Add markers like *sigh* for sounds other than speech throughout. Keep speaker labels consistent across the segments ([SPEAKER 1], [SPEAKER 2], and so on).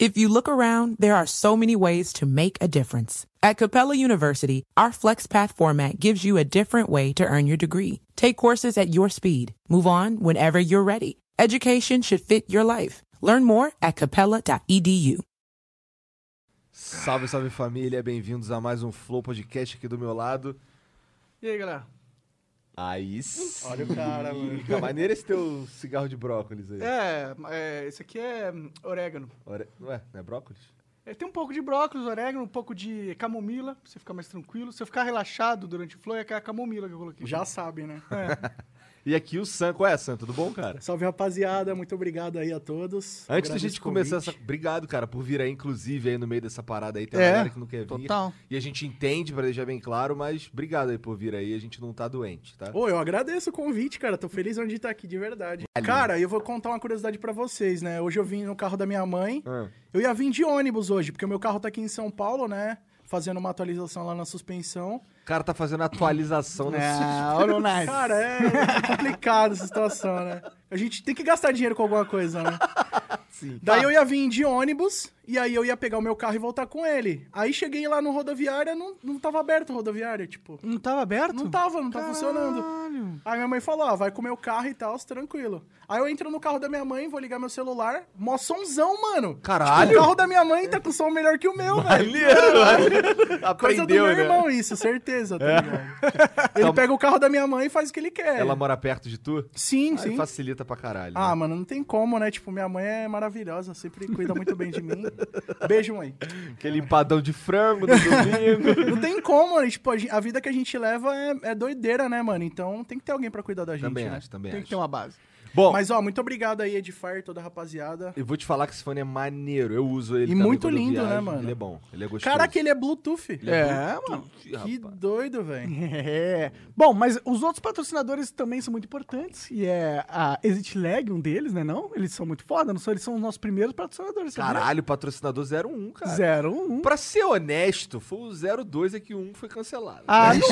[SPEAKER 1] If you look around, there are so many ways to make a difference. At Capella University, our FlexPath format gives you a different way to earn your degree. Take courses at your speed. Move on whenever you're ready. Education should fit your life. Learn more at E capella.edu.
[SPEAKER 2] Salve, salve família, bem-vindos a mais um Flow Podcast aqui do meu lado.
[SPEAKER 3] E aí, galera?
[SPEAKER 2] Aí sim.
[SPEAKER 3] Olha o cara, mano.
[SPEAKER 2] Fica maneiro esse teu cigarro de brócolis aí.
[SPEAKER 3] É, é, esse aqui é hum, orégano.
[SPEAKER 2] Ora- Ué, não é brócolis?
[SPEAKER 3] É, tem um pouco de brócolis, orégano, um pouco de camomila, pra você ficar mais tranquilo. Se você ficar relaxado durante o flow, é a camomila que eu coloquei.
[SPEAKER 4] Já sabem, né?
[SPEAKER 3] É.
[SPEAKER 2] E aqui o Sam. Qual é, Sam? Tudo bom, cara?
[SPEAKER 4] *laughs* Salve, rapaziada. Muito obrigado aí a todos.
[SPEAKER 2] Antes da
[SPEAKER 4] Agradeço
[SPEAKER 2] gente
[SPEAKER 4] o
[SPEAKER 2] começar
[SPEAKER 4] convite.
[SPEAKER 2] essa. Obrigado, cara, por vir aí, inclusive, aí no meio dessa parada aí. Tem uma
[SPEAKER 3] É,
[SPEAKER 2] galera que não quer vir.
[SPEAKER 3] Total.
[SPEAKER 2] E a gente entende, pra deixar bem claro, mas obrigado aí por vir aí. A gente não tá doente, tá?
[SPEAKER 4] Ô, eu agradeço o convite, cara. Tô feliz onde tá aqui, de verdade.
[SPEAKER 2] Ali.
[SPEAKER 4] Cara, eu vou contar uma curiosidade pra vocês, né? Hoje eu vim no carro da minha mãe.
[SPEAKER 2] Ah,
[SPEAKER 4] Eu ia vir de ônibus hoje, porque o meu carro tá aqui em São Paulo, né? Fazendo uma atualização lá na suspensão.
[SPEAKER 2] O cara tá fazendo atualização *laughs* na
[SPEAKER 3] Ah, olha o nice.
[SPEAKER 4] *laughs* Cara, é complicado essa situação, né? A gente tem que gastar dinheiro com alguma coisa, né?
[SPEAKER 2] Sim.
[SPEAKER 4] Daí eu ia vir de ônibus, e aí eu ia pegar o meu carro e voltar com ele. Aí cheguei lá no rodoviária, não, não tava aberto a rodoviária, tipo.
[SPEAKER 3] não tava aberto?
[SPEAKER 4] Não tava, não tá funcionando. Aí minha mãe falou, ó, vai comer o carro e tal, tranquilo. Aí eu entro no carro da minha mãe, vou ligar meu celular, mó somzão, mano.
[SPEAKER 2] Caralho!
[SPEAKER 4] Tipo, o carro da minha mãe tá com som melhor que o meu, velho.
[SPEAKER 2] Maneiro,
[SPEAKER 4] Coisa do meu
[SPEAKER 2] Aprendeu, né?
[SPEAKER 4] irmão isso, certeza, tá ligado? Ele
[SPEAKER 2] Então-
[SPEAKER 4] pega o carro da minha mãe e faz o que ele quer.
[SPEAKER 2] Ela mora perto de tu?
[SPEAKER 4] Sim,
[SPEAKER 2] Aí
[SPEAKER 4] sim.
[SPEAKER 2] facilita pra caralho. né?
[SPEAKER 4] Ah, mano, não tem como, né? Tipo, minha mãe é maravilhosa, sempre cuida muito bem de mim. Beijo, mãe.
[SPEAKER 2] Aquele empadão de frango
[SPEAKER 4] *laughs*
[SPEAKER 2] no domingo.
[SPEAKER 4] Não tem como, né? Tipo, a gen- a vida que a gente leva é, é doideira, né, mano? Então tem que ter alguém pra cuidar da gente,
[SPEAKER 2] também
[SPEAKER 4] né?
[SPEAKER 2] acho, também
[SPEAKER 3] Tem
[SPEAKER 2] acho.
[SPEAKER 3] que ter uma base.
[SPEAKER 2] Bom,
[SPEAKER 4] Mas, ó, muito obrigado aí, Edifer, toda a rapaziada.
[SPEAKER 2] eu vou te falar que esse fone é maneiro. Eu uso ele
[SPEAKER 4] E
[SPEAKER 2] também
[SPEAKER 4] muito
[SPEAKER 2] quando eu
[SPEAKER 4] lindo,
[SPEAKER 2] viajo.
[SPEAKER 4] né, mano?
[SPEAKER 2] Ele é bom, ele é gostoso.
[SPEAKER 4] Caraca, ele é Bluetooth.
[SPEAKER 2] Ele é, Uhum.
[SPEAKER 3] É,
[SPEAKER 2] mano.
[SPEAKER 4] Que doido, velho.
[SPEAKER 5] *laughs* É. Bom, mas os outros patrocinadores também são muito importantes. E é a Exit Lag, um deles, né? Não? Eles são muito foda, não são? Eles são os nossos primeiros patrocinadores. sabia?
[SPEAKER 2] Caralho, patrocinador 01, cara.
[SPEAKER 5] Zero, um.
[SPEAKER 2] Pra ser honesto, foi o 02 é que um foi cancelado.
[SPEAKER 5] Ah, não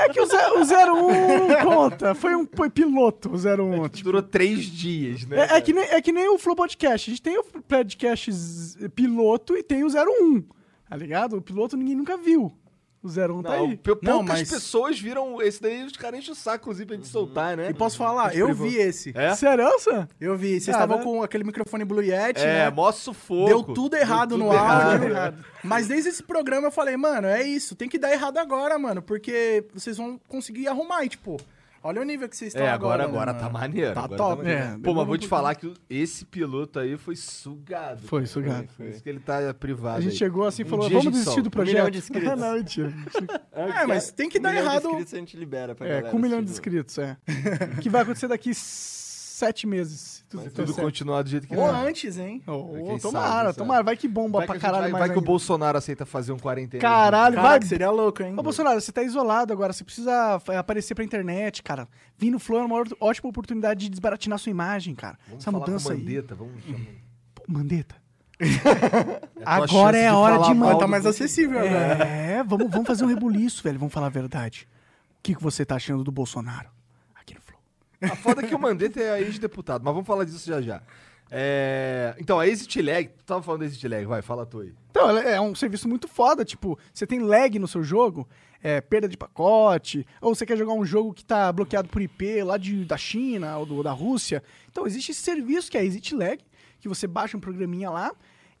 [SPEAKER 5] é. É que o, ze- o 01 não conta. Foi um foi piloto, o 01.
[SPEAKER 4] tipo-
[SPEAKER 5] É,
[SPEAKER 2] Durou três dias, né?
[SPEAKER 5] é, que nem, é que nem o Flow Podcast. A gente tem o podcast z- piloto e tem o 01. Tá ligado? O piloto ninguém nunca viu. O 01 tá
[SPEAKER 2] Não,
[SPEAKER 5] aí.
[SPEAKER 2] pou- poucas
[SPEAKER 4] Não, mas-
[SPEAKER 2] pessoas viram esse daí, os caras enchem o saco, inclusive, pra gente soltar, né?
[SPEAKER 4] E posso falar, eu vi esse.
[SPEAKER 2] É? Ah, né?
[SPEAKER 5] Será, Sam?
[SPEAKER 4] Eu vi. Vocês
[SPEAKER 5] Cara.
[SPEAKER 4] estavam com aquele microfone Blue Yeti,
[SPEAKER 2] É,
[SPEAKER 4] né?
[SPEAKER 2] mó sufoco.
[SPEAKER 4] Deu tudo errado
[SPEAKER 2] Deu
[SPEAKER 4] no
[SPEAKER 2] tudo errado.
[SPEAKER 4] áudio. Mas desde esse programa eu falei, mano, é isso. Tem que dar errado agora, mano. Porque vocês vão conseguir arrumar. E, tipo, olha o nível que vocês estão
[SPEAKER 2] É, agora, agora,
[SPEAKER 4] né,
[SPEAKER 2] tá
[SPEAKER 4] mano?
[SPEAKER 2] maneiro.
[SPEAKER 4] Tá
[SPEAKER 2] agora
[SPEAKER 4] top,
[SPEAKER 2] maneiro.
[SPEAKER 5] né?
[SPEAKER 2] Pô, mas
[SPEAKER 5] Demorou
[SPEAKER 2] vou te
[SPEAKER 5] um
[SPEAKER 2] falar que esse piloto aí foi sugado.
[SPEAKER 5] Foi
[SPEAKER 2] cara.
[SPEAKER 5] sugado.
[SPEAKER 2] Por isso que ele tá privado.
[SPEAKER 5] A gente
[SPEAKER 2] aí.
[SPEAKER 5] chegou assim e
[SPEAKER 2] Um
[SPEAKER 5] falou:
[SPEAKER 2] dia a
[SPEAKER 5] vamos
[SPEAKER 2] gente
[SPEAKER 5] desistir do
[SPEAKER 2] solta."
[SPEAKER 6] Um milhão
[SPEAKER 5] projeto. *laughs*
[SPEAKER 6] de inscritos.
[SPEAKER 5] não, mentira.
[SPEAKER 2] *laughs*
[SPEAKER 5] mentira.
[SPEAKER 4] É, mas tem que
[SPEAKER 6] Um
[SPEAKER 4] dar
[SPEAKER 6] milhão
[SPEAKER 4] errado.
[SPEAKER 6] De inscritos a gente libera pra
[SPEAKER 5] É, com
[SPEAKER 6] galera.
[SPEAKER 5] um
[SPEAKER 2] assim,
[SPEAKER 5] milhão de
[SPEAKER 6] assistir.
[SPEAKER 5] inscritos, é.
[SPEAKER 2] *laughs*
[SPEAKER 5] que vai acontecer daqui sete meses. se
[SPEAKER 6] tá
[SPEAKER 5] Tudo, der
[SPEAKER 2] Tudo
[SPEAKER 5] então é certo.
[SPEAKER 2] continuar do jeito que
[SPEAKER 4] Ou
[SPEAKER 2] tá.
[SPEAKER 4] antes, hein?
[SPEAKER 5] Ô,
[SPEAKER 2] Quem sabe,
[SPEAKER 5] tomara,
[SPEAKER 2] sabe?
[SPEAKER 5] tomara. Vai que bomba
[SPEAKER 2] Vai que, a
[SPEAKER 5] pra
[SPEAKER 2] gente
[SPEAKER 5] caralho
[SPEAKER 2] vai,
[SPEAKER 5] mais.
[SPEAKER 2] vai que o
[SPEAKER 5] ainda.
[SPEAKER 2] Bolsonaro aceita fazer um quarentena.
[SPEAKER 5] Caralho, vai.
[SPEAKER 4] Caraca, seria louco, hein?
[SPEAKER 5] Ô, Bolsonaro, você tá isolado agora, você precisa é, aparecer pra internet, cara. Vir no Flow é uma or- ótima oportunidade de desbaratinar sua imagem, cara.
[SPEAKER 2] Vamos
[SPEAKER 5] Essa
[SPEAKER 2] falar com o
[SPEAKER 5] mudança aí.
[SPEAKER 2] Mandetta, vamos chamar.
[SPEAKER 5] Pô,
[SPEAKER 2] *laughs*
[SPEAKER 5] Mandetta.
[SPEAKER 2] tua
[SPEAKER 5] Agora
[SPEAKER 2] chance
[SPEAKER 5] é a
[SPEAKER 2] de
[SPEAKER 5] hora
[SPEAKER 2] falar
[SPEAKER 5] de
[SPEAKER 2] mal
[SPEAKER 4] Mas
[SPEAKER 5] mandar.
[SPEAKER 4] tá mais acessível agora.
[SPEAKER 5] É, vamos, vamos fazer um rebuliço, velho. Vamos falar a verdade. O que, que você tá achando do Bolsonaro? Aqui no Flow.
[SPEAKER 2] A foda é que o Mandetta é ex-deputado, mas vamos falar disso já já. É, Então, a Exit Lag, tu tava falando da Exit Lag, vai, fala tu aí.
[SPEAKER 5] Então, ela- é um serviço muito foda, tipo, você tem lag no seu jogo, é, perda de pacote, ou você quer jogar um jogo que tá bloqueado por IP lá de, da China ou do- da Rússia. Então, existe esse serviço que é a Exit Lag, que você baixa um programinha lá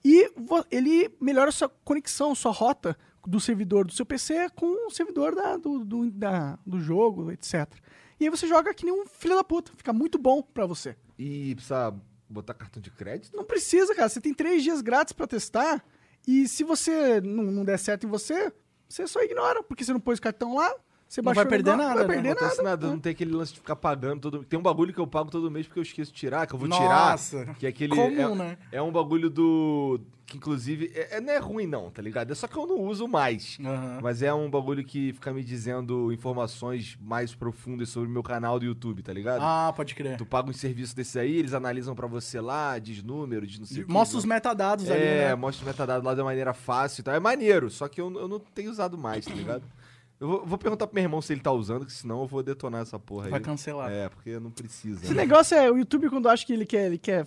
[SPEAKER 5] e vo- ele melhora a sua conexão, sua rota do servidor do seu PC com o servidor da- do, do, da- do jogo, etc. E aí você joga que nem um filho da puta, fica muito bom pra você.
[SPEAKER 2] E precisa botar cartão de crédito?
[SPEAKER 5] Não precisa, cara. Você tem três dias grátis pra testar. E se você não, não der certo em você, você só ignora, porque você não pôs o cartão lá, você
[SPEAKER 4] Não
[SPEAKER 5] baixou
[SPEAKER 4] vai
[SPEAKER 5] o
[SPEAKER 4] perder
[SPEAKER 5] negócio,
[SPEAKER 4] nada,
[SPEAKER 5] Não vai
[SPEAKER 4] né?
[SPEAKER 5] perder
[SPEAKER 2] Não acontece
[SPEAKER 5] nada.
[SPEAKER 2] nada, não tem aquele lance de ficar pagando todo Tem um bagulho que eu pago todo mês porque eu esqueço de tirar, que eu vou tirar.
[SPEAKER 4] Nossa.
[SPEAKER 2] Que é aquele.
[SPEAKER 4] Comum,
[SPEAKER 2] é,
[SPEAKER 4] né?
[SPEAKER 2] é um bagulho do. Que inclusive. É, é- não é ruim, não, tá ligado? É só que eu não uso mais.
[SPEAKER 4] Aham.
[SPEAKER 2] Mas é um bagulho que fica me dizendo informações mais profundas sobre o meu canal do YouTube, tá ligado?
[SPEAKER 4] Ah, pode crer.
[SPEAKER 2] Tu paga um serviço desse aí, eles analisam pra você lá, diz número, diz não sei o que.
[SPEAKER 4] Mostra os
[SPEAKER 2] diz-
[SPEAKER 4] metadados ali,
[SPEAKER 2] É,
[SPEAKER 4] né?
[SPEAKER 2] mostra os metadados lá de uma maneira fácil e tal. É maneiro, só que eu, eu não tenho usado mais, tá ligado? Eu vou, vou perguntar pro meu irmão se ele tá usando, que senão eu vou detonar essa porra aí.
[SPEAKER 4] Vai cancelar.
[SPEAKER 2] É, porque não precisa.
[SPEAKER 5] Esse
[SPEAKER 2] né?
[SPEAKER 5] negócio é o YouTube, quando acha que ele quer, ele quer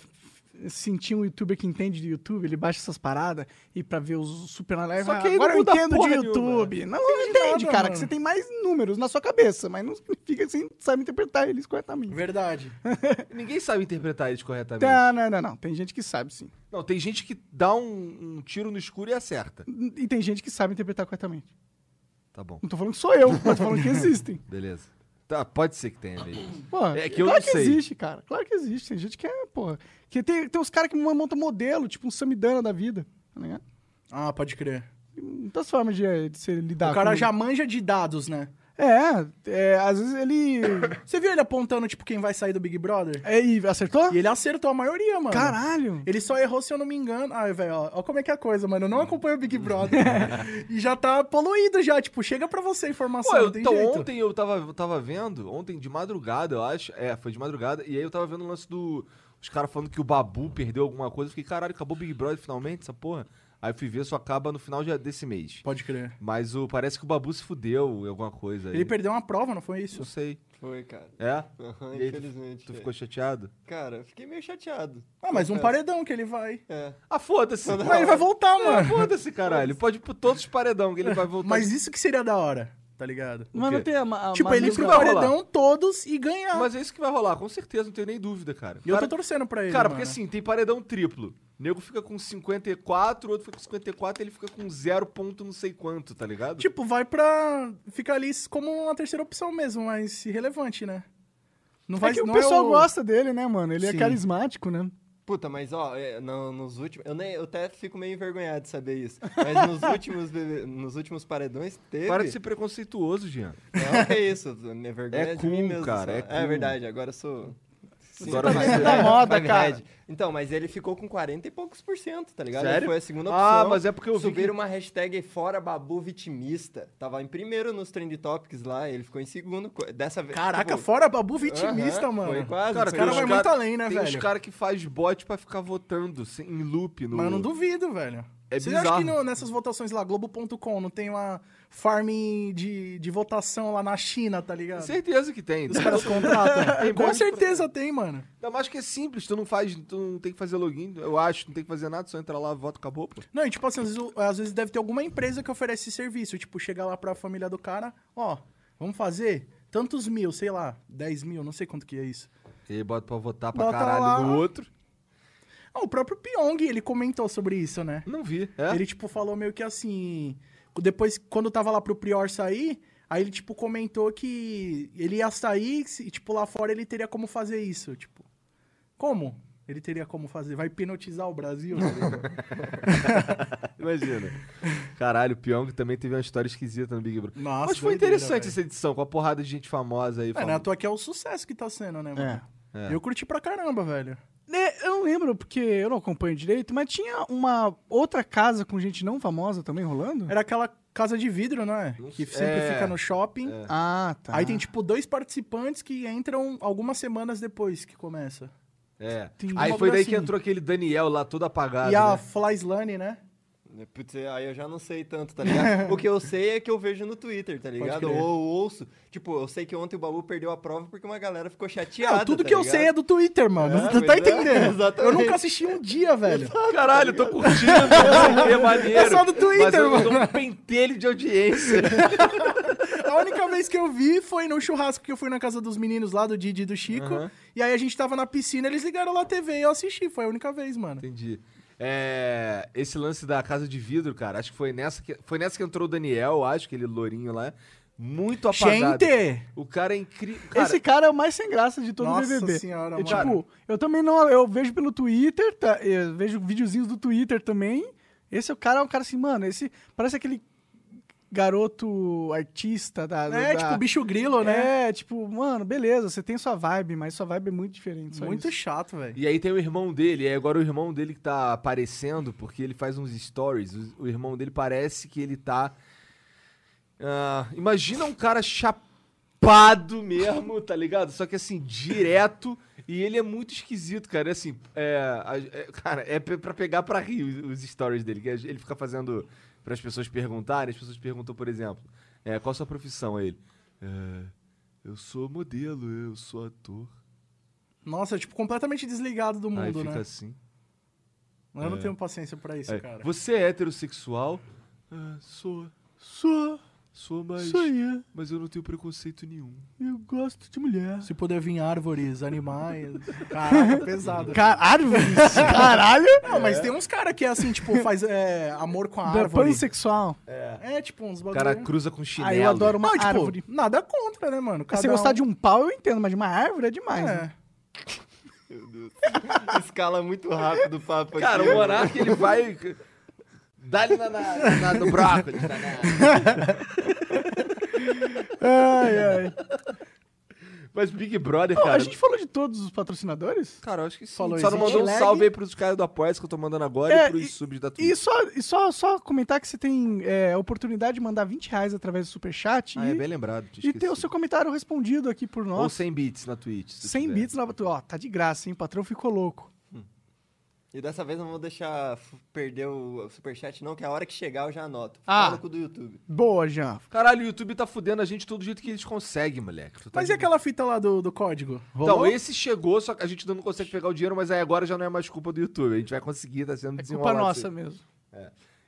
[SPEAKER 5] sentir um youtuber que entende de YouTube, ele baixa essas paradas e pra ver os super na live.
[SPEAKER 4] Só
[SPEAKER 5] ah,
[SPEAKER 4] que aí
[SPEAKER 5] agora eu
[SPEAKER 4] não muda
[SPEAKER 5] entendo de
[SPEAKER 4] porra
[SPEAKER 5] YouTube.
[SPEAKER 4] nenhuma.
[SPEAKER 5] Não, não
[SPEAKER 4] Entende nada,
[SPEAKER 5] entende, cara,
[SPEAKER 4] mano.
[SPEAKER 5] que você tem mais números na sua cabeça, mas não significa que você sabe interpretar eles
[SPEAKER 2] É.
[SPEAKER 5] corretamente.
[SPEAKER 4] Verdade.
[SPEAKER 2] Ninguém sabe interpretar eles corretamente.
[SPEAKER 5] Tá, não, não, não. Tem gente que sabe, sim.
[SPEAKER 2] Não, tem gente que dá um, um tiro no escuro e acerta.
[SPEAKER 5] E tem gente que sabe interpretar corretamente.
[SPEAKER 2] Tá bom,
[SPEAKER 5] Não tô falando que sou eu, mas tô falando que existem.
[SPEAKER 4] *laughs*
[SPEAKER 2] beleza. Tá, pode ser que tenha mesmo.
[SPEAKER 5] Pô,
[SPEAKER 2] É que eu
[SPEAKER 5] claro
[SPEAKER 2] não
[SPEAKER 5] que
[SPEAKER 2] sei.
[SPEAKER 5] existe, cara. Claro que existe. Tem gente que é, porra. Que tem, tem uns caras que montam modelo, tipo um Samidana da vida. Tá ligado?
[SPEAKER 4] Ah, pode crer.
[SPEAKER 5] Tem Muitas formas de, de se
[SPEAKER 2] Tá,
[SPEAKER 5] lidar
[SPEAKER 4] O cara
[SPEAKER 5] com-
[SPEAKER 4] já manja de dados, né?
[SPEAKER 5] É, é, às vezes ele.
[SPEAKER 4] *coughs* Você viu ele apontando, tipo, quem vai sair do Big Brother?
[SPEAKER 5] é, e acertou?
[SPEAKER 4] E ele acertou a maioria, mano.
[SPEAKER 5] Caralho!
[SPEAKER 4] Ele só errou, se eu não me engano. Ai, velho, ó, ó como é que é a coisa, mano. Eu não acompanho o Big
[SPEAKER 2] *laughs*
[SPEAKER 4] Brother. e já tá poluído já, tipo, chega pra você a informação,
[SPEAKER 2] Pô, eu-
[SPEAKER 4] não tem
[SPEAKER 2] então
[SPEAKER 4] jeito.
[SPEAKER 2] ontem eu tava, eu tava vendo, ontem de madrugada, eu acho. É, foi de madrugada, e aí eu tava vendo o lance do. Os caras falando que o Babu perdeu alguma coisa. Eu fiquei, caralho, acabou o Big Brother finalmente, essa porra. Aí eu fui ver, só acaba no final de- desse mês.
[SPEAKER 4] Pode crer.
[SPEAKER 2] Mas o, parece que o Babu se fudeu em alguma coisa. aí.
[SPEAKER 4] Ele perdeu uma prova, não foi isso?
[SPEAKER 2] Não sei.
[SPEAKER 6] Foi, cara.
[SPEAKER 2] É?
[SPEAKER 6] Aham,
[SPEAKER 2] E aí,
[SPEAKER 6] infelizmente.
[SPEAKER 2] Tu
[SPEAKER 6] é.
[SPEAKER 2] ficou chateado?
[SPEAKER 6] Cara, eu fiquei meio chateado.
[SPEAKER 4] Ah,
[SPEAKER 2] É.
[SPEAKER 4] mas um
[SPEAKER 6] Confesso.
[SPEAKER 4] paredão que ele vai.
[SPEAKER 6] É.
[SPEAKER 2] Ah, foda-se.
[SPEAKER 4] Mas ele vai voltar,
[SPEAKER 2] Ah,
[SPEAKER 4] mano.
[SPEAKER 2] foda-se, caralho. Pode ir por todos os paredão que ele vai voltar.
[SPEAKER 4] Mas isso que seria da hora, tá ligado?
[SPEAKER 5] Mas
[SPEAKER 2] quê?
[SPEAKER 5] não tem a, ma- a
[SPEAKER 4] tipo,
[SPEAKER 5] Manu
[SPEAKER 4] ele ir
[SPEAKER 2] isso que
[SPEAKER 4] pro
[SPEAKER 5] Brown.
[SPEAKER 2] vai rolar.
[SPEAKER 4] paredão todos e ganhar.
[SPEAKER 2] Mas é isso que vai rolar, com certeza, não tenho nem dúvida, cara.
[SPEAKER 4] E eu
[SPEAKER 2] cara,
[SPEAKER 4] tô torcendo pra ele,
[SPEAKER 2] cara,
[SPEAKER 4] mano.
[SPEAKER 2] porque assim, tem paredão triplo. O nego fica com 54, o outro fica com 54, ele fica com 0 ponto não sei quanto, tá ligado?
[SPEAKER 4] Tipo, vai pra ficar ali como uma terceira opção mesmo, mas irrelevante, né? Não
[SPEAKER 5] É
[SPEAKER 4] vai
[SPEAKER 5] que o
[SPEAKER 4] não
[SPEAKER 5] pessoal
[SPEAKER 4] é
[SPEAKER 5] gosta dele, né, mano? Ele
[SPEAKER 4] Sim.
[SPEAKER 5] é carismático, né?
[SPEAKER 6] Puta, mas ó, é, no- nos últimos. Eu, nem, eu até fico meio envergonhado de saber isso.
[SPEAKER 2] *laughs*
[SPEAKER 6] Mas nos últimos, bebê- nos últimos paredões teve.
[SPEAKER 2] Para de ser preconceituoso, Jean.
[SPEAKER 6] Não, que isso. Minha vergonha é,
[SPEAKER 2] É
[SPEAKER 6] de mim
[SPEAKER 2] cool,
[SPEAKER 6] mesmo.
[SPEAKER 2] cara,
[SPEAKER 6] só.
[SPEAKER 2] é cool.
[SPEAKER 6] verdade, agora eu sou.
[SPEAKER 2] Agora
[SPEAKER 6] Sim,
[SPEAKER 2] você
[SPEAKER 6] mas-
[SPEAKER 5] tá moda,
[SPEAKER 6] Five
[SPEAKER 5] cara.
[SPEAKER 6] Red. Então, mas ele ficou com 40 e poucos por cento, tá ligado?
[SPEAKER 2] Sério?
[SPEAKER 6] Foi a segunda opção.
[SPEAKER 2] Ah, mas é porque eu vi
[SPEAKER 6] Subiram
[SPEAKER 2] que-
[SPEAKER 6] uma hashtag fora babu vitimista. Tava em primeiro nos trend topics lá, ele ficou em segundo. Co- Dessa vez.
[SPEAKER 4] Caraca,
[SPEAKER 6] tipo,
[SPEAKER 4] fora Babu vitimista,
[SPEAKER 6] aham,
[SPEAKER 4] mano.
[SPEAKER 6] Foi quase.
[SPEAKER 4] Cara, o
[SPEAKER 6] foi
[SPEAKER 4] cara
[SPEAKER 2] tem
[SPEAKER 4] vai
[SPEAKER 2] uns
[SPEAKER 4] muito além, né,
[SPEAKER 2] tem
[SPEAKER 4] velho?
[SPEAKER 2] Tem os caras que faz bot pra ficar votando sem- em loop no...
[SPEAKER 4] Mas eu não duvido, velho.
[SPEAKER 2] É
[SPEAKER 4] Vocês acham que
[SPEAKER 2] bizarro.
[SPEAKER 4] no- nessas votações lá, Globo.com, não tem uma farm de, de votação lá na China, tá ligado? *laughs*
[SPEAKER 2] Certeza que tem. tá
[SPEAKER 4] Os
[SPEAKER 2] *laughs*
[SPEAKER 4] caras contratam. Com
[SPEAKER 2] bom.
[SPEAKER 4] certeza tem, mano.
[SPEAKER 2] Ainda mais que é simples, tu não faz, tu não tem que fazer login, eu acho, não tem que fazer nada, só entra lá, vota, acabou, pô.
[SPEAKER 4] Não, e tipo assim, às vezes, o- às vezes deve ter alguma empresa que oferece esse serviço. Tipo, chegar lá pra família do cara, ó, vamos fazer tantos mil, sei lá, 10 mil, não sei quanto que é isso.
[SPEAKER 2] E aí bota pra votar pra
[SPEAKER 4] Bota
[SPEAKER 2] caralho
[SPEAKER 4] lá.
[SPEAKER 2] no outro.
[SPEAKER 4] Ah, o próprio Pyong, ele comentou sobre isso, né?
[SPEAKER 2] Não vi, é?
[SPEAKER 4] Ele, tipo, falou meio que assim. Depois, quando tava lá pro Prior sair, aí ele, tipo, comentou que ele ia sair e, tipo, lá fora ele teria como fazer isso. Tipo, como? Ele teria como fazer? Vai hipnotizar
[SPEAKER 2] *laughs*
[SPEAKER 4] o Brasil? tá ligado?
[SPEAKER 2] Imagina.
[SPEAKER 4] *laughs*
[SPEAKER 2] Caralho, o Pyong também teve uma história esquisita no Big Brother.
[SPEAKER 4] Nossa,
[SPEAKER 2] Mas foi
[SPEAKER 4] doideira,
[SPEAKER 2] interessante
[SPEAKER 4] velho.
[SPEAKER 2] essa edição, com a porrada de gente famosa aí.
[SPEAKER 4] É,
[SPEAKER 2] falando.
[SPEAKER 4] né? Tô aqui é o sucesso que tá sendo, né, mano?
[SPEAKER 2] É.
[SPEAKER 4] Eu curti pra caramba, velho.
[SPEAKER 5] Né, eu não lembro, porque eu não acompanho direito, mas tinha uma outra casa com gente não famosa também rolando?
[SPEAKER 4] Era aquela casa de vidro, né?
[SPEAKER 2] Não
[SPEAKER 4] Que
[SPEAKER 2] sei.
[SPEAKER 4] sempre
[SPEAKER 2] É.
[SPEAKER 4] fica no shopping.
[SPEAKER 5] Ah, tá.
[SPEAKER 4] Aí tem, tipo, dois participantes que entram algumas semanas depois que começa.
[SPEAKER 2] É.
[SPEAKER 5] Tem
[SPEAKER 2] Aí
[SPEAKER 5] uma
[SPEAKER 2] foi daí
[SPEAKER 5] coisa
[SPEAKER 2] que
[SPEAKER 5] assim.
[SPEAKER 2] entrou aquele Daniel lá todo apagado.
[SPEAKER 4] um e *laughs* a
[SPEAKER 2] né?
[SPEAKER 4] Flyslane, né?
[SPEAKER 6] Putz, é, aí eu já não sei tanto, tá ligado? o que eu sei é que eu vejo no Twitter, tá ligado? Ou
[SPEAKER 4] crer.
[SPEAKER 6] ou ouço. Tipo, eu sei que ontem o Babu perdeu a prova porque uma galera ficou chateada.
[SPEAKER 4] Não, tudo
[SPEAKER 6] tá
[SPEAKER 4] que eu
[SPEAKER 6] ligado?
[SPEAKER 4] sei é do Twitter, mano.
[SPEAKER 6] É,
[SPEAKER 4] Você tá
[SPEAKER 6] pois é,
[SPEAKER 4] entendendo? eu
[SPEAKER 6] exatamente.
[SPEAKER 4] nunca assisti um dia, velho.
[SPEAKER 2] Caralho, tô curtindo, não sei o que, maneiro.
[SPEAKER 4] tá *laughs* É só do Twitter,
[SPEAKER 2] mas eu
[SPEAKER 4] mano.
[SPEAKER 2] dou um pentelho de audiência. *laughs*
[SPEAKER 4] A única vez que eu vi foi no churrasco que eu fui na casa dos meninos lá, do Didi e do Chico.
[SPEAKER 2] Aham.
[SPEAKER 4] E aí a gente tava na piscina, eles ligaram lá a TV e eu assisti. Foi a única vez, mano.
[SPEAKER 2] Entendi. É, esse lance da casa de vidro, cara, acho que foi nessa que, foi nessa que entrou o Daniel, acho, aquele lourinho lá. Muito apagado.
[SPEAKER 4] Gente!
[SPEAKER 2] O cara é incrível.
[SPEAKER 5] Esse cara é o mais sem graça de todo o
[SPEAKER 4] Nossa
[SPEAKER 5] BBB.
[SPEAKER 4] senhora,
[SPEAKER 5] eu,
[SPEAKER 4] mano.
[SPEAKER 5] tipo, eu também não, eu vejo pelo Twitter, tá? eu vejo videozinhos do Twitter também. Esse é o cara, é um cara assim, mano, esse parece aquele garoto artista da
[SPEAKER 4] É,
[SPEAKER 5] da-
[SPEAKER 4] tipo, bicho grilo, né?
[SPEAKER 5] É, tipo, mano, beleza, você tem sua vibe, mas sua vibe é muito diferente, só
[SPEAKER 4] Muito
[SPEAKER 5] isso.
[SPEAKER 4] chato, velho.
[SPEAKER 2] E aí tem o irmão dele, é agora o irmão dele que tá aparecendo, porque ele faz uns stories. O, o irmão dele parece que ele tá. Ah, imagina um cara chapado mesmo, tá ligado? Só que assim, direto. E ele é muito esquisito, cara. É Assim, é, a- é, cara, é pe- pra pegar pra rir os, os stories dele. que a- Ele fica fazendo para as pessoas perguntarem. As pessoas perguntam, por exemplo, é, qual a sua profissão? Aí Ele, "É, eu sou modelo, eu sou ator.
[SPEAKER 4] Nossa, tipo, completamente desligado do
[SPEAKER 2] Aí
[SPEAKER 4] mundo,
[SPEAKER 2] fica
[SPEAKER 4] né?
[SPEAKER 2] assim.
[SPEAKER 4] Eu não tenho paciência pra isso,
[SPEAKER 2] É,
[SPEAKER 4] cara.
[SPEAKER 2] Você é heterossexual? Ah, sou. Sou. Sou, mas,
[SPEAKER 4] aí,
[SPEAKER 2] mas eu não tenho preconceito nenhum.
[SPEAKER 4] eu gosto de mulher. Se puder vir árvores, animais. *laughs* Caraca, pesado.
[SPEAKER 5] árvores?
[SPEAKER 4] *laughs*
[SPEAKER 5] Caralho!
[SPEAKER 4] Não, mas tem uns caras que é assim, tipo, faz é, amor com a
[SPEAKER 5] Da
[SPEAKER 4] árvore.
[SPEAKER 5] pansexual.
[SPEAKER 4] É, tipo, uns
[SPEAKER 2] O
[SPEAKER 4] bagulho.
[SPEAKER 2] cara cruza com chinelo.
[SPEAKER 5] Aí eu adoro uma
[SPEAKER 4] não, tipo,
[SPEAKER 5] árvore.
[SPEAKER 4] nada contra, né, mano?
[SPEAKER 5] Se você
[SPEAKER 4] Cada
[SPEAKER 5] gostar
[SPEAKER 4] um-
[SPEAKER 5] de um pau, eu entendo, mas de uma árvore é demais.
[SPEAKER 4] É.
[SPEAKER 5] né?
[SPEAKER 6] Escala muito rápido o papo aqui.
[SPEAKER 2] Cara, o Monark, ele vai... Dá-lhe na, na, na- no brócolis. tá, né?
[SPEAKER 5] Ai, ai.
[SPEAKER 2] Mas Big Brother,
[SPEAKER 5] Pô,
[SPEAKER 2] cara...
[SPEAKER 5] a gente falou de todos os patrocinadores?
[SPEAKER 2] Cara, eu acho que sim.
[SPEAKER 4] Falou
[SPEAKER 2] Só
[SPEAKER 4] isso.
[SPEAKER 2] não mandou um
[SPEAKER 4] Leg.
[SPEAKER 2] salve aí pros caras do Apoia que eu tô mandando agora
[SPEAKER 5] É,
[SPEAKER 2] e pros
[SPEAKER 5] e-
[SPEAKER 2] subs da Twitch.
[SPEAKER 5] E só, e só, só comentar que você tem é, a oportunidade de mandar 20 reais através do Superchat
[SPEAKER 2] Ah,
[SPEAKER 5] e,
[SPEAKER 2] é bem lembrado. tinha
[SPEAKER 5] e ter o
[SPEAKER 2] esquecido.
[SPEAKER 5] seu comentário respondido aqui por
[SPEAKER 2] Ou
[SPEAKER 5] nós.
[SPEAKER 2] 100 bits na Twitch. se
[SPEAKER 5] 100
[SPEAKER 2] tiver.
[SPEAKER 5] bits na Ó, tá de graça, hein? O patrão ficou louco.
[SPEAKER 6] E dessa vez eu não vou deixar f- perder o superchat, não, que a hora que chegar eu já anoto.
[SPEAKER 5] Ah.
[SPEAKER 6] Fala com o do YouTube.
[SPEAKER 5] Boa, Jean.
[SPEAKER 2] Caralho, o YouTube tá fudendo a gente todo jeito que eles conseguem, moleque. Tu tá
[SPEAKER 4] Mas e
[SPEAKER 5] é
[SPEAKER 2] de-
[SPEAKER 4] aquela fita lá do, do código?
[SPEAKER 2] Então, esse chegou, só que a gente ainda não consegue pegar o dinheiro, mas aí agora já não é mais culpa do YouTube. A gente vai conseguir, tá sendo
[SPEAKER 5] É culpa
[SPEAKER 2] desenrolado.
[SPEAKER 5] nossa mesmo.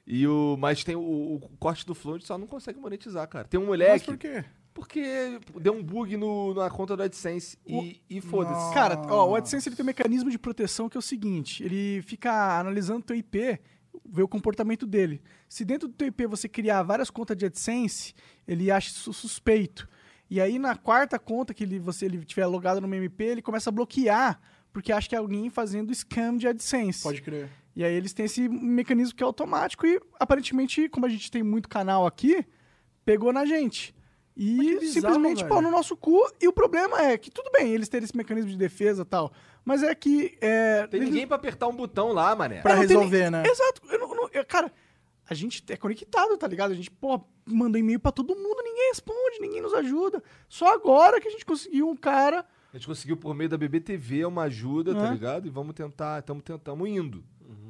[SPEAKER 2] E o, mas tem o, o corte do Flow, a gente só não consegue monetizar, cara. Tem um
[SPEAKER 4] Mas
[SPEAKER 2] moleque,
[SPEAKER 4] por quê?
[SPEAKER 2] porque deu um bug no, na conta do AdSense e, e foda-se.
[SPEAKER 5] Cara, ó, o AdSense ele tem um mecanismo de proteção que é o seguinte: ele fica analisando teu IP, vê o comportamento dele. Se dentro do teu IP você criar várias contas de AdSense, ele acha isso suspeito. E aí na quarta conta que ele, você ele tiver logado no MP, ele começa a bloquear, porque acha que é alguém fazendo scam de AdSense.
[SPEAKER 4] Pode crer.
[SPEAKER 5] E aí eles têm esse mecanismo que é automático e aparentemente, como a gente tem muito canal aqui, pegou na gente. E
[SPEAKER 4] Mas que bizarro,
[SPEAKER 5] simplesmente
[SPEAKER 4] velho.
[SPEAKER 5] pau no nosso cu. E o problema é que tudo bem eles terem esse mecanismo de defesa e tal, mas é que. É,
[SPEAKER 2] Tem
[SPEAKER 5] eles-
[SPEAKER 2] ninguém pra apertar um botão lá, mané.
[SPEAKER 4] Pra
[SPEAKER 5] É, não tem
[SPEAKER 4] resolver, né?
[SPEAKER 5] Exato. Eu não- não- eu- cara, a gente é conectado, tá ligado? A gente, pô, manda e-mail pra todo mundo, ninguém responde, ninguém nos ajuda. Só agora que a gente conseguiu um cara.
[SPEAKER 2] A gente conseguiu por meio da BBTV uma ajuda, tá
[SPEAKER 5] É.
[SPEAKER 2] ligado? E vamos tentar, estamos tentando, indo.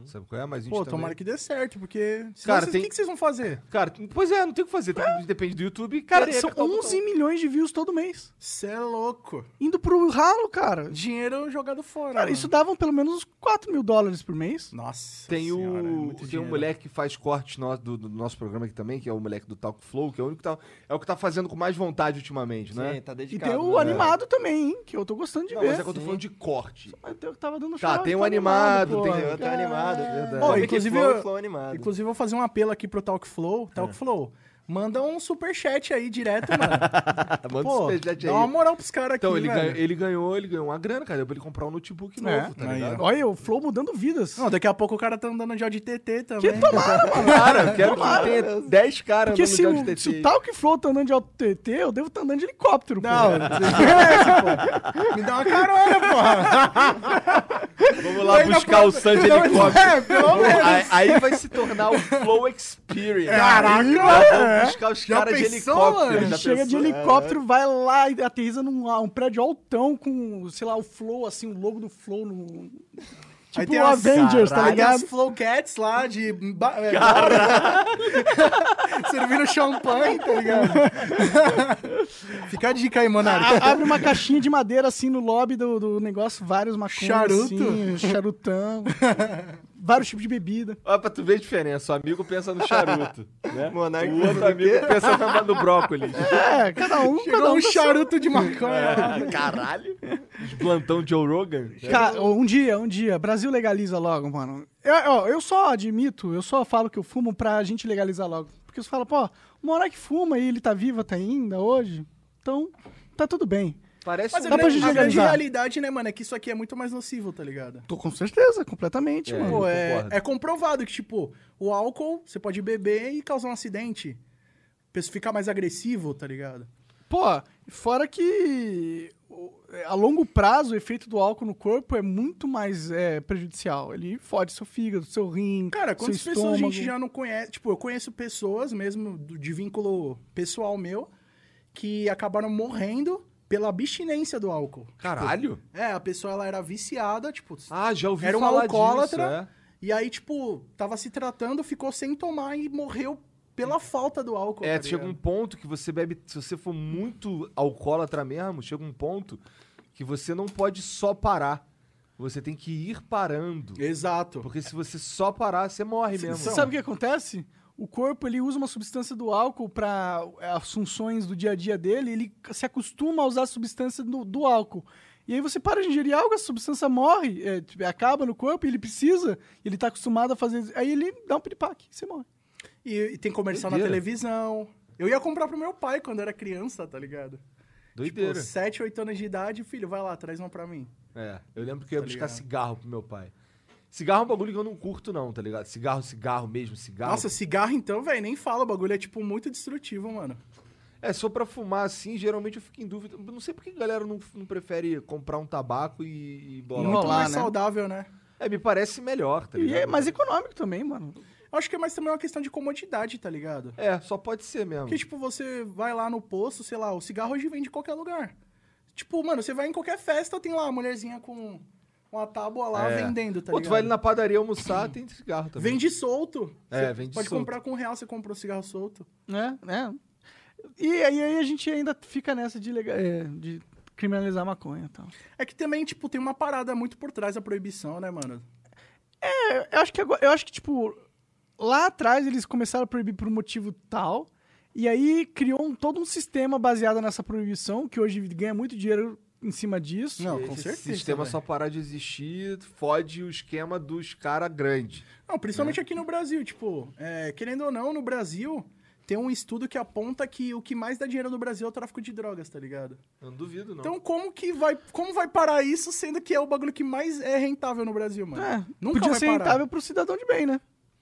[SPEAKER 2] Sabe qual é? Mas a gente
[SPEAKER 4] Uhum. Pô,
[SPEAKER 2] também-
[SPEAKER 4] tomara que dê certo, porque.
[SPEAKER 2] Cara,
[SPEAKER 4] Cara, vocês, o
[SPEAKER 2] tem-
[SPEAKER 4] que, que vocês vão fazer?
[SPEAKER 2] Cara, pois é, não tem o que fazer. tem que- Depende do YouTube. tá
[SPEAKER 5] Cara,
[SPEAKER 2] querer
[SPEAKER 5] é, são
[SPEAKER 4] é tá
[SPEAKER 2] apertar o botão.
[SPEAKER 5] 11 milhões de views todo mês.
[SPEAKER 4] Cê é louco.
[SPEAKER 5] Indo pro ralo, cara.
[SPEAKER 4] Dinheiro jogado fora.
[SPEAKER 5] Cara,
[SPEAKER 4] mano.
[SPEAKER 5] isso davam pelo menos uns 4 mil dólares por mês.
[SPEAKER 4] Nossa.
[SPEAKER 2] Tem,
[SPEAKER 4] senhora, é
[SPEAKER 2] o,
[SPEAKER 4] muito
[SPEAKER 2] tem um
[SPEAKER 4] dinheiro.
[SPEAKER 2] moleque que faz cortes no- do, do nosso programa aqui também, que é o moleque do Talk Flow, que é o único que tá, é o que tá fazendo com mais vontade ultimamente, né?
[SPEAKER 6] Sim, tá
[SPEAKER 5] E
[SPEAKER 6] dedicado.
[SPEAKER 5] tem o
[SPEAKER 6] né?
[SPEAKER 5] animado também, hein? Que eu tô gostando de
[SPEAKER 2] Não,
[SPEAKER 5] ver.
[SPEAKER 2] mas é que eu tô falando de corte.
[SPEAKER 5] Mas eu tava dando
[SPEAKER 2] Tá,
[SPEAKER 5] chorada,
[SPEAKER 2] tem
[SPEAKER 5] tô
[SPEAKER 2] um animado,
[SPEAKER 5] pô.
[SPEAKER 2] tem-
[SPEAKER 6] Eu tô animado, é verdade.
[SPEAKER 4] Ó,
[SPEAKER 6] Big
[SPEAKER 4] inclusive
[SPEAKER 6] Flow,
[SPEAKER 4] eu-
[SPEAKER 6] Flow animado.
[SPEAKER 4] Inclusive, eu vou fazer um apelo aqui pro Talk Flow.
[SPEAKER 2] É.
[SPEAKER 4] Talk Flow, manda um superchat aí direto, mano.
[SPEAKER 2] *laughs* Manda
[SPEAKER 4] Pô,
[SPEAKER 2] esse superchat
[SPEAKER 4] dá uma
[SPEAKER 2] aí.
[SPEAKER 4] moral pros caras aqui.
[SPEAKER 2] Então, ele,
[SPEAKER 4] velho.
[SPEAKER 2] ganhou, ele ganhou, ele ganhou uma grana, cara. Deu pra ele comprar um notebook novo, tá
[SPEAKER 4] É, aí,
[SPEAKER 2] ligado?
[SPEAKER 5] Olha, o Flow mudando vidas.
[SPEAKER 4] Não, daqui a pouco o cara tá andando de ODTT também.
[SPEAKER 5] que tomara, mano.
[SPEAKER 2] Cara, eu quero que tenha 10 caras
[SPEAKER 5] Porque
[SPEAKER 2] Tá no
[SPEAKER 5] se
[SPEAKER 2] Mundial de
[SPEAKER 5] o, se o
[SPEAKER 2] TT.
[SPEAKER 5] Talk Flow tá andando de alto TT, eu devo tá andando de helicóptero, pô. *laughs*
[SPEAKER 4] Não, *laughs* Me dá uma carona, porra. *laughs*
[SPEAKER 2] Vamos lá buscar o Sandy helicóptero.
[SPEAKER 4] É, pelo menos.
[SPEAKER 2] Aí, aí vai se tornar o Flow Experience.
[SPEAKER 4] Caraca,
[SPEAKER 2] Nós
[SPEAKER 4] é.
[SPEAKER 2] vamos buscar os
[SPEAKER 4] Já
[SPEAKER 2] caras de
[SPEAKER 4] pensou,
[SPEAKER 2] helicóptero.
[SPEAKER 4] mano?
[SPEAKER 2] já
[SPEAKER 5] Ele chega de
[SPEAKER 2] pensou?
[SPEAKER 5] helicóptero, vai lá e aterriza num um prédio altão com, sei lá, o Flow, assim, o logo do Flow no. Tipo o
[SPEAKER 4] as-
[SPEAKER 5] Avengers, tá
[SPEAKER 4] Caralho,
[SPEAKER 5] ligado?
[SPEAKER 4] Tem os Flowcats lá de. ba- é, bar- *laughs* Servindo champanhe, tá ligado? Fica a dica aí, Monarca.
[SPEAKER 5] A- abre uma caixinha de madeira assim no lobby do, do negócio, vários maconhas.
[SPEAKER 4] Charuto?
[SPEAKER 5] Assim,
[SPEAKER 2] *laughs*
[SPEAKER 5] charutão. vários tipos de bebida.
[SPEAKER 2] Olha pra tu ver a diferença. O amigo pensa no charuto. né?
[SPEAKER 6] Monarca
[SPEAKER 2] O outro amigo pensa na- no brócolis.
[SPEAKER 5] É, cada um. cada
[SPEAKER 4] Chegou
[SPEAKER 5] um
[SPEAKER 4] um
[SPEAKER 5] tá
[SPEAKER 4] charuto de maconha.
[SPEAKER 2] Caralho. Os plantão Joe Rogan.
[SPEAKER 4] é
[SPEAKER 5] Cara, um dia, um dia. Brasil legaliza logo, mano. Eu, ó, eu só admito, eu só falo que eu fumo pra gente legalizar logo. Porque você fala, pô, uma hora que fuma e ele tá vivo até ainda hoje, então tá tudo bem.
[SPEAKER 2] Parece
[SPEAKER 4] Mas
[SPEAKER 2] um
[SPEAKER 4] a
[SPEAKER 5] Dá pra
[SPEAKER 4] grande,
[SPEAKER 5] gente
[SPEAKER 4] a grande
[SPEAKER 5] organizar.
[SPEAKER 4] realidade, né, mano, é que isso aqui é muito mais nocivo, tá ligado?
[SPEAKER 5] Tô com certeza, completamente,
[SPEAKER 2] É,
[SPEAKER 5] mano.
[SPEAKER 4] Pô, é,
[SPEAKER 2] concordo.
[SPEAKER 4] é comprovado que, tipo, o álcool você pode beber e causar um acidente. Pessoa ficar mais agressivo, tá ligado?
[SPEAKER 5] Pô, fora que o- a longo prazo o efeito do álcool no corpo é muito mais é, prejudicial. Ele fode seu fígado, seu rim,
[SPEAKER 4] Cara,
[SPEAKER 5] seu
[SPEAKER 4] quantas pessoas
[SPEAKER 5] estômago.
[SPEAKER 4] a gente já não conhece? Tipo, eu conheço pessoas mesmo, do- de vínculo pessoal meu, que acabaram morrendo pela abstinência do álcool.
[SPEAKER 2] Caralho.
[SPEAKER 4] É, a pessoa ela era viciada, tipo,
[SPEAKER 2] Ah, já ouvi
[SPEAKER 4] Era um
[SPEAKER 2] falar
[SPEAKER 4] alcoólatra.
[SPEAKER 2] disso. é.
[SPEAKER 4] e aí, tipo, tava se tratando, ficou sem tomar e morreu pela falta do álcool.
[SPEAKER 2] É, é
[SPEAKER 4] tá
[SPEAKER 2] chega um
[SPEAKER 4] ligado?
[SPEAKER 2] ponto que você bebe... Se você for muito alcoólatra mesmo, chega um ponto que você não pode só parar. Você tem que ir parando.
[SPEAKER 4] Exato.
[SPEAKER 2] Porque se você só parar, você morre mesmo.
[SPEAKER 5] Você Sabe o que acontece? O corpo ele usa uma substância do álcool para as funções do dia a dia dele, ele se acostuma a usar a substância do, do álcool. E aí você para de ingerir algo, a substância morre, é, tipo, acaba no corpo, e ele precisa, ele tá acostumado a fazer. Aí ele dá um piripaque, você morre.
[SPEAKER 4] E, e tem comercial na
[SPEAKER 2] Doideira.
[SPEAKER 4] televisão. Eu ia comprar pro meu pai quando era criança, tá ligado?
[SPEAKER 2] Doideira.
[SPEAKER 4] Tipo, 7, 8 anos de idade, filho, vai lá, traz uma pra mim.
[SPEAKER 2] É, eu lembro que eu ia
[SPEAKER 4] Tá
[SPEAKER 2] buscar
[SPEAKER 4] ligado.
[SPEAKER 2] cigarro pro meu pai. Cigarro é um bagulho que eu não curto, não, tá ligado? Cigarro, cigarro mesmo, cigarro.
[SPEAKER 4] Nossa, cigarro então, velho, nem fala, o bagulho é tipo muito destrutivo, mano.
[SPEAKER 2] É, só pra fumar assim, geralmente eu fico em dúvida. Não sei por que a galera não, não prefere comprar um tabaco e, e bolar.
[SPEAKER 4] muito
[SPEAKER 5] Enrolar,
[SPEAKER 4] mais
[SPEAKER 5] né?
[SPEAKER 4] saudável, né?
[SPEAKER 2] É, me parece melhor, tá
[SPEAKER 5] E
[SPEAKER 2] ligado?
[SPEAKER 5] é mais econômico também, mano.
[SPEAKER 4] Eu Acho que é mais também uma questão de comodidade, tá ligado?
[SPEAKER 2] É, só pode ser mesmo.
[SPEAKER 4] Porque, tipo, você vai lá no posto, sei lá, o cigarro hoje vem de qualquer lugar. Tipo, mano, você vai em qualquer festa, tem lá a mulherzinha com uma tábua lá
[SPEAKER 2] É.
[SPEAKER 4] vendendo, tá
[SPEAKER 2] Pô, tu
[SPEAKER 4] ligado?
[SPEAKER 2] vai ali na padaria almoçar, tem cigarro também.
[SPEAKER 4] Vende solto.
[SPEAKER 2] É,
[SPEAKER 4] Você
[SPEAKER 2] vende
[SPEAKER 4] Pode
[SPEAKER 2] solto.
[SPEAKER 4] comprar com um real, você compra um cigarro solto.
[SPEAKER 5] né? né? E aí aí a gente ainda fica nessa de, lega- é, de criminalizar a maconha e tal.
[SPEAKER 4] É que também, tipo, tem uma parada muito por trás da proibição, né, mano?
[SPEAKER 5] É, eu acho que agora- eu acho que tipo lá atrás eles começaram a proibir por um motivo tal e aí criou um- todo um sistema baseado nessa proibição que hoje ganha muito dinheiro em cima disso.
[SPEAKER 4] Não,
[SPEAKER 2] Esse
[SPEAKER 4] com certeza.
[SPEAKER 2] sistema
[SPEAKER 4] velho.
[SPEAKER 2] só parar de existir, fode o esquema dos cara grande.
[SPEAKER 4] Não, principalmente
[SPEAKER 2] É.
[SPEAKER 4] aqui no Brasil, tipo, é, querendo ou não, no Brasil tem um estudo que aponta que o que mais dá dinheiro no Brasil é o tráfico de drogas, tá ligado?
[SPEAKER 2] Eu não duvido, não.
[SPEAKER 4] Então como que vai, como vai parar isso, sendo que é o bagulho que mais é rentável no Brasil, mano?
[SPEAKER 5] É,
[SPEAKER 4] nunca
[SPEAKER 5] podia
[SPEAKER 4] vai
[SPEAKER 5] ser
[SPEAKER 4] parar.
[SPEAKER 5] rentável pro cidadão de bem, né?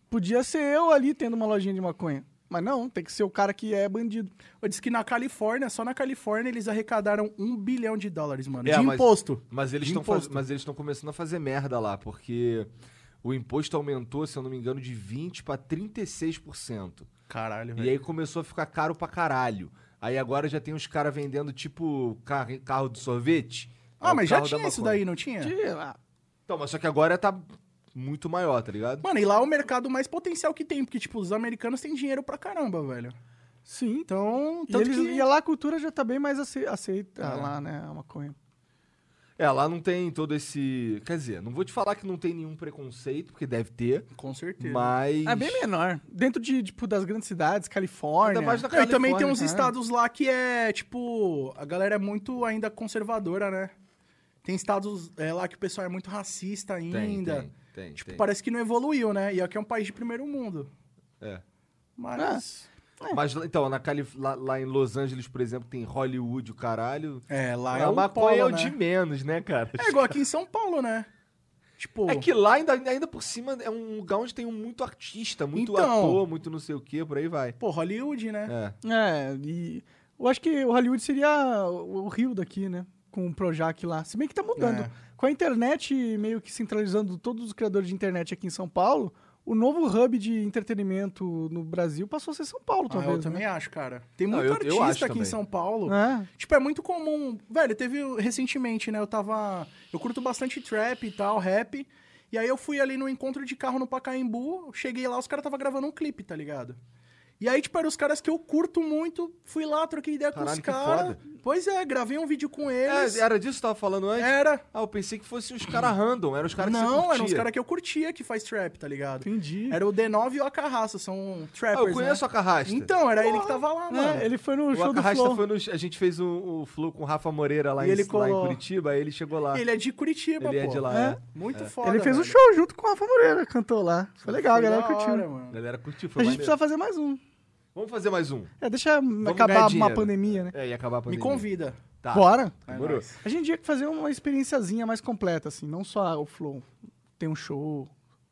[SPEAKER 5] Podia ser eu ali tendo uma lojinha de maconha. Mas não, tem que ser o cara que é bandido.
[SPEAKER 4] Eu disse que na Califórnia, só na Califórnia, eles arrecadaram um bilhão de dólares, mano,
[SPEAKER 2] É,
[SPEAKER 4] de
[SPEAKER 2] mas-
[SPEAKER 4] imposto.
[SPEAKER 2] Mas eles
[SPEAKER 4] De
[SPEAKER 2] estão
[SPEAKER 4] imposto.
[SPEAKER 2] mas eles estão começando a fazer merda lá, porque o imposto aumentou, se eu não me engano, de 20 para 36%.
[SPEAKER 4] Caralho,
[SPEAKER 2] E aí começou a ficar caro pra caralho. Aí agora já tem uns caras vendendo tipo carro, carro de sorvete. É
[SPEAKER 4] Ah,
[SPEAKER 2] o
[SPEAKER 4] mas já
[SPEAKER 2] carro da
[SPEAKER 4] tinha isso
[SPEAKER 2] maconha.
[SPEAKER 4] daí, não tinha?
[SPEAKER 5] Sei lá.
[SPEAKER 2] Então, mas só que agora tá muito maior, tá ligado?
[SPEAKER 4] Mano, e lá é o mercado mais potencial que tem, porque, tipo, os americanos têm dinheiro pra caramba, velho.
[SPEAKER 5] Sim.
[SPEAKER 4] Então,
[SPEAKER 5] E,
[SPEAKER 4] tanto
[SPEAKER 5] eles-
[SPEAKER 4] que...
[SPEAKER 5] e lá a cultura já tá bem mais ace- aceita
[SPEAKER 4] É.
[SPEAKER 5] lá, né? A maconha.
[SPEAKER 2] É, lá não tem todo esse, quer dizer, não vou te falar que não tem nenhum preconceito, porque deve ter,
[SPEAKER 4] Com certeza.
[SPEAKER 2] mas
[SPEAKER 4] Ah,
[SPEAKER 5] É bem menor. Dentro de, tipo, das grandes cidades, Califórnia.
[SPEAKER 2] Ainda mais na
[SPEAKER 4] Não, e também tem
[SPEAKER 2] Califórnia,
[SPEAKER 4] uns
[SPEAKER 5] né?
[SPEAKER 4] estados lá que é, tipo, a galera é muito ainda conservadora, né? Tem estados é, lá que o pessoal é muito racista ainda.
[SPEAKER 2] tem, tem, tem,
[SPEAKER 4] tipo,
[SPEAKER 2] tem.
[SPEAKER 4] parece que não evoluiu, né? E aqui é um país de primeiro mundo.
[SPEAKER 2] É.
[SPEAKER 4] Mas.
[SPEAKER 2] Mas lá- então, na Cali... lá, lá em Los Angeles, por exemplo, tem Hollywood, o caralho.
[SPEAKER 4] É, lá é,
[SPEAKER 2] a
[SPEAKER 4] o
[SPEAKER 2] maconha é
[SPEAKER 4] polo,
[SPEAKER 2] o de
[SPEAKER 4] né?
[SPEAKER 2] menos, né, cara?
[SPEAKER 4] É igual aqui em São Paulo, né? Tipo.
[SPEAKER 2] É que lá, ainda, ainda por cima, é um lugar onde tem um muito artista, muito
[SPEAKER 4] Então.
[SPEAKER 2] ator, muito não sei o quê, por aí vai.
[SPEAKER 4] Pô, Hollywood, né?
[SPEAKER 2] É.
[SPEAKER 5] É, e eu acho que o Hollywood seria o o Rio daqui, né? Com o Projac lá. Se bem que tá mudando.
[SPEAKER 4] É.
[SPEAKER 5] Com a internet meio que centralizando todos os criadores de internet aqui em São Paulo, o novo hub de entretenimento no Brasil passou a ser São Paulo,
[SPEAKER 4] Ah,
[SPEAKER 5] talvez.
[SPEAKER 4] eu também acho, cara. Tem
[SPEAKER 2] Não,
[SPEAKER 4] muito
[SPEAKER 2] eu- eu
[SPEAKER 4] artista
[SPEAKER 2] acho
[SPEAKER 4] aqui
[SPEAKER 2] também.
[SPEAKER 4] em São Paulo.
[SPEAKER 5] né?
[SPEAKER 4] Tipo, é muito comum. Velho, teve recentemente, né? Eu tava. Eu curto bastante trap e tal, rap. E aí eu fui ali no encontro de carro no Pacaembu, cheguei lá, os caras tava gravando um clipe, tá ligado? E aí, tipo, eram os caras que eu curto muito, fui lá, troquei ideia com
[SPEAKER 2] Caralho,
[SPEAKER 4] os
[SPEAKER 2] que
[SPEAKER 4] caras.
[SPEAKER 2] foda.
[SPEAKER 4] Pois é, gravei um vídeo com eles.
[SPEAKER 2] É, Era disso que eu tava falando antes?
[SPEAKER 4] Era.
[SPEAKER 2] Ah, eu pensei que fosse os caras random, eram os caras que você
[SPEAKER 4] Não, eram os
[SPEAKER 2] curtia.
[SPEAKER 4] caras que eu curtia que faz trap, tá ligado?
[SPEAKER 5] Entendi.
[SPEAKER 4] Era o D9 e o Acarraça, são
[SPEAKER 2] Ah,
[SPEAKER 4] trappers.
[SPEAKER 2] eu conheço
[SPEAKER 4] né?
[SPEAKER 2] a Carrasta.
[SPEAKER 4] Então, era ele que tava lá,
[SPEAKER 5] É,
[SPEAKER 4] mano.
[SPEAKER 5] ele foi no
[SPEAKER 2] o
[SPEAKER 5] show do
[SPEAKER 2] Acarrasta
[SPEAKER 5] Flow.
[SPEAKER 2] foi no... A gente fez o um, um flow com o Rafa Moreira lá,
[SPEAKER 4] E
[SPEAKER 2] em,
[SPEAKER 4] ele
[SPEAKER 2] lá em
[SPEAKER 4] colou.
[SPEAKER 2] Curitiba, aí ele chegou lá.
[SPEAKER 4] Ele é de Curitiba,
[SPEAKER 2] Ele é
[SPEAKER 4] pô.
[SPEAKER 2] de lá, é.
[SPEAKER 4] Muito foda.
[SPEAKER 5] Ele fez um
[SPEAKER 4] velho.
[SPEAKER 5] show junto com a Rafa Moreira, cantou lá. Foi legal, a
[SPEAKER 4] Foi
[SPEAKER 5] galera
[SPEAKER 4] da
[SPEAKER 5] curtiu.
[SPEAKER 4] hora, mano.
[SPEAKER 2] A galera curtiu,
[SPEAKER 5] a
[SPEAKER 2] foi maneiro.
[SPEAKER 5] gente precisa fazer mais um.
[SPEAKER 2] Vamos fazer mais um.
[SPEAKER 5] É, deixa
[SPEAKER 2] ganhar
[SPEAKER 5] acabar uma
[SPEAKER 2] dinheiro.
[SPEAKER 5] pandemia, né?
[SPEAKER 2] É, e acabar a
[SPEAKER 4] Me
[SPEAKER 2] pandemia.
[SPEAKER 4] convida.
[SPEAKER 2] Tá.
[SPEAKER 5] Bora.
[SPEAKER 2] Demorou.
[SPEAKER 5] A gente tinha que fazer uma experiênciazinha mais completa, assim, não
[SPEAKER 3] ah,
[SPEAKER 5] só o flow. Tem um show,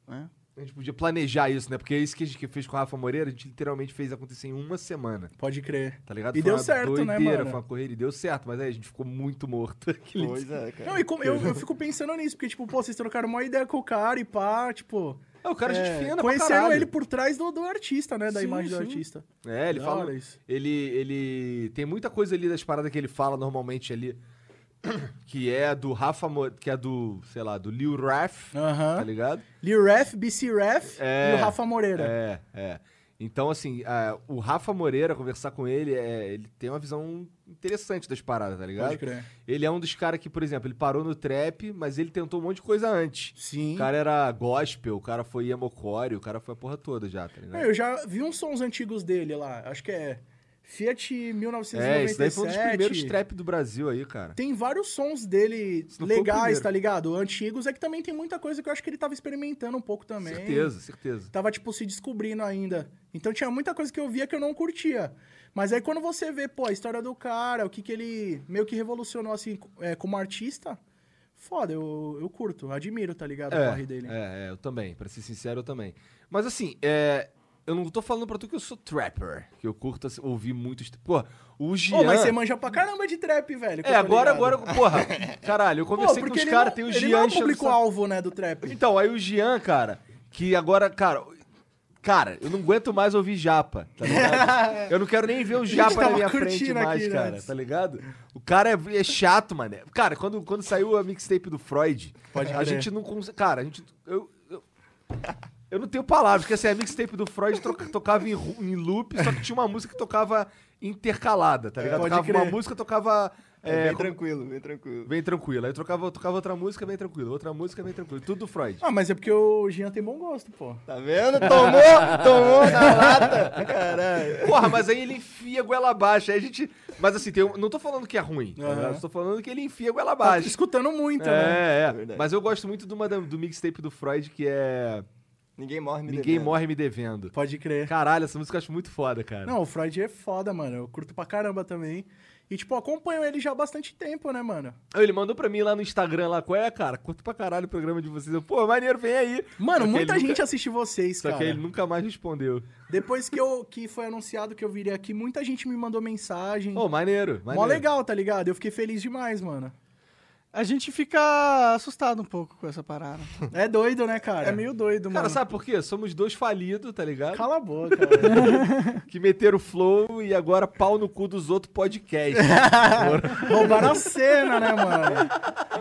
[SPEAKER 5] né?
[SPEAKER 2] A gente podia planejar isso, né? Porque isso que a gente fez com o Rafa Moreira, a gente literalmente fez acontecer em uma semana,
[SPEAKER 4] Pode crer.
[SPEAKER 2] tá ligado?
[SPEAKER 4] E
[SPEAKER 2] Foi
[SPEAKER 4] deu
[SPEAKER 2] uma
[SPEAKER 4] certo, né,
[SPEAKER 2] doideira,
[SPEAKER 4] mano?
[SPEAKER 2] Foi uma corrida e deu certo, mas aí a gente ficou muito morto. *laughs* Aquele dia.
[SPEAKER 6] Pois é, cara.
[SPEAKER 4] Não, e como- eu,
[SPEAKER 2] *laughs*
[SPEAKER 4] eu fico pensando nisso, porque, tipo, pô, vocês trocaram uma ideia com o cara e pá, tipo.
[SPEAKER 2] Ah, o cara a
[SPEAKER 4] é,
[SPEAKER 2] gente fina pra
[SPEAKER 4] Conheceram
[SPEAKER 2] caralho.
[SPEAKER 4] ele por trás do, do artista, né? Da
[SPEAKER 5] Sim,
[SPEAKER 4] imagem do
[SPEAKER 5] sim.
[SPEAKER 4] artista.
[SPEAKER 2] É, ele
[SPEAKER 4] Da
[SPEAKER 2] fala...
[SPEAKER 4] hora isso.
[SPEAKER 2] Ele, ele tem muita coisa ali das paradas que ele fala normalmente ali, *coughs* que é do Rafa, Mo- que é do, sei lá, do Lil Raf, tá
[SPEAKER 4] Aham.
[SPEAKER 2] ligado?
[SPEAKER 4] Lil Ref, BC Ref
[SPEAKER 2] É,
[SPEAKER 4] e o Rafa Moreira.
[SPEAKER 2] É, é. Então, assim, ah, o Rafa Moreira, conversar com ele, é, ele tem uma visão interessante das paradas, tá ligado?
[SPEAKER 4] Pode crer.
[SPEAKER 2] Ele é um dos caras que, por exemplo, ele parou no trap, mas ele tentou um monte de coisa antes.
[SPEAKER 4] Sim.
[SPEAKER 2] O cara era gospel, o cara foi emocore, o cara foi a porra toda já, tá
[SPEAKER 4] Não,
[SPEAKER 2] ligado?
[SPEAKER 4] eu já vi uns sons antigos dele lá. Acho que é Fiat 1997.
[SPEAKER 2] É, esse daí foi um dos primeiros trap do Brasil aí, cara.
[SPEAKER 4] Tem vários sons dele
[SPEAKER 2] Esse não foi o
[SPEAKER 4] legais,
[SPEAKER 2] primeiro.
[SPEAKER 4] tá ligado? Antigos. É que também tem muita coisa que eu acho que ele tava experimentando um pouco também.
[SPEAKER 2] Certeza, certeza.
[SPEAKER 4] Tava, tipo, se descobrindo ainda. Então tinha muita coisa que eu via que eu não curtia. Mas aí quando você vê, pô, a história do cara, o que que ele meio que revolucionou, assim, co- é, como artista, foda, eu, eu curto, admiro, tá ligado? o corre dele.
[SPEAKER 2] É, é, eu também, pra ser sincero, eu também. Mas assim, é, eu não tô falando pra tu que eu sou trapper, que eu curto assim, ouvir muito. est- Pô, o Gian.
[SPEAKER 4] Ô, mas você manja pra caramba de trap, velho. que eu
[SPEAKER 2] É,
[SPEAKER 4] tô
[SPEAKER 2] agora,
[SPEAKER 4] ligado.
[SPEAKER 2] agora,
[SPEAKER 4] *laughs*
[SPEAKER 2] porra, caralho, eu
[SPEAKER 4] Pô,
[SPEAKER 2] conversei com
[SPEAKER 4] porque
[SPEAKER 2] os
[SPEAKER 4] ele
[SPEAKER 2] caras,
[SPEAKER 4] não-
[SPEAKER 2] tem o
[SPEAKER 4] ele
[SPEAKER 2] Gian
[SPEAKER 4] não é o
[SPEAKER 2] enchendo o saco.
[SPEAKER 4] público-alvo, né,
[SPEAKER 2] *laughs*
[SPEAKER 4] do trap.
[SPEAKER 2] Então, aí o Gian, cara, que agora, cara. Cara, eu não aguento mais ouvir japa, tá ligado? eu não quero nem ver
[SPEAKER 4] *laughs*
[SPEAKER 2] o japa na
[SPEAKER 4] tava
[SPEAKER 2] minha frente
[SPEAKER 4] curtindo
[SPEAKER 2] mais,
[SPEAKER 4] aqui né?
[SPEAKER 2] cara,
[SPEAKER 4] antes.
[SPEAKER 2] tá ligado? O cara é, é chato, mano. Cara, quando, quando saiu a mixtape do Freud,
[SPEAKER 4] Pode
[SPEAKER 2] a
[SPEAKER 4] crer.
[SPEAKER 2] gente não consegue. Cara, a gente. Eu, eu, eu não tenho palavras, porque assim, a mixtape do Freud troca- tocava em, ru- em loop, só que tinha uma música que tocava intercalada, tá ligado?
[SPEAKER 4] É, pode
[SPEAKER 2] Tocava uma
[SPEAKER 4] crer.
[SPEAKER 2] música, tocava.
[SPEAKER 6] É,
[SPEAKER 2] é,
[SPEAKER 6] bem
[SPEAKER 2] como-
[SPEAKER 6] tranquilo, bem tranquilo.
[SPEAKER 2] Bem tranquilo. Aí eu trocava, eu tocava outra música, bem tranquilo. Outra música, bem tranquilo. Tudo do Freud.
[SPEAKER 4] Ah, mas é porque o Gian tem bom gosto, pô.
[SPEAKER 6] Tá vendo? Tomou, tomou na lata. Caralho.
[SPEAKER 2] Porra, mas aí ele enfia a goela abaixo. Aí a gente. Mas assim, tem um- não tô falando que é ruim. tá
[SPEAKER 4] Aham.
[SPEAKER 2] ligado? Só tô falando que ele enfia a goela
[SPEAKER 4] Tá
[SPEAKER 2] abaixo.
[SPEAKER 4] escutando muito, né?
[SPEAKER 2] É, é.
[SPEAKER 6] Verdade.
[SPEAKER 2] Mas eu gosto muito de uma da- do mixtape do Freud que é.
[SPEAKER 6] Ninguém morre me
[SPEAKER 2] Ninguém
[SPEAKER 6] devendo.
[SPEAKER 2] morre me devendo.
[SPEAKER 4] Pode crer.
[SPEAKER 2] Caralho, essa música eu acho muito foda, cara.
[SPEAKER 4] Não, o Freud é foda, mano. Eu curto pra caramba também. E, tipo, eu acompanho ele já há bastante tempo, né, mano?
[SPEAKER 2] Ele mandou pra mim lá no Instagram lá, qual é, cara? Curto pra caralho o programa de vocês. Eu, Pô, maneiro, vem aí.
[SPEAKER 4] Mano,
[SPEAKER 2] Só que
[SPEAKER 4] muita
[SPEAKER 2] ele
[SPEAKER 4] gente
[SPEAKER 2] nunca-
[SPEAKER 4] assiste vocês,
[SPEAKER 2] Só
[SPEAKER 4] cara.
[SPEAKER 2] que ele nunca mais respondeu.
[SPEAKER 4] Depois que, eu, que foi anunciado que eu viria aqui, muita gente me mandou mensagem.
[SPEAKER 2] Ô, maneiro, maneiro.
[SPEAKER 4] Mó legal, tá ligado? Eu fiquei feliz demais, mano.
[SPEAKER 3] A gente fica assustado um pouco com essa
[SPEAKER 2] *laughs*
[SPEAKER 3] parada.
[SPEAKER 4] É doido, né, cara?
[SPEAKER 3] É meio doido, mano.
[SPEAKER 2] Cara, sabe por quê? Somos dois falidos, tá ligado?
[SPEAKER 4] Cala a boca, cara.
[SPEAKER 2] que meteram o flow e agora pau no cu dos outros podcasts.
[SPEAKER 4] Roubaram a cena, né, mano?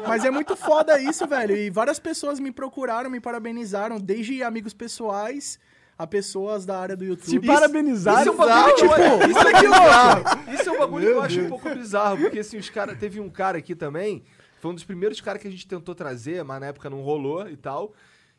[SPEAKER 4] Mas é muito foda isso, velho. E várias pessoas me procuraram, me parabenizaram, desde amigos pessoais a pessoas da área do
[SPEAKER 5] Se
[SPEAKER 4] YouTube.
[SPEAKER 5] parabenizaram.
[SPEAKER 2] Isso é um bagulho,
[SPEAKER 5] tipo,
[SPEAKER 2] tipo, isso é um bizarro. Isso é um bagulho que eu acho um pouco bizarro, porque assim, os cara, teve um cara aqui também, foi um dos primeiros caras que a gente tentou trazer, mas na época não rolou e tal.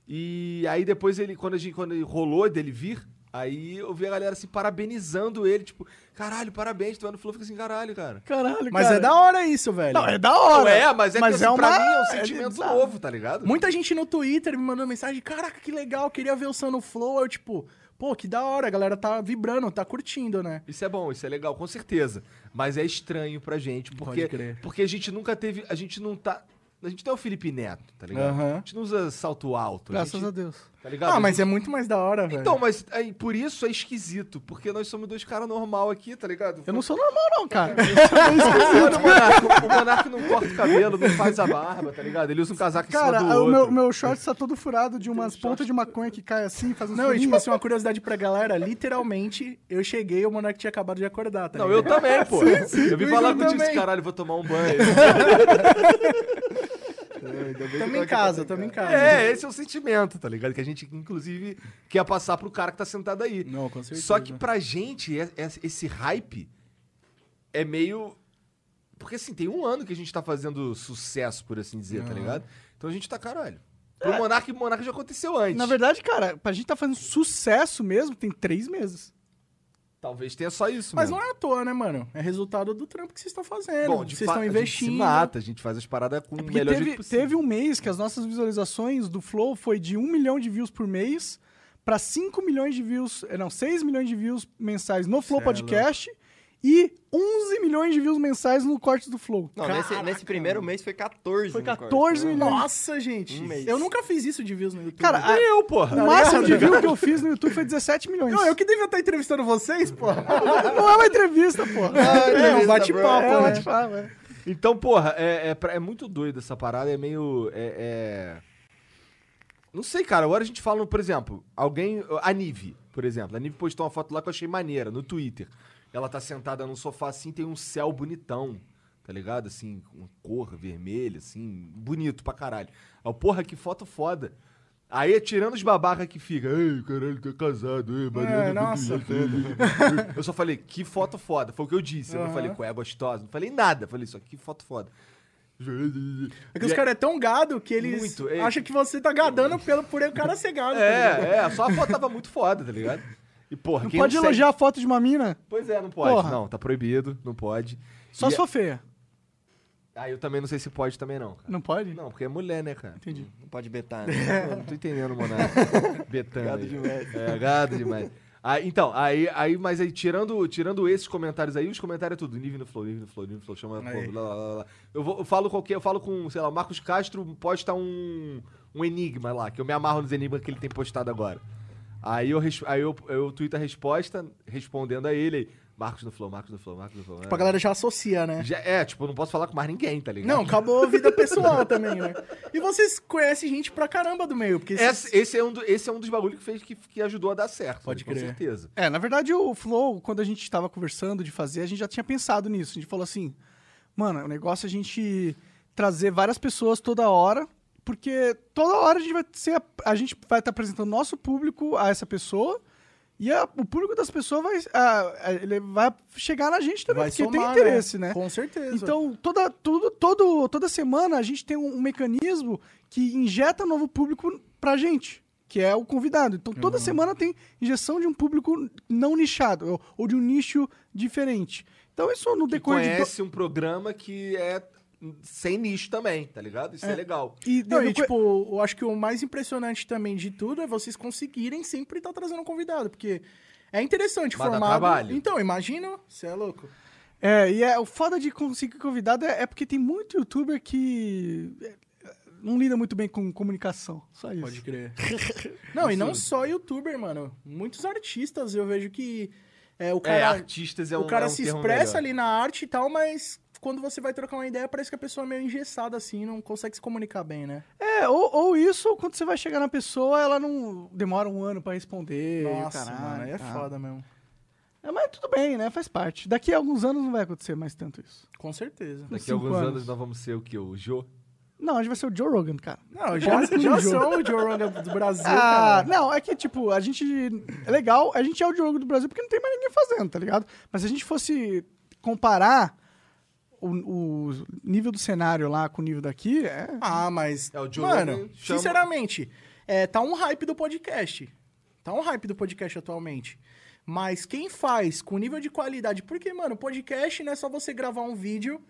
[SPEAKER 2] E aí depois ele, quando, a gente, quando ele rolou dele vir, aí eu vi a galera assim, parabenizando ele, tipo, caralho, parabéns, tu vai no Flow, fica assim, caralho, cara.
[SPEAKER 3] Caralho,
[SPEAKER 4] Mas
[SPEAKER 3] cara.
[SPEAKER 4] é da hora isso, velho.
[SPEAKER 3] Não, é da hora.
[SPEAKER 2] Não é, mas é que assim, pra
[SPEAKER 3] uma-
[SPEAKER 2] mim é um
[SPEAKER 3] é
[SPEAKER 2] sentimento
[SPEAKER 3] bizarro.
[SPEAKER 2] novo, tá ligado?
[SPEAKER 4] Muita gente no Twitter me mandou mensagem, caraca, que legal, queria ver o Sun no Flow. Eu, tipo, pô, que da hora, a galera tá vibrando, tá curtindo, né?
[SPEAKER 2] Isso é bom, isso é legal, com certeza. Mas é estranho pra gente, porque,
[SPEAKER 4] crer.
[SPEAKER 2] porque a gente nunca teve. A gente não tá. A gente não é o Felipe Neto, tá ligado?
[SPEAKER 4] Aham.
[SPEAKER 2] A gente não usa salto alto.
[SPEAKER 3] é Graças
[SPEAKER 2] gente,
[SPEAKER 3] a Deus.
[SPEAKER 2] Tá
[SPEAKER 4] Ah,
[SPEAKER 2] ligado?
[SPEAKER 4] mas é muito mais da hora, velho.
[SPEAKER 2] Então, mas aí, por isso é esquisito, porque nós somos dois caras normal aqui, tá ligado?
[SPEAKER 3] Eu não sou normal, não,
[SPEAKER 2] *laughs*
[SPEAKER 3] cara.
[SPEAKER 2] Olha o Monarca, o Monarca não corta o cabelo, não faz a barba, tá ligado? Ele usa um casaco em
[SPEAKER 3] Cara,
[SPEAKER 2] cima do
[SPEAKER 3] o
[SPEAKER 2] outro. um
[SPEAKER 3] meu, meu shorts tá todo furado de umas pontas de maconha que cai assim, faz um
[SPEAKER 4] Não, e tipo assim, uma curiosidade pra galera, literalmente, eu cheguei e o Monark tinha acabado de acordar, tá
[SPEAKER 2] Não, eu
[SPEAKER 4] ligado?
[SPEAKER 2] também, pô. eu vim
[SPEAKER 4] o
[SPEAKER 2] falar
[SPEAKER 4] Igor
[SPEAKER 2] contigo
[SPEAKER 4] também.
[SPEAKER 2] esse caralho, vou tomar um banho.
[SPEAKER 4] Tamo em casa, tamo em casa.
[SPEAKER 2] É, esse é o sentimento, tá ligado? Que a gente, inclusive, quer passar pro cara que tá sentado aí.
[SPEAKER 4] Não, com certeza.
[SPEAKER 2] Só que pra gente, é- é- esse hype é meio. Porque assim, tem um ano que a gente tá fazendo sucesso, por assim dizer, tá ligado? Então a gente tá caralho. Pro Monark, Monark já aconteceu antes.
[SPEAKER 3] É. Na verdade, cara, pra gente tá fazendo sucesso mesmo, tem três meses.
[SPEAKER 2] Talvez tenha só isso,
[SPEAKER 4] Mas
[SPEAKER 2] mano.
[SPEAKER 4] não é à toa, né, mano? É resultado do trampo que vocês estão
[SPEAKER 3] é,
[SPEAKER 4] fazendo.
[SPEAKER 2] de
[SPEAKER 4] vocês
[SPEAKER 2] fa-
[SPEAKER 4] estão
[SPEAKER 2] A gente se
[SPEAKER 4] investindo.
[SPEAKER 2] mata, a gente faz as paradas com o
[SPEAKER 3] Porque
[SPEAKER 2] melhor
[SPEAKER 3] teve,
[SPEAKER 2] jeito possível.
[SPEAKER 3] teve um mês que as nossas visualizações do Flow foi de 1 milhão de views por mês pra 5 milhões de views, eh, não, 6 milhões de views mensais no Flow Podcast e 11 milhões de views mensais no Cortes do Flow.
[SPEAKER 6] Não, nesse, nesse primeiro mês foi 14.
[SPEAKER 3] Foi
[SPEAKER 6] no corte,
[SPEAKER 3] 14
[SPEAKER 6] né?
[SPEAKER 3] milhões.
[SPEAKER 4] Nossa, gente.
[SPEAKER 6] Um mês.
[SPEAKER 4] eu nunca fiz isso de views no YouTube.
[SPEAKER 3] Cara, a-
[SPEAKER 2] E Ah, eu, porra.
[SPEAKER 3] o máximo de view que eu fiz no YouTube foi 17 milhões.
[SPEAKER 4] Não, eu que devia estar entrevistando vocês, pô.
[SPEAKER 3] Não é uma entrevista, porra.
[SPEAKER 4] É, um
[SPEAKER 6] beleza,
[SPEAKER 4] bate-papo,
[SPEAKER 3] É,
[SPEAKER 4] né?
[SPEAKER 3] vai te falar, vai.
[SPEAKER 2] Então, porra, é, é pra- é muito doido essa parada, é meio. É, é- Não sei, cara. Agora a gente fala, por exemplo, alguém. A Nive, por exemplo. A Nive postou uma foto lá que eu achei maneira, no Twitter. Ela tá sentada num sofá assim, tem um céu bonitão, tá ligado? Assim, com cor vermelha, assim, bonito pra caralho. Aí, eu, porra, que foto foda. Aí é tirando os babaca que fica, ei, caralho, tá casado, ei, Mariana,
[SPEAKER 4] É, nossa.
[SPEAKER 2] muito gostosa." Eu só falei, que foto foda, foi o que eu disse. Eu não
[SPEAKER 4] Aham.
[SPEAKER 2] falei, qual é gostosa, não falei nada, falei só, que foto foda.
[SPEAKER 4] É que os caras é tão gado que eles
[SPEAKER 2] Muito, é.
[SPEAKER 4] acham que você tá gadando pelo, por o cara ser gado. tá ligado?
[SPEAKER 2] É, é, só a foto tava muito foda, tá ligado? E porra,
[SPEAKER 5] Não
[SPEAKER 2] quem
[SPEAKER 5] pode
[SPEAKER 2] não segue-
[SPEAKER 5] elogiar a foto de uma mina?
[SPEAKER 2] Pois é, não pode.
[SPEAKER 5] Porra.
[SPEAKER 2] Não, tá proibido, não pode.
[SPEAKER 5] Só
[SPEAKER 2] E-
[SPEAKER 5] se for feia.
[SPEAKER 2] Ah, eu também não sei se pode também não, cara.
[SPEAKER 5] Não pode?
[SPEAKER 2] Não, porque é mulher, né, cara?
[SPEAKER 5] Entendi.
[SPEAKER 6] Não pode betar, né? *laughs*
[SPEAKER 2] Eu não tô entendendo,
[SPEAKER 4] *laughs*
[SPEAKER 2] Monarca. Betânia.
[SPEAKER 6] Gado demais.
[SPEAKER 2] É, gado demais. Aí, então, aí, aí, mas aí, tirando, tirando esses comentários aí, os comentários é tudo. Nive no flow, nive no flow, nive no flow, chama
[SPEAKER 4] Aí.
[SPEAKER 2] pô, blá, blá, blá, blá. Eu, vou- eu falo qualquer, eu falo com, sei lá, o Marcos Castro posta um, um enigma lá, que eu me amarro nos enigmas que ele tem postado agora. Aí eu, res- aí eu, eu tuito a resposta, respondendo a ele, aí, Marcos no flow, Marcos no flow, Marcos no flow.
[SPEAKER 4] Tipo, a galera já associa, né?
[SPEAKER 2] Já- é, tipo, eu não posso falar com mais ninguém, tá ligado?
[SPEAKER 4] Não, acabou a vida pessoal também, né? E vocês conhecem gente pra caramba do meio, porque esses-
[SPEAKER 2] Esse, esse é um do- esse é um dos bagulhos que fez que, que ajudou a dar certo.
[SPEAKER 4] Pode
[SPEAKER 2] com
[SPEAKER 4] crer.
[SPEAKER 2] certeza.
[SPEAKER 5] É, na verdade, o Flow, quando a gente estava conversando de fazer, a gente já tinha pensado nisso. A gente falou assim, mano, o negócio é a gente trazer várias pessoas toda hora, porque toda hora a gente vai ser. A gente vai estar apresentando nosso público a essa pessoa. E a- o público das pessoas vai, a- a- ele vai chegar na gente também,
[SPEAKER 4] vai
[SPEAKER 5] porque
[SPEAKER 4] somar,
[SPEAKER 5] tem interesse, né?
[SPEAKER 4] Com certeza.
[SPEAKER 5] Então, toda, tudo, todo, toda semana a gente tem um, um mecanismo que injeta novo público pra gente, que é o convidado. Então, toda
[SPEAKER 4] Uhum.
[SPEAKER 5] semana tem injeção de um público não nichado, ou, ou de um nicho diferente. Então, isso no
[SPEAKER 2] Que
[SPEAKER 5] decorrer de. do-
[SPEAKER 2] conhece um programa que é sem nicho também, tá ligado? Isso é, legal.
[SPEAKER 5] E,
[SPEAKER 4] Não,
[SPEAKER 5] no
[SPEAKER 4] e,
[SPEAKER 5] co-
[SPEAKER 4] tipo, eu acho que o mais impressionante também de tudo é vocês conseguirem sempre estar trazendo um convidado, porque é interessante o
[SPEAKER 2] Mas dá
[SPEAKER 4] formato.
[SPEAKER 2] trabalho.
[SPEAKER 4] Então, imagina, você é louco.
[SPEAKER 5] É, e é, o foda de conseguir convidado é, é porque tem muito youtuber que é, é, não lida muito bem com comunicação. Só isso.
[SPEAKER 4] Pode crer. *laughs* não, e não só youtuber, mano. Muitos artistas eu vejo que é, o
[SPEAKER 2] é,
[SPEAKER 4] cara,
[SPEAKER 2] artistas é um
[SPEAKER 4] o cara
[SPEAKER 2] é um
[SPEAKER 4] se
[SPEAKER 2] termo
[SPEAKER 4] expressa
[SPEAKER 2] melhor.
[SPEAKER 4] ali na arte e tal, mas quando você vai trocar uma ideia, parece que a pessoa é meio engessada assim, não consegue se comunicar bem, né?
[SPEAKER 5] É, ou, ou isso, ou quando você vai chegar na pessoa, ela não demora um ano pra responder. e o
[SPEAKER 4] Nossa,
[SPEAKER 5] caralho,
[SPEAKER 4] mano, aí é
[SPEAKER 5] tá.
[SPEAKER 4] foda mesmo.
[SPEAKER 5] É, mas tudo bem, né? Faz parte. Daqui a alguns anos não vai acontecer mais tanto isso.
[SPEAKER 4] Com certeza.
[SPEAKER 2] Daqui a
[SPEAKER 5] cinco
[SPEAKER 2] alguns anos.
[SPEAKER 5] anos
[SPEAKER 2] nós vamos ser o quê? O Jô?
[SPEAKER 5] Não, a gente vai ser o Joe Rogan, cara.
[SPEAKER 2] *laughs*
[SPEAKER 4] Não, eu já, já sou o Joe Rogan do Brasil,
[SPEAKER 5] Ah,
[SPEAKER 4] cara.
[SPEAKER 5] não, é que, tipo, a gente. É legal, a gente é o Diogo do Brasil porque não tem mais ninguém fazendo, tá ligado? Mas se a gente fosse comparar o, o nível do cenário lá com o nível daqui, é.
[SPEAKER 4] *laughs* Ah, mas.
[SPEAKER 2] É, o Joe
[SPEAKER 4] mano,
[SPEAKER 2] Rogan chama-
[SPEAKER 4] sinceramente, é, tá um hype do podcast. Tá um hype do podcast atualmente. Mas quem faz com nível de qualidade? Porque, mano, podcast não é só você gravar um vídeo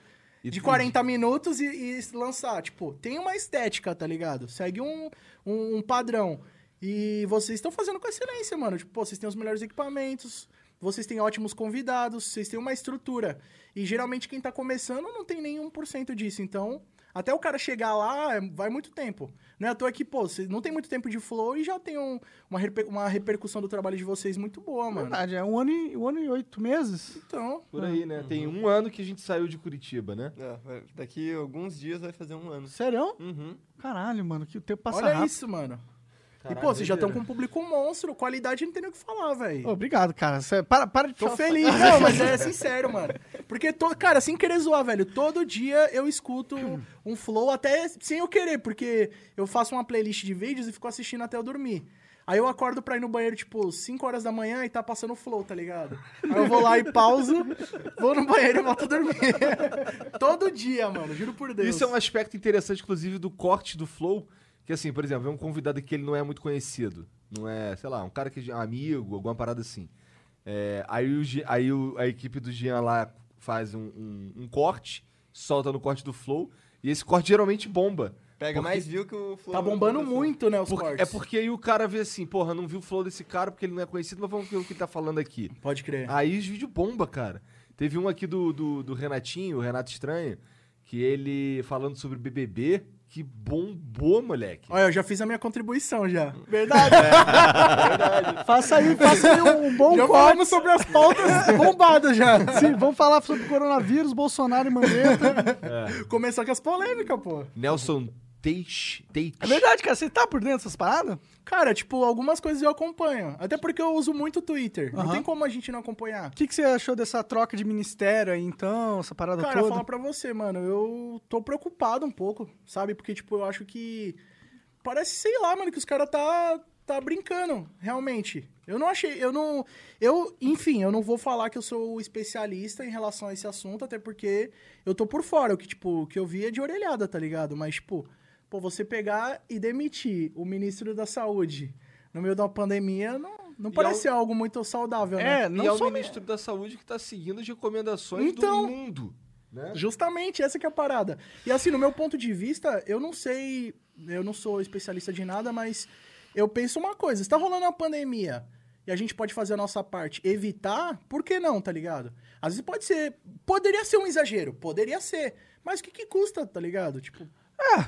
[SPEAKER 2] E
[SPEAKER 4] de
[SPEAKER 2] tudo.
[SPEAKER 4] 40 minutos e, e lançar. Tipo, tem uma estética, tá ligado? Segue um, um, um padrão. E vocês estão fazendo com excelência, mano. Tipo, pô, vocês têm os melhores equipamentos, vocês têm ótimos convidados, vocês têm uma estrutura. E geralmente quem tá começando não tem nenhum por cento disso. Então, até o cara chegar lá, é- vai muito tempo. Não é à toa que, pô, vocês não tem muito tempo de flow e já tem um- uma, reper- uma repercussão do trabalho de vocês muito boa, mano.
[SPEAKER 5] Verdade, é um ano, e, um ano e oito meses.
[SPEAKER 4] Então,
[SPEAKER 2] Por aí, né? Tem um ano que a gente saiu de Curitiba, né?
[SPEAKER 6] É, vai- daqui alguns dias vai fazer um ano.
[SPEAKER 5] Sério?
[SPEAKER 6] Uhum.
[SPEAKER 5] Caralho, mano, que o tempo passa
[SPEAKER 4] olha
[SPEAKER 5] rápido.
[SPEAKER 4] isso, mano. e,
[SPEAKER 2] Caralho,
[SPEAKER 4] pô, vocês já estão
[SPEAKER 2] doideira.
[SPEAKER 4] com um público monstro, qualidade não tem nem o que falar, velho.
[SPEAKER 5] Ô, Obrigado, cara. Cê- para, para de
[SPEAKER 4] Tô
[SPEAKER 5] puxar o
[SPEAKER 4] feliz. Não, mas é sincero, mano. Porque, to... cara, sem querer zoar, velho, todo dia eu escuto um flow, até sem eu querer, porque eu faço uma playlist de vídeos e fico assistindo até eu dormir. Aí eu acordo pra ir no banheiro, tipo, 5 horas da manhã e tá passando flow, tá ligado? Aí eu vou lá e pauso, vou no banheiro e volto a dormir. *laughs* todo dia, mano, juro por Deus.
[SPEAKER 2] Isso é um aspecto interessante, inclusive, do corte do Flow. Que assim, por exemplo, é um convidado que ele não é muito conhecido. Não é, sei lá, um cara que é um amigo, alguma parada assim. É, aí o Gi- aí o- a equipe do Jean lá faz um, um- um corte, solta no corte do Flow. E esse corte geralmente bomba.
[SPEAKER 6] Pega mais view que o Flow.
[SPEAKER 4] Tá bombando muito, né, os
[SPEAKER 2] Por-
[SPEAKER 4] cortes.
[SPEAKER 2] é porque aí o cara vê assim, porra, não viu o flow desse cara porque ele não é conhecido, mas vamos ver o que ele tá falando aqui.
[SPEAKER 4] Pode
[SPEAKER 5] É.
[SPEAKER 4] crer.
[SPEAKER 2] Aí os vídeos bomba, cara. Teve um aqui do, do, do Renatinho, o Renato Estranho, que ele falando sobre BBB, que bombou, moleque.
[SPEAKER 4] Olha, eu já fiz a minha contribuição já.
[SPEAKER 5] Verdade. Faça aí, faça aí um bom
[SPEAKER 4] já
[SPEAKER 5] corte.
[SPEAKER 4] falamos sobre
[SPEAKER 5] *laughs*
[SPEAKER 4] as pautas bombadas já.
[SPEAKER 5] Sim, vamos falar sobre coronavírus, Bolsonaro e Mandetta.
[SPEAKER 4] Começar com as polêmicas, pô.
[SPEAKER 2] Nelson Teixe. Teixe.
[SPEAKER 5] É verdade, cara. Você tá por dentro dessas paradas?
[SPEAKER 4] Cara, tipo, algumas coisas eu acompanho. Até porque eu uso muito o Twitter. Não
[SPEAKER 5] Aham.
[SPEAKER 4] tem como a gente não acompanhar.
[SPEAKER 5] O que, que você achou dessa troca de ministério aí, então? Essa parada
[SPEAKER 4] Cara,
[SPEAKER 5] toda?
[SPEAKER 4] falar pra você, mano, eu tô preocupado um pouco, sabe? Porque, tipo, eu acho que Parece, sei lá, mano, que os caras tá, tá brincando, realmente. Eu não achei, eu não. Eu, enfim, eu não vou falar que eu sou especialista em relação a esse assunto, até porque eu tô por fora. O que, tipo, o que eu vi é de orelhada, tá ligado? Mas, tipo, pô, você pegar e demitir o ministro da saúde no meio da pandemia não, não
[SPEAKER 2] E
[SPEAKER 4] parece
[SPEAKER 2] é
[SPEAKER 4] algo muito saudável, né?
[SPEAKER 5] É,
[SPEAKER 2] e é
[SPEAKER 5] não
[SPEAKER 2] o
[SPEAKER 5] só
[SPEAKER 2] ministro da Saúde que tá seguindo as recomendações
[SPEAKER 4] Então-
[SPEAKER 2] do mundo. Né?
[SPEAKER 4] Justamente, essa que é a parada. E assim, no meu ponto de vista, eu não sei, eu não sou especialista de nada, mas eu penso uma coisa, está rolando uma pandemia e a gente pode fazer a nossa parte, evitar, por que não, tá ligado? Às vezes pode ser, poderia ser um exagero, poderia ser, mas o que que custa, tá ligado? Tipo,
[SPEAKER 5] É,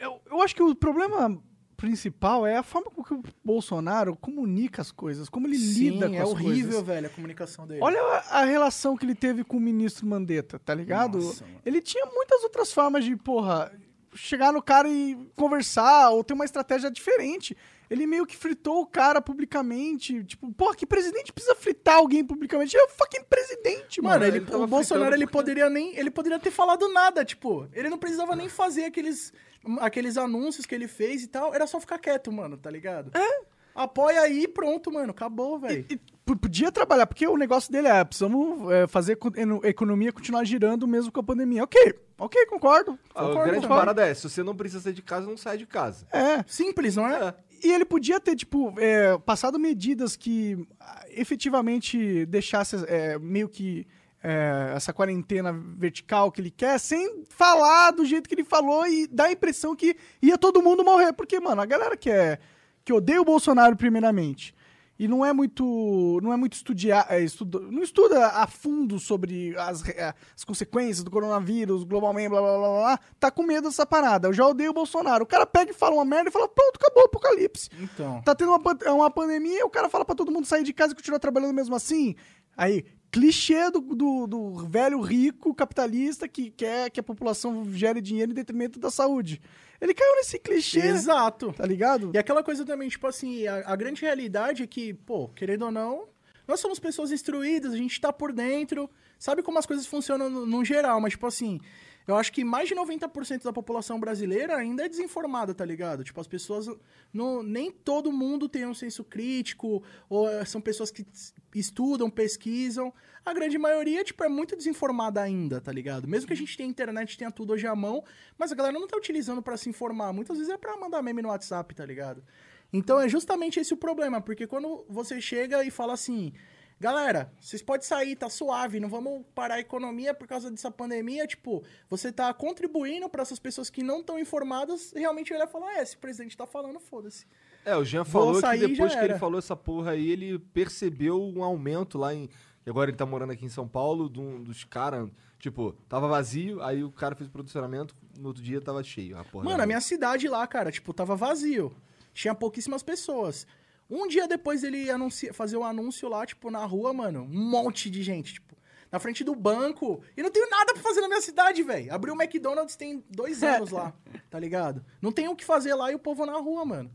[SPEAKER 5] eu, eu acho que o problema principal é a forma com que o Bolsonaro comunica as coisas, como ele lida com
[SPEAKER 4] é
[SPEAKER 5] as
[SPEAKER 4] horrível,
[SPEAKER 5] coisas.
[SPEAKER 4] velho, a comunicação dele.
[SPEAKER 5] Olha a, a relação que ele teve com o ministro Mandetta, tá ligado?
[SPEAKER 4] Nossa, mano.
[SPEAKER 5] ele tinha muitas outras formas de, porra, chegar no cara e conversar ou ter uma estratégia diferente. Ele meio que fritou o cara publicamente. Tipo, porra, que presidente precisa fritar alguém publicamente? Ele é o fucking presidente, mano.
[SPEAKER 4] Mano, ele-
[SPEAKER 2] ele tava
[SPEAKER 4] o Bolsonaro
[SPEAKER 2] fritando
[SPEAKER 4] ele
[SPEAKER 2] porque-
[SPEAKER 4] poderia nem, ele poderia ter falado nada, tipo, ele não precisava nem fazer aqueles, aqueles anúncios que ele fez e tal, era só ficar quieto, mano, tá ligado? É. Apoia aí e pronto, mano, acabou, velho.
[SPEAKER 5] E p- podia trabalhar, porque o negócio dele é, precisamos é, fazer co- eno- a economia continuar girando mesmo com a pandemia. Ok, ok, concordo.
[SPEAKER 2] A
[SPEAKER 5] concordo,
[SPEAKER 2] Ah, grande
[SPEAKER 5] concordo.
[SPEAKER 2] parada é, se você não precisa sair de casa, não sai de casa.
[SPEAKER 5] É,
[SPEAKER 4] Simples, não é?
[SPEAKER 5] e ele podia ter, tipo, é, passado medidas que ah, efetivamente deixasse é, meio que é, essa quarentena vertical que ele quer, sem falar do jeito que ele falou e dar a impressão que ia todo mundo morrer. Porque, mano, a galera que, é, que odeia o Bolsonaro primeiramente e não é muito não é muito estudiar é, estuda, não estuda a fundo sobre as, re- eh, as consequências do coronavírus globalmente blá, blá blá blá blá, tá com medo dessa parada eu já odeio o bolsonaro o cara pega e fala uma merda e fala pronto acabou o apocalipse
[SPEAKER 4] Então.
[SPEAKER 5] Tá tendo uma, pan- uma pandemia, o cara fala pra todo mundo sair de casa e continuar trabalhando mesmo assim. Aí, clichê do, do, do velho rico capitalista que quer que a população gere dinheiro em detrimento da saúde. Ele caiu nesse clichê,
[SPEAKER 4] Exato.
[SPEAKER 5] tá ligado?
[SPEAKER 4] E aquela coisa também, tipo assim, a, a grande realidade é que, pô, querendo ou não, nós somos pessoas instruídas, a gente tá por dentro, sabe como as coisas funcionam no, no geral, mas, tipo assim, eu acho que mais de 90% da população brasileira ainda é desinformada, tá ligado? Tipo, as pessoas. Não, nem todo mundo tem um senso crítico, ou eh, são pessoas que s- estudam, pesquisam. A grande maioria, tipo, é muito desinformada ainda, tá ligado? Mesmo que a gente tenha internet, tenha tudo hoje à mão, mas a galera não tá utilizando pra se informar. Muitas vezes é pra mandar meme no WhatsApp, tá ligado? Então é justamente esse o problema, porque quando você chega e fala assim, galera, vocês podem sair, tá suave, não vamos parar a economia por causa dessa pandemia, tipo, você tá contribuindo pra essas pessoas que não estão informadas realmente olhar e falar, é, esse presidente tá falando, foda-se.
[SPEAKER 2] É, o Jean
[SPEAKER 4] Vou
[SPEAKER 2] falou
[SPEAKER 4] sair,
[SPEAKER 2] que depois
[SPEAKER 4] já
[SPEAKER 2] que ele
[SPEAKER 4] era.
[SPEAKER 2] falou essa porra aí, ele percebeu um aumento lá em. que Agora ele tá morando aqui em São Paulo, de um- dos caras. Tipo, tava vazio, aí o cara fez o producionamento, no outro dia tava cheio. A porra
[SPEAKER 4] Mano,
[SPEAKER 2] da-
[SPEAKER 4] a minha cidade lá, cara, tipo, tava vazio. Tinha pouquíssimas pessoas. Um dia depois dele anunci- fazer o anúncio lá, tipo, na rua, mano, um monte de gente, tipo, na frente do banco. E não tenho nada pra fazer na minha cidade, velho. Abriu o McDonald's tem dois anos lá, tá ligado? Não tem o que fazer lá e o povo na rua, mano.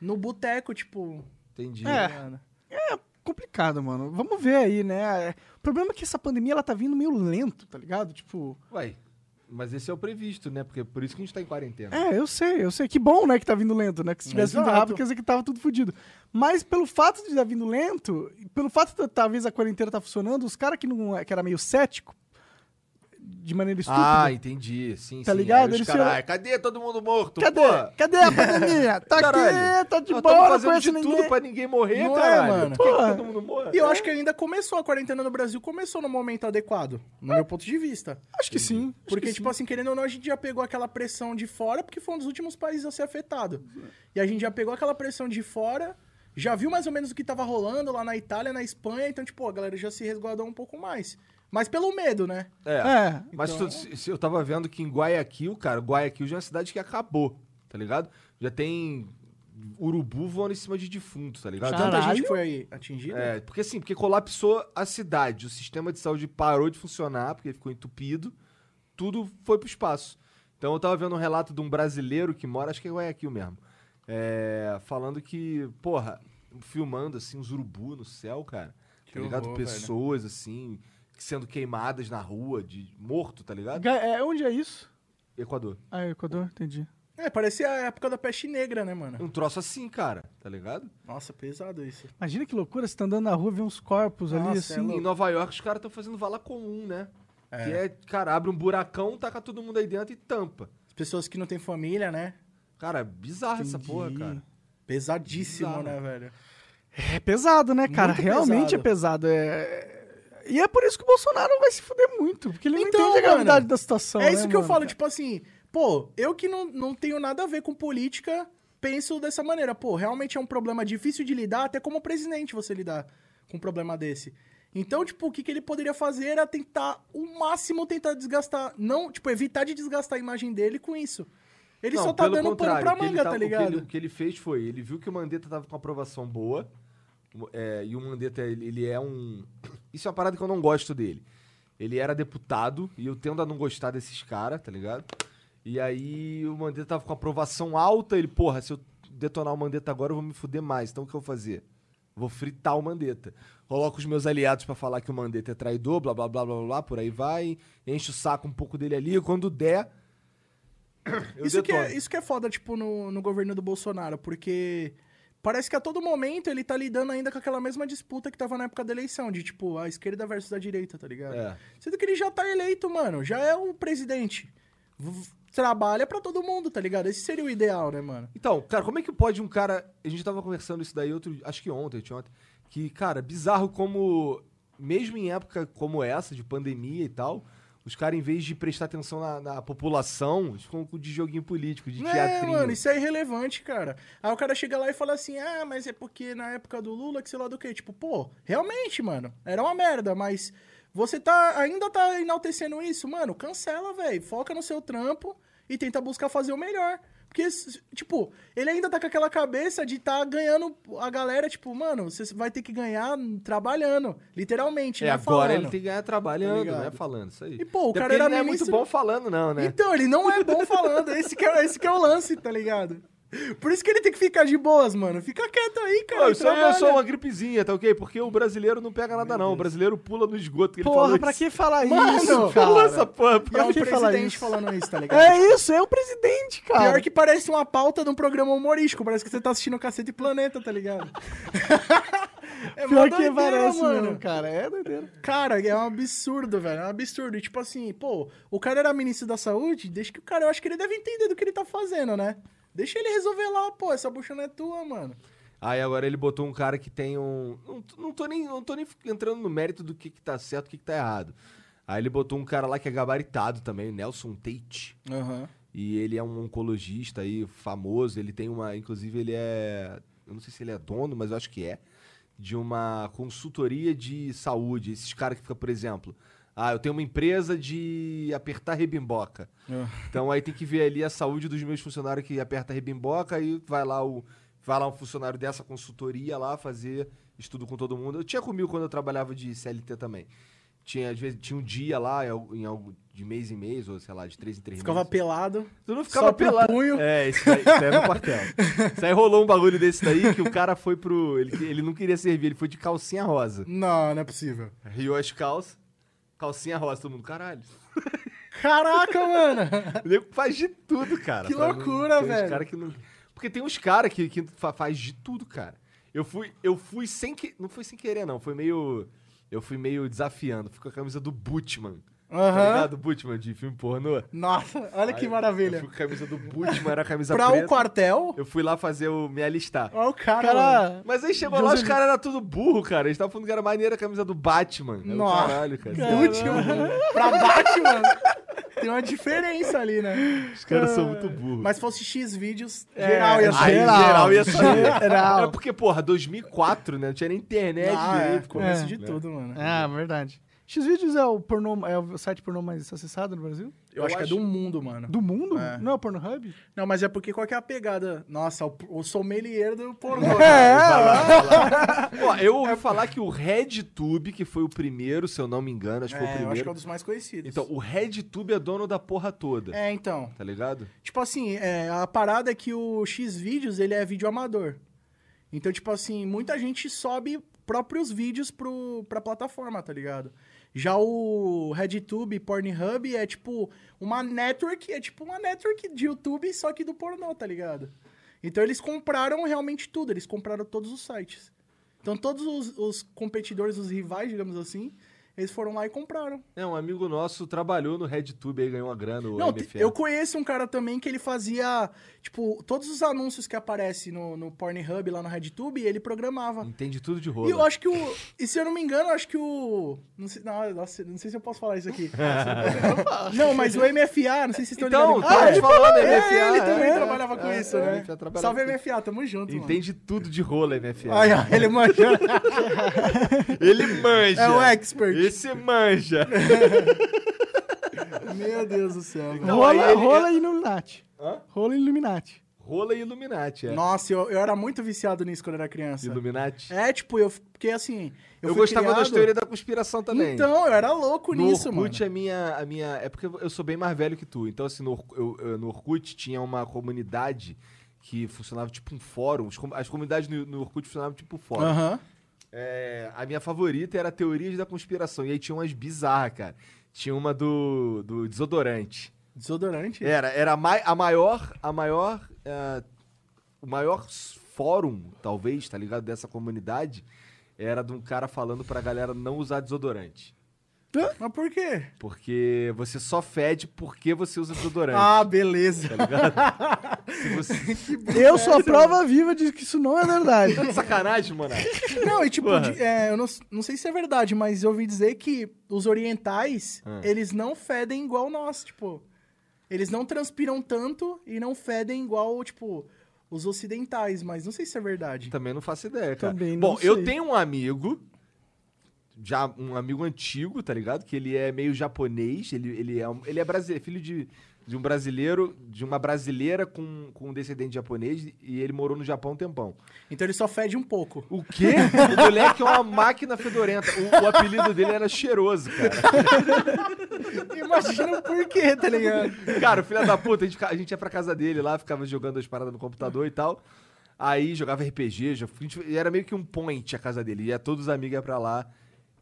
[SPEAKER 4] No boteco, tipo.
[SPEAKER 2] Entendi.
[SPEAKER 5] É.
[SPEAKER 4] mano.
[SPEAKER 5] Complicado, mano. Vamos ver aí, né? O problema é que essa pandemia ela tá vindo meio lento, tá ligado? Tipo,
[SPEAKER 2] Ué, mas esse é o previsto, né? Porque por isso que a gente tá em quarentena.
[SPEAKER 5] é, eu sei, eu sei. Que bom, né, que tá vindo lento, né? Que se tivesse vindo
[SPEAKER 4] Exato.
[SPEAKER 5] rápido, quer dizer que tava tudo fodido. Mas pelo fato de tá vindo lento, e pelo fato de talvez a quarentena tá funcionando, os caras que, não- é, que era meio cético, de maneira estúpida.
[SPEAKER 2] Ah, entendi. Sim,
[SPEAKER 5] Tá
[SPEAKER 2] sim.
[SPEAKER 5] ligado?
[SPEAKER 2] Aí os
[SPEAKER 5] Eles
[SPEAKER 2] caras,
[SPEAKER 5] tiram-
[SPEAKER 2] "Ai, cadê todo mundo morto?
[SPEAKER 5] cadê?
[SPEAKER 2] Pô,
[SPEAKER 5] Cadê a
[SPEAKER 2] *laughs*
[SPEAKER 5] pandemia? Tá aqui,
[SPEAKER 2] Caralho.
[SPEAKER 5] tá de
[SPEAKER 2] nós
[SPEAKER 5] boa,
[SPEAKER 2] estamos
[SPEAKER 5] não
[SPEAKER 2] fazendo
[SPEAKER 5] conhece
[SPEAKER 2] de
[SPEAKER 5] ninguém.
[SPEAKER 2] tudo pra ninguém morrer,
[SPEAKER 4] Não é,
[SPEAKER 2] caralho.
[SPEAKER 4] mano.
[SPEAKER 2] Por que que
[SPEAKER 5] Pô.
[SPEAKER 2] todo mundo morre?
[SPEAKER 4] E eu acho que ainda começou a quarentena no Brasil, começou no momento adequado, no meu ponto de vista.
[SPEAKER 5] Acho
[SPEAKER 2] Hum.
[SPEAKER 5] que sim. acho
[SPEAKER 4] Porque,
[SPEAKER 5] que
[SPEAKER 4] tipo assim, querendo ou não, a gente já pegou aquela pressão de fora, porque foi um dos últimos países a ser afetado. E a gente já pegou aquela pressão de fora, já viu mais ou menos o que tava rolando lá na Itália, na Espanha, então, tipo, a galera já se resguardou um pouco mais. Mas pelo medo, né?
[SPEAKER 2] É.
[SPEAKER 5] É,
[SPEAKER 2] Mas
[SPEAKER 4] Então-
[SPEAKER 2] tu- se- se eu tava vendo que em Guayaquil, cara, Guayaquil já é uma cidade que acabou, tá ligado? Já tem urubu voando em cima de defunto, tá ligado?
[SPEAKER 4] Tanta
[SPEAKER 5] Caralho.
[SPEAKER 4] gente foi aí atingida.
[SPEAKER 2] É, porque assim, porque colapsou a cidade, o sistema de saúde parou de funcionar, porque ficou entupido, tudo foi pro espaço. Então eu tava vendo um relato de um brasileiro que mora, acho que é em Guayaquil mesmo, é, falando que, porra, filmando assim, uns urubu no céu, cara, tá ligado?
[SPEAKER 4] horror,
[SPEAKER 2] Pessoas assim, sendo queimadas na rua, de morto, tá ligado?
[SPEAKER 5] Ga- é, onde é isso?
[SPEAKER 2] Equador.
[SPEAKER 5] Ah, Equador, entendi.
[SPEAKER 4] É, parecia a época da peste negra, né, mano?
[SPEAKER 2] Um troço assim, cara, tá ligado?
[SPEAKER 4] Nossa, pesado isso.
[SPEAKER 5] Imagina que loucura, você tá andando na rua e vê uns corpos ali,
[SPEAKER 4] Nossa, é
[SPEAKER 5] assim.
[SPEAKER 4] louco.
[SPEAKER 2] Em Nova York, os caras estão fazendo vala comum, né? Que é, cara, abre um buracão, taca todo mundo aí dentro e tampa.
[SPEAKER 4] As pessoas que não têm família, né?
[SPEAKER 2] Cara, bizarra essa
[SPEAKER 4] Entendi.
[SPEAKER 2] porra, cara.
[SPEAKER 4] Pesadíssimo,
[SPEAKER 2] Bizarro.
[SPEAKER 4] né, velho?
[SPEAKER 5] É pesado, né, cara?
[SPEAKER 4] Muito
[SPEAKER 5] Realmente é pesado. É... E é por isso que o Bolsonaro vai se fuder muito, porque ele
[SPEAKER 4] Então,
[SPEAKER 5] não entende a gravidade
[SPEAKER 4] mano,
[SPEAKER 5] da situação.
[SPEAKER 4] é
[SPEAKER 5] né,
[SPEAKER 4] isso que eu
[SPEAKER 5] mano?
[SPEAKER 4] falo, tipo assim, pô, eu que não, não tenho nada a ver com política, penso dessa maneira. Pô, realmente é um problema difícil de lidar, até como presidente você lidar com um problema desse. Então, tipo, o que, que ele poderia fazer era tentar, o máximo, tentar desgastar, não, tipo, evitar de desgastar a imagem dele com isso. Ele
[SPEAKER 2] Não,
[SPEAKER 4] só tá
[SPEAKER 2] pelo
[SPEAKER 4] dando pano
[SPEAKER 2] contrário,
[SPEAKER 4] pra
[SPEAKER 2] o que ele
[SPEAKER 4] manga,
[SPEAKER 2] tava-
[SPEAKER 4] tá
[SPEAKER 2] o que ele- O que, ele,
[SPEAKER 4] ligado?
[SPEAKER 2] fez foi, ele viu que o Mandetta tava com aprovação boa, o- é, e o Mandetta, ele, ele é um... *clears throat* Isso é uma parada que eu não gosto dele. Ele era deputado, e eu tendo a não gostar desses caras, tá ligado? E aí o Mandetta tava com aprovação alta, ele, porra, se eu detonar o Mandetta agora eu vou me fuder mais, então o que eu vou fazer? Vou fritar o Mandetta. Coloco os meus aliados pra falar que o Mandetta é traidor, blá, blá, blá, blá, blá, blá, por aí vai. Enche o saco um pouco dele ali. Quando der, *coughs* eu
[SPEAKER 4] Isso que,
[SPEAKER 2] detono.
[SPEAKER 4] é, isso que é foda, tipo, no, no governo do Bolsonaro, porque parece que a todo momento ele tá lidando ainda com aquela mesma disputa que tava na época da eleição, de tipo, a esquerda versus a direita, tá ligado?
[SPEAKER 2] É.
[SPEAKER 4] Sendo que ele já tá eleito, mano, já é o presidente. V- Trabalha pra todo mundo, tá ligado? Esse seria o ideal, né, mano?
[SPEAKER 2] Então, cara, como é que pode um cara. A gente tava conversando isso daí outro. Acho que ontem, ontem. Que, cara, bizarro como. Mesmo em época como essa, de pandemia e tal, os caras, em vez de prestar atenção na, na população, eles ficam com de joguinho político, de
[SPEAKER 4] É,
[SPEAKER 2] teatrinho.
[SPEAKER 4] mano, isso é irrelevante, cara. Aí o cara chega lá e fala assim: ah, mas é porque na época do Lula, que sei lá do que. Tipo, pô, realmente, mano, era uma merda, mas você tá ainda tá enaltecendo isso? Mano, cancela, velho. Foca no seu trampo e tenta buscar fazer o melhor. Porque, s- tipo, ele ainda tá com aquela cabeça de tá ganhando a galera, tipo, mano, você vai ter que ganhar trabalhando, literalmente.
[SPEAKER 2] é,
[SPEAKER 4] não
[SPEAKER 2] agora
[SPEAKER 4] falando.
[SPEAKER 2] ele tem que ganhar trabalhando,
[SPEAKER 4] Tá
[SPEAKER 2] não é
[SPEAKER 4] ligado?
[SPEAKER 2] falando, isso aí.
[SPEAKER 4] E, pô, o
[SPEAKER 2] Até
[SPEAKER 4] cara
[SPEAKER 2] porque
[SPEAKER 4] era
[SPEAKER 2] ele não é muito
[SPEAKER 4] ministro-
[SPEAKER 2] bom falando, não, né?
[SPEAKER 4] Então, ele não é bom falando. Esse que é, esse que é o lance, tá ligado? Por isso que ele tem que ficar de boas, mano. Fica quieto aí, cara.
[SPEAKER 2] Pô,
[SPEAKER 4] e
[SPEAKER 2] isso aí é só
[SPEAKER 5] um
[SPEAKER 4] trabalha.
[SPEAKER 2] uma gripezinha, tá ok? Porque o brasileiro não pega nada, não. O brasileiro pula no esgoto que ele falou.
[SPEAKER 5] Porra, pra
[SPEAKER 2] isso.
[SPEAKER 5] que falar
[SPEAKER 4] Mano,
[SPEAKER 5] isso,
[SPEAKER 2] *laughs* Pula
[SPEAKER 5] cara?
[SPEAKER 2] essa porra.
[SPEAKER 4] E é
[SPEAKER 5] Pra
[SPEAKER 4] um
[SPEAKER 5] que falar
[SPEAKER 4] presidente
[SPEAKER 5] isso?
[SPEAKER 4] falando
[SPEAKER 5] *laughs*
[SPEAKER 4] isso, tá ligado?
[SPEAKER 5] É isso, é o presidente, cara.
[SPEAKER 4] Pior que parece uma pauta de um programa humorístico. Parece que você tá assistindo o Cacete Planeta,
[SPEAKER 5] *laughs*
[SPEAKER 4] tá ligado? é mó
[SPEAKER 5] Pior que
[SPEAKER 4] doideira,
[SPEAKER 5] parece, mano, cara. É doideira.
[SPEAKER 4] Cara, é um absurdo, velho. É um absurdo. E, tipo assim, pô, o cara era ministro da saúde, deixa que o cara, eu acho que ele deve entender do que ele tá fazendo, né? Deixa ele resolver lá, pô. Essa bucha não é tua, mano.
[SPEAKER 2] Aí agora ele botou um cara que tem um. Não, t- não tô, nem, não tô nem f- entrando no mérito do que, que tá certo e o que, que tá errado. Aí ele botou um cara lá que é gabaritado também, o Nelson Tate.
[SPEAKER 4] Aham.
[SPEAKER 2] E ele é um oncologista aí famoso. Ele tem uma. Inclusive, ele é. Eu não sei se ele é dono, mas eu acho que é. De uma consultoria de saúde. Esses caras que ficam, por exemplo. Ah, eu tenho uma empresa de apertar rebimboca. Então aí tem que ver ali a saúde dos meus funcionários que aperta a rebimboca e vai lá o vai lá um funcionário dessa consultoria lá fazer estudo com todo mundo. Eu tinha comigo quando eu trabalhava de CLT também. Tinha às vezes tinha um dia lá em algo- em algo de mês em mês ou sei lá, de três em três
[SPEAKER 4] Ficava
[SPEAKER 2] meses.
[SPEAKER 4] pelado.
[SPEAKER 2] Tu não
[SPEAKER 4] só
[SPEAKER 2] ficava
[SPEAKER 4] pro
[SPEAKER 2] pelado.
[SPEAKER 4] punho.
[SPEAKER 2] É, isso daí, isso daí é no
[SPEAKER 4] *laughs*
[SPEAKER 2] quartel. Isso aí rolou um bagulho desse daí que o cara foi pro ele, ele não queria servir, ele foi de calcinha rosa.
[SPEAKER 4] Não, não é possível.
[SPEAKER 2] Riu as calças, calcinha rosa todo mundo, caralho.
[SPEAKER 4] Caraca, mano!
[SPEAKER 2] O nego faz de tudo, cara.
[SPEAKER 4] Que
[SPEAKER 2] pra
[SPEAKER 4] loucura,
[SPEAKER 2] tem uns
[SPEAKER 4] velho.
[SPEAKER 2] cara que não- Porque tem uns caras que, que fa- faz de tudo, cara. Eu fui, eu fui sem que. Não foi sem querer, não. Foi meio. Eu fui meio desafiando. Fui com a camisa do Butman. Tá
[SPEAKER 4] Aham.
[SPEAKER 2] ligado? Butman de filme pornô.
[SPEAKER 4] Nossa, olha que
[SPEAKER 2] Aí, Eu
[SPEAKER 4] maravilha.
[SPEAKER 2] fui com a camisa do Butman, era a camisa
[SPEAKER 4] Pra um
[SPEAKER 2] preta.
[SPEAKER 4] o quartel,
[SPEAKER 2] Eu fui lá fazer o me alistar.
[SPEAKER 4] olha o cara. mano.
[SPEAKER 5] Cara,
[SPEAKER 2] Mas aí chegou lá, os caras eram tudo burro, cara. Eles estavam falando que era maneira a camisa do Batman. Era o
[SPEAKER 4] Nossa.
[SPEAKER 2] Caralho, cara.
[SPEAKER 4] Último. pra Batman. Tem uma diferença ali, né?
[SPEAKER 2] Os caras são muito burros.
[SPEAKER 4] Mas se fosse X vídeos, geral ia
[SPEAKER 2] Aí,
[SPEAKER 4] ser.
[SPEAKER 5] geral,
[SPEAKER 2] geral ia saber.
[SPEAKER 5] geral.
[SPEAKER 2] É porque, porra, 2004, né? Não tinha nem internet
[SPEAKER 4] Ah, é,
[SPEAKER 2] direito.
[SPEAKER 4] começo de
[SPEAKER 2] né?
[SPEAKER 4] tudo, mano.
[SPEAKER 5] Ah, verdade. Xvideos é o pornô, é o site pornô mais acessado no Brasil?
[SPEAKER 4] Eu acho que é do mundo, mano.
[SPEAKER 5] Do mundo?
[SPEAKER 4] É.
[SPEAKER 5] Não é o Pornhub?
[SPEAKER 4] Não, mas é porque qual que é a pegada? Nossa, o, o sommelier do pornô.
[SPEAKER 2] *laughs*
[SPEAKER 4] né?
[SPEAKER 2] Vai lá, vai lá. Ó, eu
[SPEAKER 4] É
[SPEAKER 2] ouvi falar que o RedTube, que foi o primeiro, se eu não me engano, acho que foi o
[SPEAKER 4] É, eu acho que
[SPEAKER 2] primeiro.
[SPEAKER 4] é um dos mais conhecidos.
[SPEAKER 2] Então, o RedTube é dono da porra toda.
[SPEAKER 4] É, então.
[SPEAKER 2] Tá ligado?
[SPEAKER 4] Tipo assim, é, a parada é que o Xvideos, ele é vídeo amador. Então, tipo assim, muita gente sobe próprios vídeos pro, pra plataforma, tá ligado? Já o RedTube, Pornhub é tipo uma network, é tipo uma network de YouTube, só que do pornô, tá ligado? Então eles compraram realmente tudo, eles compraram todos os sites. Então todos os, os competidores, os rivais, digamos assim, eles foram lá e compraram.
[SPEAKER 2] É, um amigo nosso trabalhou no RedTube aí, ganhou uma grana. o
[SPEAKER 4] Não, te-
[SPEAKER 2] MFL.
[SPEAKER 4] eu conheço um cara também que ele fazia, tipo, todos os anúncios que aparecem no, no Pornhub lá no RedTube, ele programava.
[SPEAKER 2] Entende tudo de
[SPEAKER 4] E eu
[SPEAKER 2] rola.
[SPEAKER 4] acho que o. E se eu não me engano, eu acho que o. Não sei, não, nossa, não sei se eu posso falar
[SPEAKER 2] *laughs*
[SPEAKER 4] isso aqui. não, mas o MFA, não sei se vocês estão
[SPEAKER 2] Então,
[SPEAKER 4] ligados.
[SPEAKER 2] tá te falando,
[SPEAKER 4] é,
[SPEAKER 2] MFA.
[SPEAKER 4] ele também
[SPEAKER 2] é,
[SPEAKER 4] trabalhava com
[SPEAKER 2] é,
[SPEAKER 4] isso,
[SPEAKER 2] é,
[SPEAKER 4] né?
[SPEAKER 2] MFA trabalhava
[SPEAKER 4] Salve
[SPEAKER 2] com isso.
[SPEAKER 4] MFA, tamo junto, mano.
[SPEAKER 2] Entende tudo de rola, MFL.
[SPEAKER 4] Ai, ai, ele
[SPEAKER 2] *laughs*
[SPEAKER 4] manja.
[SPEAKER 2] Ele manja.
[SPEAKER 4] É o expert.
[SPEAKER 2] Esse manja.
[SPEAKER 4] Meu Deus do céu, velho.
[SPEAKER 5] rola,
[SPEAKER 2] aí ele-
[SPEAKER 4] é-
[SPEAKER 5] rola e Illuminati.
[SPEAKER 2] Hã?
[SPEAKER 5] Rola e Illuminati.
[SPEAKER 2] Rola e Illuminati, é.
[SPEAKER 4] Nossa, eu, eu era muito viciado nisso quando era criança.
[SPEAKER 2] Illuminati.
[SPEAKER 4] É, tipo, eu fiquei assim. Eu,
[SPEAKER 2] Eu,
[SPEAKER 4] fui
[SPEAKER 2] gostava das
[SPEAKER 4] criado-
[SPEAKER 2] teorias da conspiração também.
[SPEAKER 4] Então, eu era louco
[SPEAKER 2] no
[SPEAKER 4] nisso,
[SPEAKER 2] Orkut,
[SPEAKER 4] mano.
[SPEAKER 2] A minha, a minha. É porque eu sou bem mais velho que tu. Então, assim, no, Ork- eu- eu- no Orkut tinha uma comunidade que funcionava tipo um fórum. Os com- As comunidades no, no Orkut funcionavam tipo um fórum.
[SPEAKER 4] Aham.
[SPEAKER 2] É, a minha favorita era Teorias da Conspiração. E aí tinha umas bizarras, cara. Tinha uma do, do desodorante.
[SPEAKER 4] Desodorante?
[SPEAKER 2] Era, era a, mai- a maior. A maior. eh, o maior s- fórum, talvez, tá ligado? Dessa comunidade. Era de um cara falando pra galera não usar desodorante.
[SPEAKER 4] Mas por quê?
[SPEAKER 2] Porque você só fede porque você usa desodorante.
[SPEAKER 4] Ah, beleza.
[SPEAKER 2] *laughs* Tá ligado? Se você... *laughs*
[SPEAKER 5] Eu sou a prova viva de que isso não é verdade.
[SPEAKER 2] Tá de sacanagem, mano.
[SPEAKER 4] *laughs* Não, e tipo,
[SPEAKER 2] Porra.
[SPEAKER 4] de- é, eu não, não sei se é verdade, mas eu ouvi dizer que os orientais,
[SPEAKER 2] Ah.
[SPEAKER 4] eles não fedem igual nós, tipo. Eles não transpiram tanto e não fedem igual, tipo, os ocidentais, mas não sei se é verdade.
[SPEAKER 2] Também não faço ideia, cara.
[SPEAKER 5] Também não
[SPEAKER 2] Bom, eu
[SPEAKER 5] sei.
[SPEAKER 2] tenho um amigo, já um amigo antigo, tá ligado? Que ele é meio japonês, ele, ele é, um- ele é brasileiro, filho de, de um brasileiro, de uma brasileira com, com um descendente japonês, e ele morou no Japão um tempão.
[SPEAKER 4] Então ele só fede um pouco.
[SPEAKER 2] O quê? O moleque é uma máquina fedorenta. O, o apelido dele era Cheiroso, cara.
[SPEAKER 4] Imagina por quê, tá ligado?
[SPEAKER 2] Cara, o filho da puta, a gente, fica- a gente ia pra casa dele lá, ficava jogando as paradas no computador e tal. Aí jogava RPG, já, a gente- era meio que um point a casa dele. Ia todos os amigos ia pra lá,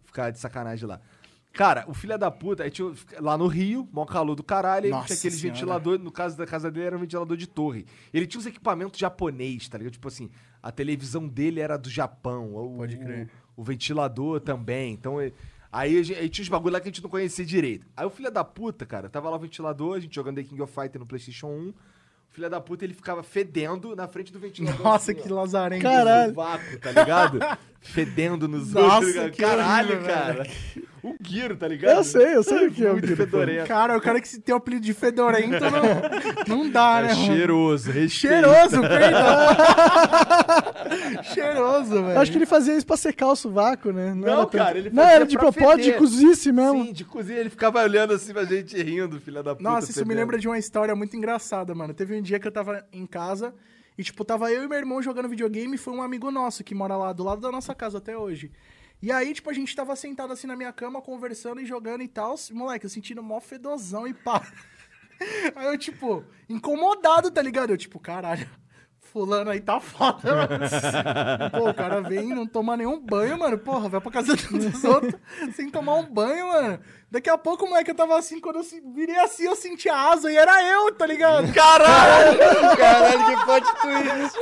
[SPEAKER 2] ficar de sacanagem lá. Cara, o filho da puta, aí tinha, lá no Rio, mó calor do caralho, aí
[SPEAKER 4] Nossa
[SPEAKER 2] tinha aquele
[SPEAKER 4] Senhora.
[SPEAKER 2] ventilador, no caso da casa dele era um ventilador de torre. Ele tinha uns equipamentos japonês, tá ligado? Tipo assim, a televisão dele era do Japão, o,
[SPEAKER 4] Pode crer.
[SPEAKER 2] o, o ventilador também, então... ele- Aí, a gente- aí tinha uns bagulho lá que a gente não conhecia direito. Aí o filho da puta, cara, tava lá o ventilador, a gente jogando The King of Fighter no Playstation 1, o filho da puta, ele ficava fedendo na frente do ventilador.
[SPEAKER 4] Nossa,
[SPEAKER 2] assim, ó
[SPEAKER 4] que lazarento.
[SPEAKER 2] caralho. vácuo, tá
[SPEAKER 4] *laughs*
[SPEAKER 2] ligado? Fedendo nos
[SPEAKER 4] Nossa,
[SPEAKER 2] outros. tá ligado?
[SPEAKER 4] que
[SPEAKER 2] Caralho,
[SPEAKER 4] horrível,
[SPEAKER 2] cara. O Guiro, tá ligado?
[SPEAKER 5] Eu sei, eu sei o que é o
[SPEAKER 2] Muito
[SPEAKER 5] Guido.
[SPEAKER 2] fedorento.
[SPEAKER 4] Cara, o cara que se tem o apelido de fedorento não, não dá, né?
[SPEAKER 2] É
[SPEAKER 4] mano?
[SPEAKER 2] cheiroso, respeito.
[SPEAKER 4] Cheiroso, perdão. *laughs* Cheiroso, velho.
[SPEAKER 5] Eu acho que ele fazia isso pra secar o sovaco, né?
[SPEAKER 2] Não,
[SPEAKER 5] era tanto-
[SPEAKER 2] cara, ele
[SPEAKER 5] Não,
[SPEAKER 2] fazia
[SPEAKER 5] era de
[SPEAKER 2] pra
[SPEAKER 5] propósito de
[SPEAKER 2] feder.
[SPEAKER 5] cozice mesmo.
[SPEAKER 2] Sim, de cozinha, ele ficava olhando assim pra gente rindo, filha da puta.
[SPEAKER 4] Nossa, isso me
[SPEAKER 2] fedendo.
[SPEAKER 4] lembra de uma história muito engraçada, mano. Teve um dia que eu tava em casa e, tipo, tava eu e meu irmão jogando videogame e foi um amigo nosso que mora lá do lado da nossa casa até hoje. E aí, tipo, a gente tava sentado assim na minha cama, conversando e jogando e tal. Moleque, eu sentindo mó fedozão e pá. Aí eu, tipo, incomodado, tá ligado? Eu, tipo, caralho, fulano aí tá foda,
[SPEAKER 2] *laughs*
[SPEAKER 4] mano. Pô, o cara vem e não toma nenhum banho, mano. Porra, vai pra casa dos
[SPEAKER 2] *laughs*
[SPEAKER 4] outros sem tomar um banho, mano. Daqui a pouco, moleque, eu tava assim, quando eu se- virei assim, eu senti a asa e era eu, tá ligado?
[SPEAKER 2] Caralho!
[SPEAKER 6] Caralho, que plot
[SPEAKER 2] *laughs*
[SPEAKER 6] twist!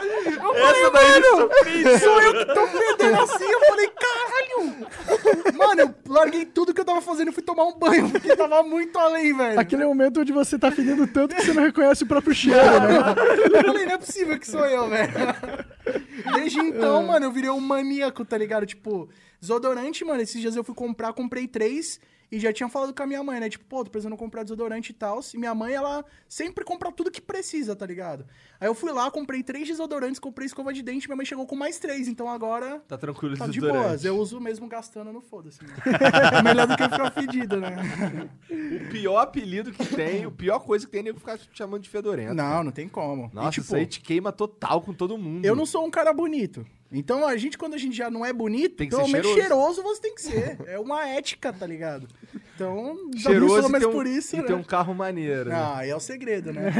[SPEAKER 2] Essa daí ele surpreende.
[SPEAKER 4] Sou eu que tô fedendo assim, eu falei, caralho! Mano, eu larguei tudo que eu tava fazendo e fui tomar um banho, porque tava muito além, velho.
[SPEAKER 5] Aquele é momento onde você tá fedendo tanto que você não reconhece o *laughs* próprio cheiro, né?
[SPEAKER 4] Eu falei, não é possível que sou eu, velho. Desde
[SPEAKER 2] É.
[SPEAKER 4] então, mano, eu virei um maníaco, tá ligado? Tipo, desodorante, mano, esses dias eu fui comprar, comprei três e já tinha falado com a minha mãe, né? Tipo, pô, tô precisando comprar desodorante e tal. E minha mãe, ela sempre compra tudo que precisa, tá ligado? Aí eu fui lá, comprei três desodorantes, comprei escova de dente, minha mãe chegou com mais três, então agora.
[SPEAKER 2] Tá tranquilo,
[SPEAKER 4] Tá
[SPEAKER 2] esse
[SPEAKER 4] de
[SPEAKER 2] desodorante.
[SPEAKER 4] boas, eu uso mesmo gastando no foda-se. né? *laughs* É Melhor do que ficar fedido,
[SPEAKER 2] *laughs*
[SPEAKER 4] né?
[SPEAKER 2] O pior apelido que tem, o pior coisa que tem é nego ficar te chamando de fedorento.
[SPEAKER 4] Não, não tem como. E,
[SPEAKER 2] Nossa,
[SPEAKER 4] tipo,
[SPEAKER 2] isso aí te queima total com todo mundo.
[SPEAKER 4] Eu não sou um cara bonito. Então a gente, quando a gente já não é bonito,
[SPEAKER 2] Tem que
[SPEAKER 4] pelo
[SPEAKER 2] ser
[SPEAKER 4] menos
[SPEAKER 2] cheiroso. *laughs*
[SPEAKER 4] cheiroso você tem que ser. É uma ética, tá ligado? Então, já
[SPEAKER 2] Cheiroso
[SPEAKER 4] pensou,
[SPEAKER 2] e
[SPEAKER 4] mas
[SPEAKER 2] tem, um,
[SPEAKER 4] por isso,
[SPEAKER 2] e
[SPEAKER 4] né?
[SPEAKER 2] tem um carro maneiro. né?
[SPEAKER 4] Ah, aí é o
[SPEAKER 2] *laughs*
[SPEAKER 4] segredo, né?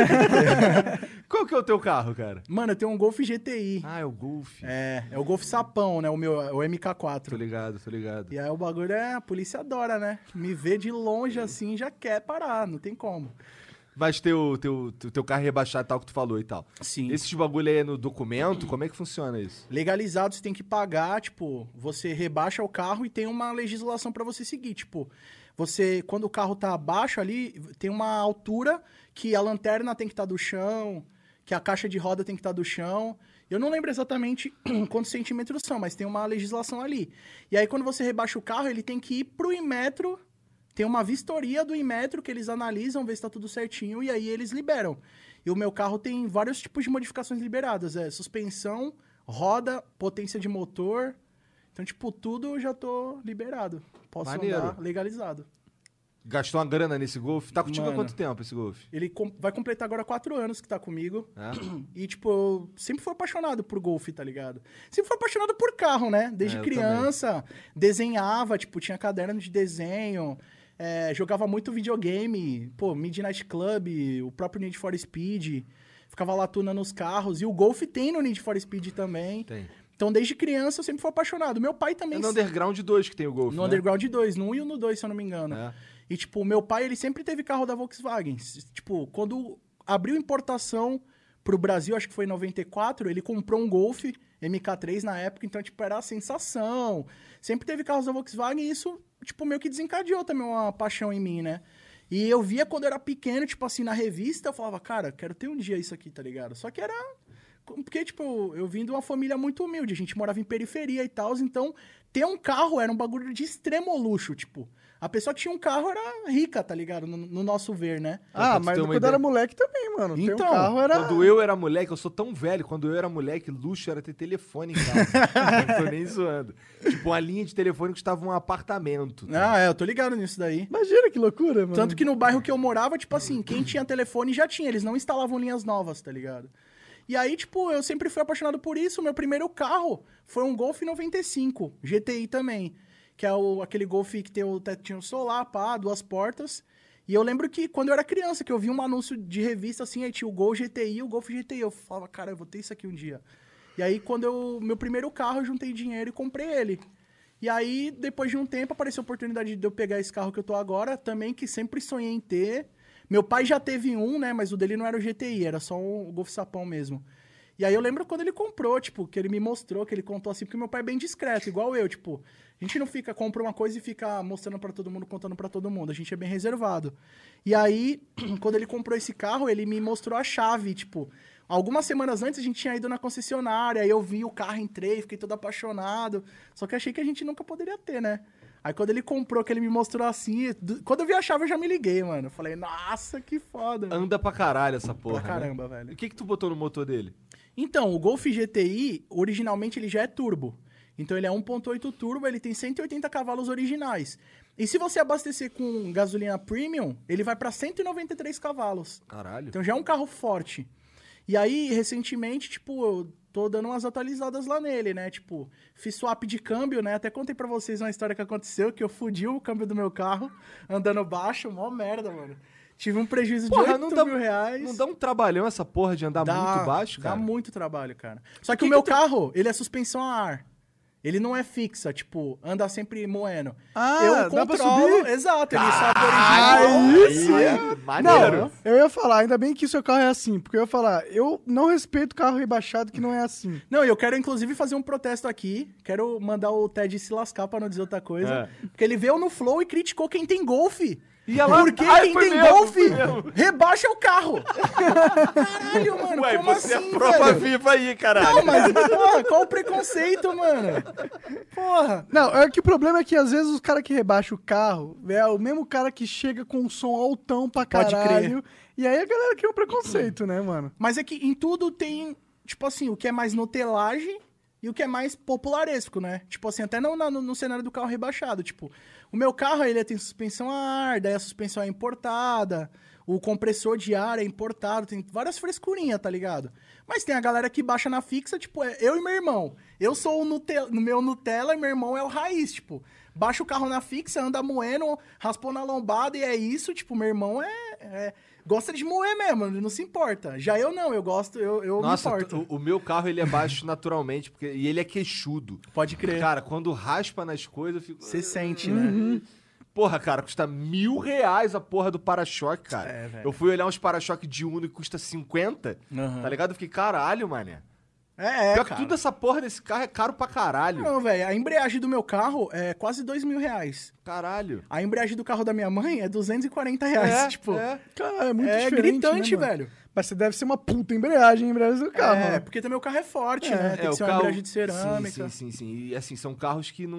[SPEAKER 2] Qual que é o teu carro, cara?
[SPEAKER 4] Mano, eu tenho um Golf GTI.
[SPEAKER 2] Ah, é o Golf.
[SPEAKER 4] É, é o Golf Sapão, né? O meu, é o
[SPEAKER 2] Tô
[SPEAKER 4] MK4.
[SPEAKER 2] ligado, tô ligado.
[SPEAKER 4] E aí o bagulho é, a polícia adora, né? Me vê de longe
[SPEAKER 2] Uhum.
[SPEAKER 4] assim, já quer parar, não tem como.
[SPEAKER 2] Mas teu, teu, teu, teu carro rebaixado tal que tu falou e tal.
[SPEAKER 4] Sim.
[SPEAKER 2] Esses bagulho aí é no documento? Como é que funciona isso?
[SPEAKER 4] Legalizado, você tem que pagar, tipo, você rebaixa o carro e tem uma legislação pra você seguir, tipo, você quando o carro tá abaixo ali, tem uma altura que a lanterna tem que estar do chão, que a caixa de roda tem que estar do chão. Eu não lembro exatamente *clears throat* quantos centímetros são, mas tem uma legislação ali. E aí quando você rebaixa o carro, ele tem que ir pro Imetro, tem uma vistoria do Imetro que eles analisam, ver se tá tudo certinho e aí eles liberam. E o meu carro tem vários tipos de modificações liberadas, é suspensão, roda, potência de motor. Então, tipo, tudo eu já tô liberado. Posso
[SPEAKER 2] Maneiro.
[SPEAKER 4] andar legalizado.
[SPEAKER 2] Gastou uma grana nesse Golf? Tá contigo há
[SPEAKER 4] Mano.
[SPEAKER 2] quanto tempo esse Golf?
[SPEAKER 4] Ele com- vai completar agora quatro anos que tá comigo.
[SPEAKER 2] É?
[SPEAKER 4] E, tipo, eu sempre fui apaixonado por golfe, tá ligado? Sempre fui apaixonado por carro, né? Desde
[SPEAKER 2] É, eu
[SPEAKER 4] criança, desenhava, tipo, tinha caderno de desenho, é, jogava muito videogame, pô, Midnight Club, o próprio Need for Speed, ficava latunando os carros. E o golfe tem no Need for Speed também.
[SPEAKER 2] Tem.
[SPEAKER 4] Então, desde criança, eu sempre fui apaixonado. Meu pai
[SPEAKER 2] É
[SPEAKER 4] também...
[SPEAKER 2] no Underground 2 que tem o Golf,
[SPEAKER 4] No
[SPEAKER 2] né?
[SPEAKER 4] Underground 2, no 1 e no 2, se eu não me engano.
[SPEAKER 2] É.
[SPEAKER 4] E, tipo, meu pai, ele sempre teve carro da Volkswagen. S- Tipo, quando abriu importação pro Brasil, acho que foi em 94, ele comprou um Golf MK3 na época, então, tipo, era a sensação. Sempre teve carros da Volkswagen e isso, tipo, meio que desencadeou também uma paixão em mim, né? E eu via quando eu era pequeno, tipo assim, na revista, eu falava, cara, quero ter um dia isso aqui, tá ligado? Só que era porque, tipo, eu, eu vim de uma família muito humilde, a gente morava em periferia e tal, então ter um carro era um bagulho de extremo luxo, tipo. A pessoa que tinha um carro era rica, tá ligado? No, no nosso ver, né?
[SPEAKER 2] pra
[SPEAKER 5] Ah,
[SPEAKER 2] tu
[SPEAKER 5] mas
[SPEAKER 2] ter
[SPEAKER 5] quando
[SPEAKER 2] uma
[SPEAKER 5] era
[SPEAKER 2] ideia.
[SPEAKER 5] moleque também, mano. Então,
[SPEAKER 4] Então,
[SPEAKER 5] carro era...
[SPEAKER 2] Quando eu era moleque, eu sou tão velho, quando eu era moleque, luxo era ter telefone em
[SPEAKER 4] *laughs*
[SPEAKER 2] casa. não tô nem zoando. Tipo, uma linha de telefone custava um apartamento. tá?
[SPEAKER 4] Ah, é, eu tô ligado nisso daí.
[SPEAKER 5] Imagina que loucura, mano.
[SPEAKER 4] Tanto que no bairro que eu morava, tipo assim, quem tinha telefone já tinha, eles não instalavam linhas novas, tá ligado? E aí, tipo, eu sempre fui apaixonado por isso. Meu primeiro carro foi um Golf 95, GTI também, que é o, aquele Golf que tem o tetinho solar, pá, duas portas. E eu lembro que quando eu era criança, que eu vi um anúncio de revista assim, aí tinha o Gol GTI e o Golf GTI. Eu falava, cara, eu vou ter isso aqui um dia. E aí, quando eu. Meu primeiro carro, eu juntei dinheiro e comprei ele. E aí, depois de um tempo, apareceu a oportunidade de eu pegar esse carro que eu tô agora, também que sempre sonhei em ter. Meu pai já teve um, né? Mas o dele não era o GTI, era só um Golf Sapão mesmo. E aí eu lembro quando ele comprou, tipo, que ele me mostrou, que ele contou assim, porque meu pai é bem discreto, igual eu, tipo, a gente não fica, compra uma coisa e fica mostrando pra todo mundo, contando pra todo mundo, a gente é bem reservado. E aí, *clears throat* quando ele comprou esse carro, ele me mostrou a chave, tipo, Algumas semanas antes a gente tinha ido na concessionária, aí eu vi o carro, entrei, fiquei todo apaixonado. Só que achei que a gente nunca poderia ter, né? Aí quando ele comprou, que ele me mostrou assim, do- quando eu vi a chave eu já me liguei, mano. Eu Falei, nossa, que foda. mano."
[SPEAKER 2] Anda pra caralho essa Ah, porra.
[SPEAKER 4] Pra
[SPEAKER 2] né?
[SPEAKER 4] caramba, velho.
[SPEAKER 2] O que que tu botou no motor dele?
[SPEAKER 4] Então, o Golf GTI, originalmente ele já é turbo. Então ele é 1.8 turbo, ele tem 180 cavalos originais. E se você abastecer com gasolina premium, ele vai pra 193 cavalos.
[SPEAKER 2] Caralho.
[SPEAKER 4] Então já é um carro forte. E aí, recentemente, tipo, eu tô dando umas atualizadas lá nele, né? Tipo, fiz swap de câmbio, né? Até contei pra vocês uma história que aconteceu, que eu fudi o câmbio do meu carro *laughs* andando baixo, mó merda, mano. Tive um prejuízo
[SPEAKER 2] Porra,
[SPEAKER 4] de
[SPEAKER 2] não
[SPEAKER 4] 8
[SPEAKER 2] dá-
[SPEAKER 4] mil reais.
[SPEAKER 2] Não dá um trabalhão essa porra de andar
[SPEAKER 4] Dá-
[SPEAKER 2] muito baixo, cara?
[SPEAKER 4] Dá muito trabalho, cara. Só que,
[SPEAKER 2] que
[SPEAKER 4] o meu
[SPEAKER 2] que tu-
[SPEAKER 4] carro, ele é suspensão a ar. Ele não é fixa, tipo, anda sempre moendo.
[SPEAKER 5] Ah,
[SPEAKER 4] eu
[SPEAKER 5] dá pra
[SPEAKER 4] controlo,
[SPEAKER 5] subir?
[SPEAKER 4] exato, ele sobe original.
[SPEAKER 2] Ah, isso é maneiro.
[SPEAKER 5] Não, eu ia falar, ainda bem que o seu carro é assim, porque eu ia falar, eu não respeito carro rebaixado que não é assim.
[SPEAKER 4] Não, e eu quero inclusive fazer um protesto aqui. Quero mandar o Ted se lascar pra não dizer outra coisa. Porque ele veio no Flow e criticou quem tem golfe.
[SPEAKER 2] É. E ela-
[SPEAKER 4] Porque
[SPEAKER 2] Ai,
[SPEAKER 4] quem
[SPEAKER 2] foi
[SPEAKER 4] tem
[SPEAKER 2] mesmo,
[SPEAKER 4] golfe
[SPEAKER 2] foi mesmo.
[SPEAKER 4] rebaixa
[SPEAKER 2] *laughs*
[SPEAKER 4] o carro. Caralho, mano,
[SPEAKER 2] Ué,
[SPEAKER 4] como
[SPEAKER 2] você
[SPEAKER 4] assim,
[SPEAKER 2] é prova
[SPEAKER 4] velho?
[SPEAKER 2] viva aí, caralho.
[SPEAKER 4] Não, mas porra, qual o preconceito, mano? Porra.
[SPEAKER 5] Não, é que o problema é que às vezes os cara que rebaixa o carro é o mesmo cara que chega com um som altão pra
[SPEAKER 4] Pode crer.
[SPEAKER 5] caralho. E aí a galera cria um preconceito, né, mano?
[SPEAKER 4] Mas é que em tudo tem, tipo assim, o que é mais nutelagem e o que é mais popularesco, né? Tipo assim, até no, na- no, no cenário do carro rebaixado. Tipo, o meu carro, ele tem suspensão a ar, daí a suspensão é importada, o compressor de ar é importado, tem várias frescurinhas, tá ligado? Mas tem a galera que baixa na fixa, tipo, é eu e meu irmão. Eu sou o Nutella, meu Nutella e meu irmão é o raiz, tipo. Baixa o carro na fixa, anda moendo, raspou na lombada e é isso. Tipo, meu irmão é. é- gosta de moer mesmo, ele não se importa. Já eu não, eu gosto, eu, eu
[SPEAKER 2] Nossa,
[SPEAKER 4] me
[SPEAKER 2] tu-
[SPEAKER 4] importo.
[SPEAKER 2] o, o meu carro ele é baixo *laughs* naturalmente, porque, e ele é queixudo.
[SPEAKER 4] Pode crer.
[SPEAKER 2] Cara, quando raspa nas coisas, eu fico. "Ah,
[SPEAKER 4] Você sente,
[SPEAKER 2] Uhum.
[SPEAKER 4] né?
[SPEAKER 2] Porra, cara, custa mil reais a porra do para-choque, cara.
[SPEAKER 4] É, velho.
[SPEAKER 2] eu fui olhar uns para-choque de Uno e custa 50,
[SPEAKER 4] Aham.
[SPEAKER 2] tá ligado? Eu fiquei, caralho, mané.
[SPEAKER 4] É, é.
[SPEAKER 2] Pior que
[SPEAKER 4] cara.
[SPEAKER 2] tudo essa porra desse carro é caro pra caralho.
[SPEAKER 4] Não, velho, a embreagem do meu carro é quase dois mil reais.
[SPEAKER 2] Caralho.
[SPEAKER 4] A embreagem do carro da minha mãe é 240 reais,
[SPEAKER 2] É,
[SPEAKER 4] tipo.
[SPEAKER 2] é.
[SPEAKER 5] Cara, é muito
[SPEAKER 4] é
[SPEAKER 5] diferente,
[SPEAKER 4] gritante,
[SPEAKER 5] né, mano?
[SPEAKER 4] velho.
[SPEAKER 5] Mas você deve ser uma puta embreagem, a embreagem do carro.
[SPEAKER 4] É,
[SPEAKER 5] né?
[SPEAKER 4] porque também o carro é forte, né? Tem
[SPEAKER 2] o
[SPEAKER 4] que ser uma embreagem de cerâmica.
[SPEAKER 2] Sim, sim, sim, sim. E assim, são carros que não,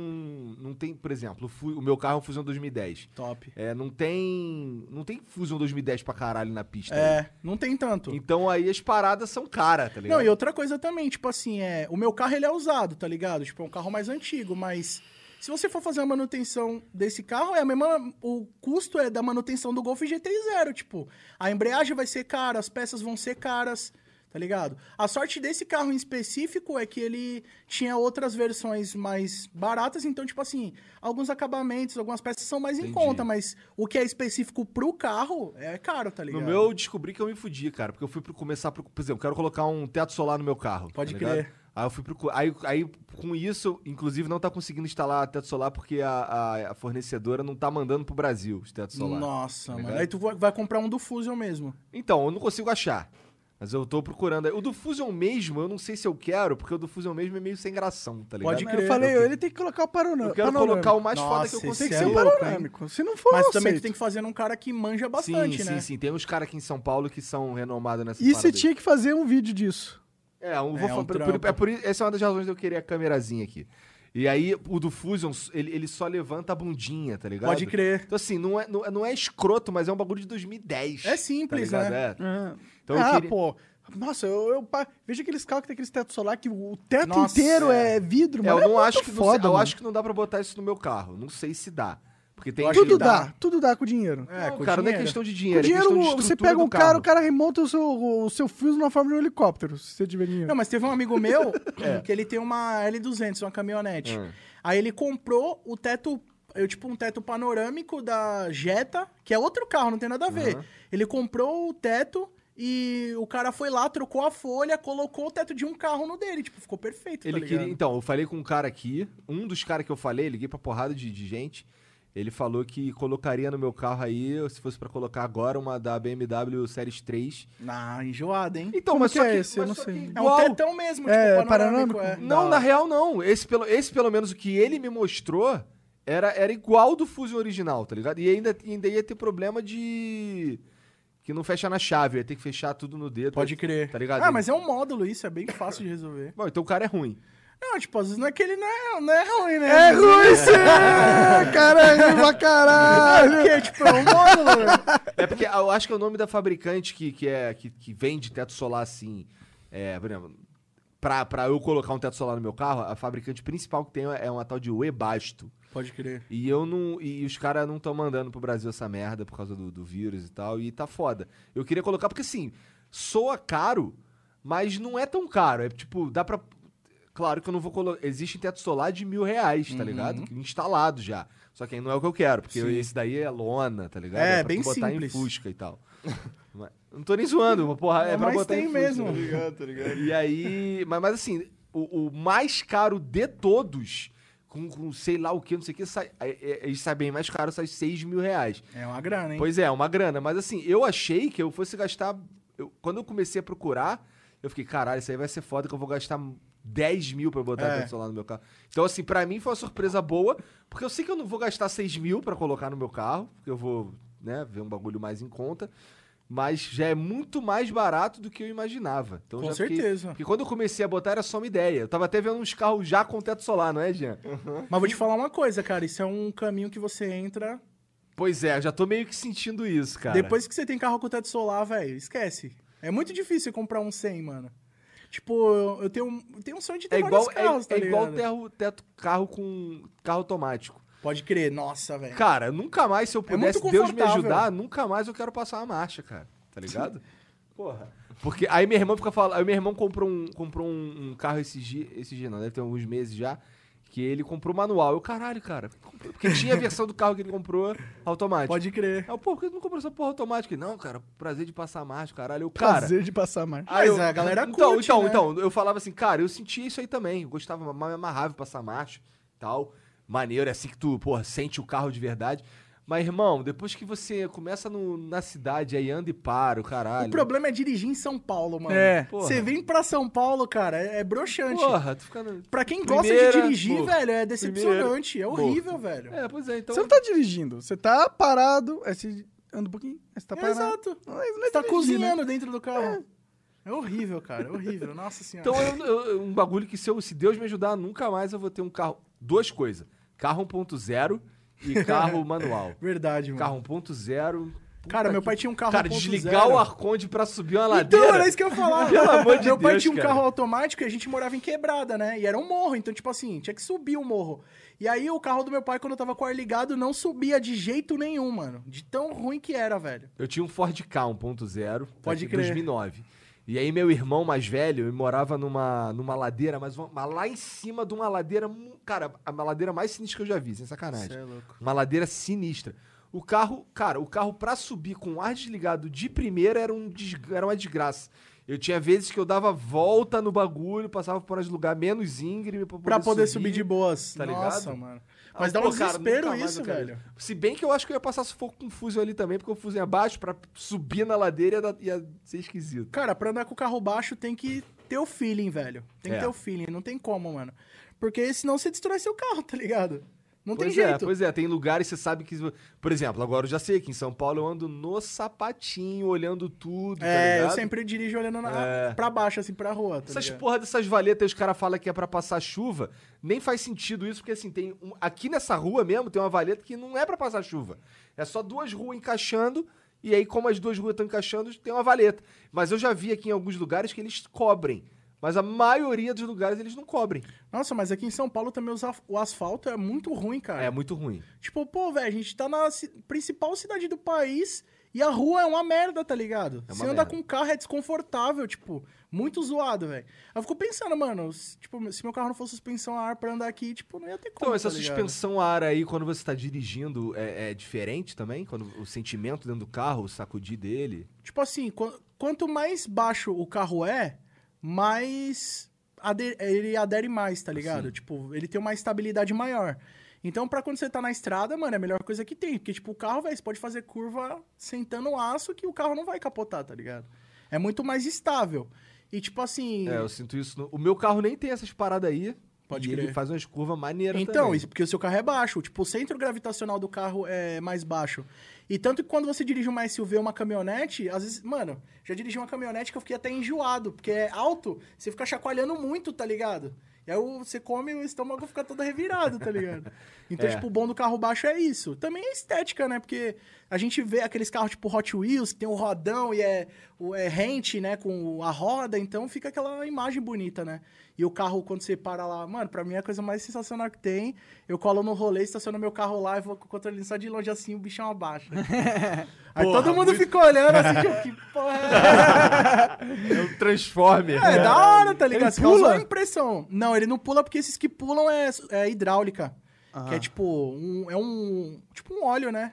[SPEAKER 2] não tem, por exemplo, o Fu- o meu carro é um Fusion 2010.
[SPEAKER 4] Top.
[SPEAKER 2] É, não tem. Não tem Fusion 2010 pra caralho na pista. né?
[SPEAKER 4] É, não tem tanto.
[SPEAKER 2] Então aí as paradas são caras, tá ligado?
[SPEAKER 4] Não, e outra coisa também, tipo assim, é, o meu carro ele é usado, tá ligado? Tipo, é um carro mais antigo, mas se você for fazer a manutenção desse carro, é a mesma, o custo é da manutenção do Golf GT0, tipo, a embreagem vai ser cara, as peças vão ser caras, tá ligado? A sorte desse carro em específico é que ele tinha outras versões mais baratas, então tipo assim, alguns acabamentos, algumas peças são mais em
[SPEAKER 2] Entendi.
[SPEAKER 4] conta, mas o que é específico pro carro é caro, tá
[SPEAKER 2] No
[SPEAKER 4] ligado?
[SPEAKER 2] meu eu descobri que eu me fudi, cara, porque eu fui pro- começar, pro, por exemplo, quero colocar um teto solar no meu carro. tá
[SPEAKER 4] Pode
[SPEAKER 2] ligado?
[SPEAKER 4] crer.
[SPEAKER 2] Aí eu fui pro, aí, aí com isso, inclusive, não tá conseguindo instalar teto solar porque a, a- a fornecedora não tá mandando pro Brasil os tetos solar.
[SPEAKER 4] Nossa,
[SPEAKER 2] tá
[SPEAKER 4] mano.
[SPEAKER 2] ligado?
[SPEAKER 4] Aí tu vai- vai comprar um do Fusion mesmo.
[SPEAKER 2] Então, eu não consigo achar. Mas eu tô procurando. aí. O do Fusion mesmo, eu não sei se eu quero, porque o do Fusion mesmo é meio sem gração, tá ligado?
[SPEAKER 4] Pode
[SPEAKER 5] Eu
[SPEAKER 4] crer.
[SPEAKER 5] falei,
[SPEAKER 2] eu,
[SPEAKER 5] ele tá tem que colocar o panorama.
[SPEAKER 2] eu quero colocar o mais foda que eu
[SPEAKER 4] Nossa,
[SPEAKER 5] Tem
[SPEAKER 2] consigo.
[SPEAKER 5] que ser
[SPEAKER 4] Isso é
[SPEAKER 5] o
[SPEAKER 4] louco, hein?
[SPEAKER 5] panorâmico. Se não for,
[SPEAKER 4] Mas
[SPEAKER 5] eu
[SPEAKER 4] também tu
[SPEAKER 5] aceito.
[SPEAKER 4] tem que fazer num cara que manja bastante,
[SPEAKER 2] sim,
[SPEAKER 4] né?
[SPEAKER 2] sim, sim. Tem uns caras aqui em São Paulo que são renomados nessa
[SPEAKER 5] E
[SPEAKER 2] parada
[SPEAKER 5] você
[SPEAKER 2] aí.
[SPEAKER 5] tinha que fazer um vídeo disso.
[SPEAKER 2] É, eu vou
[SPEAKER 4] É,
[SPEAKER 2] fa-
[SPEAKER 4] um
[SPEAKER 2] por- por-
[SPEAKER 4] trampo.
[SPEAKER 2] é por isso- essa é uma das razões de eu querer a câmerazinha aqui. E aí, o do Fusion, ele, ele só levanta a bundinha, tá ligado?
[SPEAKER 4] Pode crer.
[SPEAKER 2] Então, assim, não é, não, é- não é escroto, mas é um bagulho de 2010.
[SPEAKER 4] É simples,
[SPEAKER 2] tá ligado? É.
[SPEAKER 4] né?
[SPEAKER 5] Ah,
[SPEAKER 2] Então eu queria-
[SPEAKER 5] pô. Nossa, eu, eu pa- vejo aqueles carros que tem aqueles teto solar que o teto
[SPEAKER 4] Nossa,
[SPEAKER 5] inteiro
[SPEAKER 4] é.
[SPEAKER 5] é, vidro,
[SPEAKER 2] É,
[SPEAKER 5] mano.
[SPEAKER 2] eu não
[SPEAKER 5] é
[SPEAKER 2] acho
[SPEAKER 5] muito
[SPEAKER 2] que não sei-
[SPEAKER 5] foda,
[SPEAKER 2] eu
[SPEAKER 5] mano.
[SPEAKER 2] acho que não dá pra botar isso no meu carro. Não sei se dá. Porque tem
[SPEAKER 4] Eu acho
[SPEAKER 2] aquele-
[SPEAKER 5] Tudo
[SPEAKER 4] que
[SPEAKER 5] dá.
[SPEAKER 4] dá.
[SPEAKER 5] tudo dá com dinheiro.
[SPEAKER 4] É,
[SPEAKER 2] Não,
[SPEAKER 4] com
[SPEAKER 2] cara, não é
[SPEAKER 4] dinheiro.
[SPEAKER 2] questão de
[SPEAKER 5] Com
[SPEAKER 2] dinheiro, é
[SPEAKER 5] dinheiro,
[SPEAKER 2] questão de
[SPEAKER 5] você
[SPEAKER 2] estrutura
[SPEAKER 5] pega
[SPEAKER 2] do
[SPEAKER 5] um cara, o cara remonta o seu, o seu fuso na forma de um helicóptero, se você tiver dinheiro.
[SPEAKER 4] Não, mas teve um amigo
[SPEAKER 2] *coughs*
[SPEAKER 4] meu
[SPEAKER 2] É.
[SPEAKER 4] que ele tem uma L200, uma caminhonete.
[SPEAKER 2] Hum.
[SPEAKER 4] Aí ele comprou o teto, eu tipo um teto panorâmico da Jetta, que é outro carro, não tem nada a ver. Ele comprou o teto e o cara foi lá, trocou a folha, colocou o teto de um carro no dele, tipo, ficou perfeito,
[SPEAKER 2] Ele
[SPEAKER 4] tá ligado?
[SPEAKER 2] queria. Então, eu falei com um cara aqui, um dos caras que eu falei, liguei pra porrada de, de gente. Ele falou que colocaria no meu carro aí, se fosse pra colocar agora, uma da BMW Séries 3.
[SPEAKER 4] Ah, enjoado, hein?
[SPEAKER 2] Então,
[SPEAKER 5] Como
[SPEAKER 2] mas
[SPEAKER 5] que
[SPEAKER 2] só
[SPEAKER 5] é
[SPEAKER 2] que,
[SPEAKER 5] esse? Eu
[SPEAKER 2] mas
[SPEAKER 5] não
[SPEAKER 2] só
[SPEAKER 5] sei.
[SPEAKER 2] que
[SPEAKER 4] É um
[SPEAKER 2] igual.
[SPEAKER 4] tetão mesmo, tipo,
[SPEAKER 5] É,
[SPEAKER 4] panorâmico.
[SPEAKER 5] panorâmico.
[SPEAKER 4] É.
[SPEAKER 2] Não, na real, não. Esse pelo, esse, pelo menos, o que ele me mostrou era, era igual do Fusion original, tá ligado? E ainda, ainda ia ter problema de. Que não fecha na chave, ia ter que fechar tudo no dedo.
[SPEAKER 4] Pode crer.
[SPEAKER 2] Tá ligado?
[SPEAKER 4] Ah, mas é um módulo isso, é bem fácil de resolver.
[SPEAKER 2] Bom, então o cara é ruim.
[SPEAKER 4] Não, tipo, às vezes não é que ele não é, não é ruim, né?
[SPEAKER 5] É ruim, sim!
[SPEAKER 6] Ah,
[SPEAKER 5] Caralho, pra caralho!
[SPEAKER 4] Porque, tipo, é um módulo. né?
[SPEAKER 2] É porque eu acho que é o nome da fabricante que, que, é, que, que vende teto solar assim. É, por exemplo, pra, pra eu colocar um teto solar no meu carro, a fabricante principal que tem é uma tal de Webasto.
[SPEAKER 4] Pode crer.
[SPEAKER 2] E eu não. E os caras não estão mandando pro Brasil essa merda por causa do, do vírus e tal. E tá foda. Eu queria colocar, porque assim, soa caro, mas não é tão caro. É tipo, dá pra. Claro que eu não vou colocar. Existe teto solar de mil reais,
[SPEAKER 4] Uhum.
[SPEAKER 2] tá ligado? Instalado já. Só que aí não é o que eu quero, porque esse daí é lona, tá ligado?
[SPEAKER 4] É,
[SPEAKER 2] pra tu
[SPEAKER 4] bem
[SPEAKER 2] botar
[SPEAKER 4] simples.
[SPEAKER 2] em Fusca e tal. *laughs* Mas- não tô nem zoando, mas porra, é,
[SPEAKER 4] É,
[SPEAKER 2] pra
[SPEAKER 4] mas
[SPEAKER 2] botar em né?
[SPEAKER 4] tem
[SPEAKER 2] Fusca.
[SPEAKER 4] mesmo.
[SPEAKER 6] Tá ligado, tá ligado?
[SPEAKER 2] E aí. Mas, mas assim, o, o mais caro de todos, com, com sei lá o que, não sei o que, sai, é- é- eles sabem mais caro, sai 6 mil reais.
[SPEAKER 4] É uma grana, hein?
[SPEAKER 2] Pois é, uma grana. Mas assim, eu achei que eu fosse gastar. eu- quando eu comecei a procurar, eu fiquei, caralho, isso aí vai ser foda que eu vou gastar 10 mil pra botar
[SPEAKER 4] É.
[SPEAKER 2] é. solar no meu carro. Então, assim, pra mim foi uma surpresa boa, porque eu sei que eu não vou gastar 6 mil pra colocar no meu carro, porque eu vou, né, ver um bagulho mais em conta. Mas já é muito mais barato do que eu imaginava. Então, eu
[SPEAKER 4] Com
[SPEAKER 2] já fiquei-
[SPEAKER 4] certeza.
[SPEAKER 2] porque quando eu comecei a botar era só uma ideia. Eu tava até vendo uns carros já com teto solar, não é, Jean?
[SPEAKER 4] Mas vou te falar uma coisa, cara. Isso é um caminho que você entra.
[SPEAKER 2] Pois é, já tô meio que sentindo isso, cara.
[SPEAKER 4] Depois que você tem carro com teto solar, velho, esquece. É muito difícil comprar um 100, mano. Tipo, eu eu tenho, um- eu tenho um sonho de ter
[SPEAKER 2] é igual,
[SPEAKER 4] vários carros,
[SPEAKER 2] é,
[SPEAKER 4] tá
[SPEAKER 2] é igual
[SPEAKER 4] ligado?
[SPEAKER 2] terro, teto, carro com carro automático.
[SPEAKER 4] Pode crer, nossa, velho.
[SPEAKER 2] Cara, nunca mais, se eu pudesse
[SPEAKER 4] É muito
[SPEAKER 2] Deus me
[SPEAKER 4] confortável.
[SPEAKER 2] ajudar, nunca mais eu quero passar uma marcha, cara. Tá
[SPEAKER 4] *laughs*
[SPEAKER 2] ligado? Porra. Porque aí meu irmão fica falando. Aí meu irmão comprou um, comprou um, um carro esses dias. Esses dias não, deve ter alguns meses já. Que ele comprou manual. Eu, caralho, cara. comprou- Porque tinha a versão do carro que ele comprou automática.
[SPEAKER 4] Pode crer.
[SPEAKER 2] Aí eu, pô, por É que tu não comprou essa porra automática? Ele, Não, cara, prazer de passar marcha, caralho. Eu, cara.
[SPEAKER 5] Prazer de passar mais.
[SPEAKER 2] Aí
[SPEAKER 4] Mas a galera
[SPEAKER 2] então,
[SPEAKER 4] curte,
[SPEAKER 2] então,
[SPEAKER 4] né?
[SPEAKER 2] então, eu falava assim, cara, eu sentia isso aí também. Eu gostava, ma- me amarrava em passar marcha e tal. Maneiro, é assim que tu, porra, sente o carro de verdade. Mas, irmão, depois que você começa no- na cidade aí, anda e para, o caralho.
[SPEAKER 4] O problema é dirigir em São Paulo, mano.
[SPEAKER 5] É.
[SPEAKER 4] Você vem pra São Paulo, cara, é é broxante.
[SPEAKER 2] Porra, tu fica no...
[SPEAKER 4] Pra quem gosta
[SPEAKER 2] Primeira,
[SPEAKER 4] de dirigir,
[SPEAKER 2] pô.
[SPEAKER 4] velho, é decepcionante. É
[SPEAKER 2] Pô.
[SPEAKER 4] horrível, velho.
[SPEAKER 2] É, pois é, então...
[SPEAKER 5] Você não tá dirigindo, você tá parado. Aí você anda um pouquinho, aí você tá
[SPEAKER 4] É,
[SPEAKER 5] parado.
[SPEAKER 4] Exato.
[SPEAKER 5] Não, é- não é
[SPEAKER 4] Você
[SPEAKER 5] dirigir,
[SPEAKER 4] tá
[SPEAKER 5] né?
[SPEAKER 4] cozinhando dentro do carro. É. horrível, cara. É horrível. Nossa senhora.
[SPEAKER 2] Então, eu- eu- eu- um bagulho que se, eu- se Deus me ajudar, nunca mais eu vou ter um carro... Duas coisas. Carro 1.0
[SPEAKER 4] *laughs*
[SPEAKER 2] e carro manual.
[SPEAKER 4] Verdade, mano.
[SPEAKER 2] Carro 1.0... puta
[SPEAKER 4] Cara, meu
[SPEAKER 2] que-
[SPEAKER 4] pai tinha um carro
[SPEAKER 2] Cara,
[SPEAKER 4] 1.0.
[SPEAKER 2] desligar o arconde pra subir uma ladeira...
[SPEAKER 4] Então, era isso que eu ia
[SPEAKER 2] *laughs*
[SPEAKER 4] falar.
[SPEAKER 2] Pelo amor de
[SPEAKER 4] Meu pai
[SPEAKER 2] Deus,
[SPEAKER 4] tinha um
[SPEAKER 2] cara.
[SPEAKER 4] carro automático e a gente morava em quebrada, né? E era um morro, então, tipo assim, tinha que subir o morro. E aí, o carro do meu pai, quando eu tava com o ar ligado, não subia de jeito nenhum, mano. De tão ruim que era, velho.
[SPEAKER 2] Eu tinha um tá Ford Ka 1.0, daqui
[SPEAKER 4] Pode
[SPEAKER 2] de
[SPEAKER 4] crer.
[SPEAKER 2] 2009. E aí meu irmão mais velho, ele morava numa, numa ladeira, mas uma- uma lá em cima de uma ladeira, mu- cara, a uma ladeira mais sinistra que eu já vi, sem sacanagem.
[SPEAKER 4] Cê é louco.
[SPEAKER 2] Uma ladeira sinistra. O carro, cara, o carro pra subir com o ar desligado de primeira era, um des- era uma desgraça. Eu tinha vezes que eu dava volta no bagulho, passava por uns lugar menos íngreme pra poder,
[SPEAKER 4] Pra poder subir, de boas.
[SPEAKER 2] tá
[SPEAKER 4] Nossa,
[SPEAKER 2] ligado?
[SPEAKER 4] mano.
[SPEAKER 2] Ah,
[SPEAKER 4] Mas dá
[SPEAKER 2] pô,
[SPEAKER 4] um
[SPEAKER 2] cara,
[SPEAKER 4] desespero
[SPEAKER 2] nunca mais
[SPEAKER 4] isso,
[SPEAKER 2] eu quero
[SPEAKER 4] velho.
[SPEAKER 2] Se bem que eu acho que eu ia passar sufoco com o fuzil ali também, porque o fuzil é baixo, pra subir na ladeira ia, dar- ia ser esquisito.
[SPEAKER 4] Cara, pra andar com o carro baixo tem que ter o feeling, velho. Tem
[SPEAKER 2] É.
[SPEAKER 4] que ter o feeling, não tem como, mano. Porque senão você destrói seu carro, tá ligado? Não
[SPEAKER 2] pois
[SPEAKER 4] tem
[SPEAKER 2] é,
[SPEAKER 4] jeito.
[SPEAKER 2] pois é, tem lugares que você sabe que. Por exemplo, agora eu já sei que em São Paulo eu ando no sapatinho, olhando tudo. tá
[SPEAKER 4] É, eu
[SPEAKER 2] ligado?
[SPEAKER 4] sempre dirijo olhando na,
[SPEAKER 2] É.
[SPEAKER 4] pra baixo, assim, pra rua. Tá
[SPEAKER 2] Essas
[SPEAKER 4] ligado?
[SPEAKER 2] porra dessas valetas aí os caras falam que é pra passar chuva, nem faz sentido isso, porque assim, tem um- aqui nessa rua mesmo tem uma valeta que não é pra passar chuva. É só duas ruas encaixando, e aí como as duas ruas estão encaixando, tem uma valeta. Mas eu já vi aqui em alguns lugares que eles cobrem, mas a maioria dos lugares eles não cobrem.
[SPEAKER 4] Nossa, mas aqui em São Paulo também os af- o asfalto é muito ruim, cara.
[SPEAKER 2] É muito ruim.
[SPEAKER 4] Tipo, pô, velho, a gente tá na ci- principal cidade do país e a rua é uma merda, tá ligado?
[SPEAKER 2] É uma
[SPEAKER 4] Você anda
[SPEAKER 2] merda.
[SPEAKER 4] com carro é desconfortável, tipo, muito zoado, velho. Eu fico pensando, mano, se, tipo, se meu carro não fosse suspensão a ar pra andar aqui, tipo, não ia ter como.
[SPEAKER 2] Então, essa
[SPEAKER 4] tá ligado?
[SPEAKER 2] suspensão a ar aí, quando você tá dirigindo, é, é diferente também? Quando o sentimento dentro do carro, o sacudir dele.
[SPEAKER 4] Tipo assim, qu- quanto mais baixo o carro é, mais ade- ele adere mais, tá ligado? Tipo, ele tem uma estabilidade maior. Então, pra quando você tá na estrada, mano, é a melhor coisa que tem. Porque, tipo, o carro, velho, você pode fazer curva sentando o aço que o carro não vai capotar, tá ligado? É muito mais estável. E, tipo assim.
[SPEAKER 2] É, eu sinto isso. no- O meu carro nem tem essas paradas aí.
[SPEAKER 4] Pode
[SPEAKER 2] e ele
[SPEAKER 4] crer.
[SPEAKER 2] faz umas curvas maneiras
[SPEAKER 4] Então,
[SPEAKER 2] também.
[SPEAKER 4] isso porque o seu carro é baixo. Tipo, o centro gravitacional do carro é mais baixo. E tanto que quando você dirige uma SUV ou uma caminhonete, às vezes, mano, já dirigi uma caminhonete que eu fiquei até enjoado, porque é alto, você fica chacoalhando muito, tá ligado? E aí o- você come e o estômago fica todo revirado,
[SPEAKER 2] *laughs*
[SPEAKER 4] tá ligado? Então,
[SPEAKER 2] É.
[SPEAKER 4] tipo, o bom do carro baixo é isso. Também é estética, né? Porque a gente vê aqueles carros tipo Hot Wheels, que tem o rodão e é, o- é rente, né? Com a roda, então fica aquela imagem bonita, né? E o carro, quando você para lá, mano, pra mim é a coisa mais sensacional que tem. Eu colo no rolê, estaciono meu carro lá e vou com o controle só de longe assim, o
[SPEAKER 2] *laughs*
[SPEAKER 4] bichão abaixa. Aí
[SPEAKER 2] Porra,
[SPEAKER 4] todo mundo
[SPEAKER 2] muito-
[SPEAKER 4] fica olhando assim, tipo, que porra é essa?
[SPEAKER 2] *laughs* É um Transformer.
[SPEAKER 4] É, da hora, tá ligado?
[SPEAKER 5] Ele
[SPEAKER 4] Você causou
[SPEAKER 5] pula?
[SPEAKER 4] uma impressão. Não, ele não pula porque esses que pulam é, é hidráulica.
[SPEAKER 5] Ah.
[SPEAKER 4] Que é tipo um, é um. Tipo um óleo, né?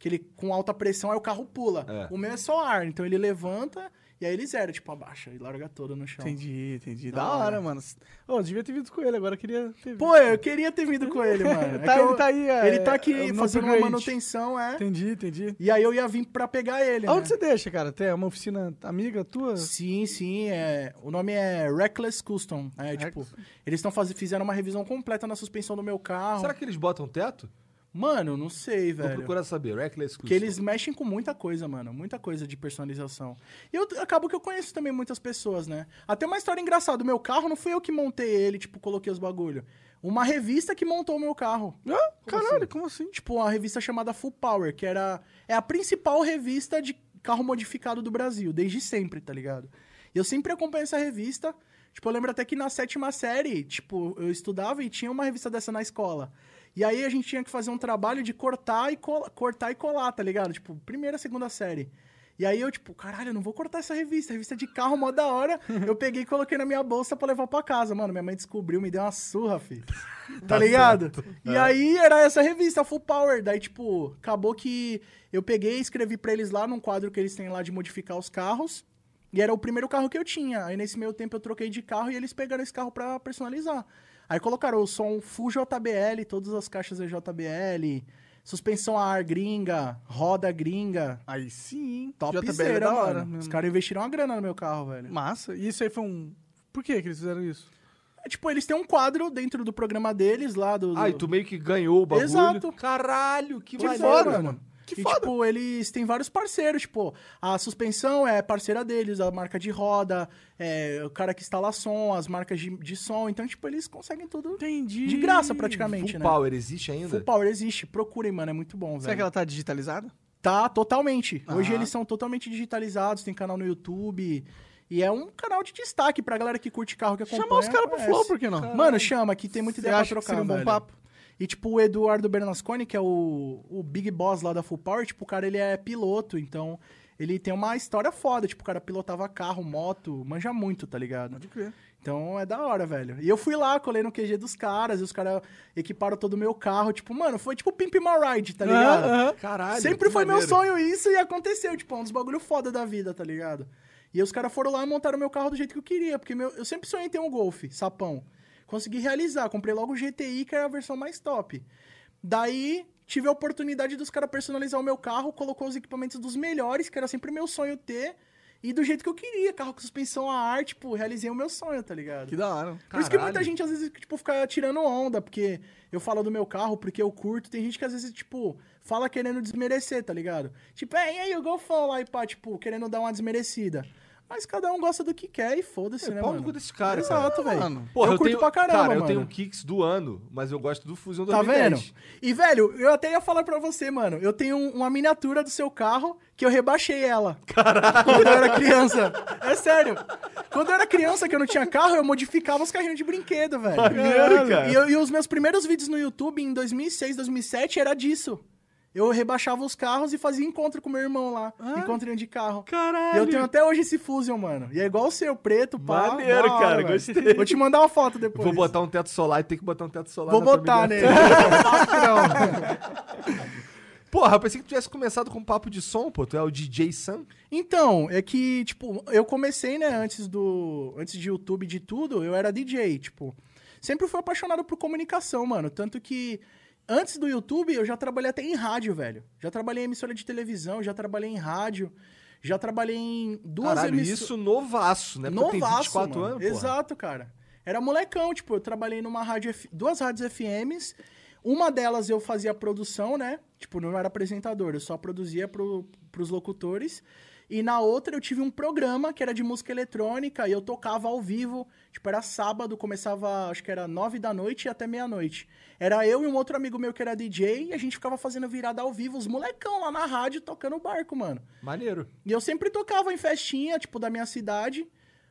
[SPEAKER 4] Que ele com alta pressão aí o carro pula.
[SPEAKER 2] É.
[SPEAKER 4] O meu é só ar, então ele levanta e aí ele zera, tipo, abaixa e larga todo no chão.
[SPEAKER 5] Entendi, entendi.
[SPEAKER 4] Da
[SPEAKER 5] Da,
[SPEAKER 4] hora.
[SPEAKER 5] hora, mano. Ô, devia ter vindo com ele, agora eu queria ter vindo.
[SPEAKER 4] Pô, eu queria ter vindo com
[SPEAKER 5] *laughs*
[SPEAKER 4] ele, mano. É
[SPEAKER 5] Tá,
[SPEAKER 4] que eu-
[SPEAKER 5] ele tá aí, é,
[SPEAKER 4] Ele tá aqui
[SPEAKER 5] é, no
[SPEAKER 4] fazendo uma
[SPEAKER 5] upgrade.
[SPEAKER 4] manutenção, é.
[SPEAKER 5] Entendi, entendi.
[SPEAKER 4] E aí eu ia vir pra pegar ele. né?
[SPEAKER 5] Aonde você tá? deixa, cara? Tem uma oficina amiga tua? assim?
[SPEAKER 4] Sim, sim. É, o nome é Reckless Custom. É, tipo, eles estão fazendo, fizeram uma revisão completa na suspensão do meu carro.
[SPEAKER 2] Será que eles botam um teto?
[SPEAKER 4] Mano, não sei,
[SPEAKER 2] Vou
[SPEAKER 4] velho.
[SPEAKER 2] procurar saber. Reckless
[SPEAKER 4] Porque eles mexem com muita coisa, mano. Muita coisa de personalização. E eu acabo que eu conheço também muitas pessoas, né? Até uma história engraçada. O meu carro não fui eu que montei ele, tipo, coloquei os bagulho. Uma revista que montou o meu carro.
[SPEAKER 5] Ah, caralho, como assim?
[SPEAKER 4] Tipo, uma revista chamada Full Power, que era... É a principal revista de carro modificado do Brasil, desde sempre, tá ligado? E eu sempre acompanho essa revista. Tipo, eu lembro até que na sétima série, tipo, eu estudava e tinha uma revista dessa na escola. E aí a gente tinha que fazer um trabalho de cortar e colar, cortar e colar, tá ligado? Tipo, primeira, segunda série. E aí eu, tipo, caralho, eu não vou cortar essa revista. Revista de carro, mó da hora. Eu peguei e coloquei na minha bolsa pra levar pra casa. Mano, minha mãe descobriu, me deu uma surra, filho. tá ligado? E
[SPEAKER 5] É.
[SPEAKER 4] aí era essa revista, Full Power. Daí, tipo, acabou que eu peguei e escrevi pra eles lá num quadro que eles têm lá de modificar os carros. E era o primeiro carro que eu tinha. Aí nesse meio tempo eu troquei de carro e eles pegaram esse carro pra personalizar. Aí colocaram o som full JBL, todas as caixas é JBL, suspensão a ar gringa, roda gringa.
[SPEAKER 5] Aí sim,
[SPEAKER 4] Top
[SPEAKER 5] JBL é da hora.
[SPEAKER 4] mano. Os
[SPEAKER 5] mesmo.
[SPEAKER 4] caras investiram uma grana no meu carro, velho.
[SPEAKER 5] Massa. E isso aí foi um... Por que que eles fizeram isso?
[SPEAKER 4] É, tipo, eles têm um quadro dentro do programa deles lá do. do...
[SPEAKER 2] Ah, e tu meio que ganhou o bagulho.
[SPEAKER 4] Exato.
[SPEAKER 2] Caralho, que,
[SPEAKER 4] Que
[SPEAKER 2] maneiro,
[SPEAKER 4] foda,
[SPEAKER 2] mano.
[SPEAKER 4] mano.
[SPEAKER 5] Que
[SPEAKER 4] e,
[SPEAKER 5] foda.
[SPEAKER 4] tipo, eles têm vários parceiros, tipo, a suspensão é parceira deles, a marca de roda, é, o cara que instala som, as marcas de, de som. Então, tipo, eles conseguem tudo
[SPEAKER 5] Entendi.
[SPEAKER 4] de graça praticamente,
[SPEAKER 2] Full
[SPEAKER 4] né?
[SPEAKER 2] Power existe ainda?
[SPEAKER 4] Full Power existe, procurem, mano, é muito bom, velho.
[SPEAKER 5] Será que ela Ah. tá digitalizada?
[SPEAKER 4] Tá, totalmente. Hoje
[SPEAKER 5] Aham.
[SPEAKER 4] eles são totalmente digitalizados, tem canal no YouTube. E é um canal de destaque pra galera que curte carro que acompanha. é,
[SPEAKER 5] Chamar os caras pro
[SPEAKER 4] conhece.
[SPEAKER 5] Flow, por que não?
[SPEAKER 4] Mano, chama, que tem
[SPEAKER 5] Você
[SPEAKER 4] muita ideia pra
[SPEAKER 5] acha que
[SPEAKER 4] trocar,
[SPEAKER 5] seria um bom
[SPEAKER 4] velho.
[SPEAKER 5] papo?
[SPEAKER 4] E, tipo, o Eduardo Bernasconi, que é o, o big boss lá da Full Power, tipo, o cara, ele é piloto, então... Ele tem uma história foda, tipo, o cara pilotava carro, moto, manja muito, tá ligado?
[SPEAKER 5] Pode crer.
[SPEAKER 4] Então é da hora, velho. E eu fui lá, colei no QG dos caras, e os caras equiparam todo o meu carro. Tipo, mano, foi tipo Pimp My Ride, tá ligado?
[SPEAKER 2] Caralho.
[SPEAKER 4] Sempre
[SPEAKER 2] que
[SPEAKER 4] foi meu
[SPEAKER 2] maneiro.
[SPEAKER 4] sonho isso e aconteceu, tipo, é um dos bagulho foda da vida, tá ligado? E os caras foram lá e montaram meu carro do jeito que eu queria, porque meu, eu sempre sonhei em ter um Golf, sapão. Consegui realizar, comprei logo o GTI, que era a versão mais top. Daí, tive a oportunidade dos caras personalizar o meu carro, colocou os equipamentos dos melhores, que era sempre meu sonho ter, e do jeito que eu queria, carro com suspensão a ar, tipo, realizei o meu sonho, tá ligado?
[SPEAKER 5] Que da hora.
[SPEAKER 4] Por isso que
[SPEAKER 2] Caralho.
[SPEAKER 4] muita gente às vezes tipo, fica tirando onda, porque eu falo do meu carro, porque eu curto. Tem gente que às vezes, tipo, fala querendo desmerecer, tá ligado? Tipo, é, e aí o Golfão lá e pá, tipo, querendo dar uma desmerecida. Mas cada um gosta do que quer e foda-se, né,
[SPEAKER 2] Pau no
[SPEAKER 4] mano?
[SPEAKER 2] cu é desse cara, cara.
[SPEAKER 4] Exato, velho.
[SPEAKER 5] mano.
[SPEAKER 2] Porra,
[SPEAKER 4] eu, curto
[SPEAKER 2] tenho,
[SPEAKER 4] pra caramba,
[SPEAKER 2] Cara,
[SPEAKER 4] mano.
[SPEAKER 2] eu tenho um Kicks do ano, mas eu gosto do Fusion
[SPEAKER 4] Tá
[SPEAKER 2] 2010.
[SPEAKER 4] vendo? E, velho, eu até ia falar pra você, mano. Eu tenho um- uma miniatura do seu carro que eu rebaixei ela. Caralho! Quando eu era criança. É sério. Quando eu era criança, que eu não tinha carro, eu modificava os carrinhos de brinquedo, velho.
[SPEAKER 2] Maneiro, cara.
[SPEAKER 4] E, eu- e os meus primeiros vídeos no YouTube, em 2006, 2007, era disso. Eu rebaixava os carros e fazia encontro com meu irmão lá. Encontrinho de carro.
[SPEAKER 2] Ah. Caralho.
[SPEAKER 4] E eu tenho até hoje esse Fusion, mano. E é igual o seu, preto, pá.
[SPEAKER 2] Maneiro,
[SPEAKER 4] da hora,
[SPEAKER 2] cara,
[SPEAKER 4] velho.
[SPEAKER 2] gostei.
[SPEAKER 4] Vou te mandar uma foto depois.
[SPEAKER 2] Vou botar um teto solar e tem que botar um teto solar.
[SPEAKER 4] Vou
[SPEAKER 2] na
[SPEAKER 4] botar
[SPEAKER 2] tua
[SPEAKER 4] nele.
[SPEAKER 2] miniatura. *laughs* Porra, eu pensei que tu tivesse começado com um papo de som, pô. Tu é o DJ Sam.
[SPEAKER 4] Então, é que, tipo, eu comecei, né, antes do. Antes de YouTube e de tudo, eu era DJ, tipo. Sempre fui apaixonado por comunicação, mano. Tanto que. Antes do YouTube, eu já trabalhei até em rádio, velho. Já trabalhei em emissora de televisão, já trabalhei em rádio, já trabalhei em duas
[SPEAKER 2] Caralho,
[SPEAKER 4] emissoras.
[SPEAKER 2] isso novaço, né? Porque tem 24
[SPEAKER 4] mano.
[SPEAKER 2] anos, pô.
[SPEAKER 4] Exato, cara. Era molecão, tipo, eu trabalhei numa rádio, F- duas rádios FMs. Uma delas eu fazia produção, né? Tipo, não era apresentador, eu só produzia pro, pros locutores. E na outra eu tive um programa que era de música eletrônica e eu tocava ao vivo. Tipo, era sábado, começava, acho que era nove da noite e até meia-noite. Era eu e um outro amigo meu que era DJ e a gente ficava fazendo virada ao vivo, os molecão lá na rádio tocando o barco, mano.
[SPEAKER 2] Maneiro.
[SPEAKER 4] E eu sempre tocava em festinha, tipo, da minha cidade.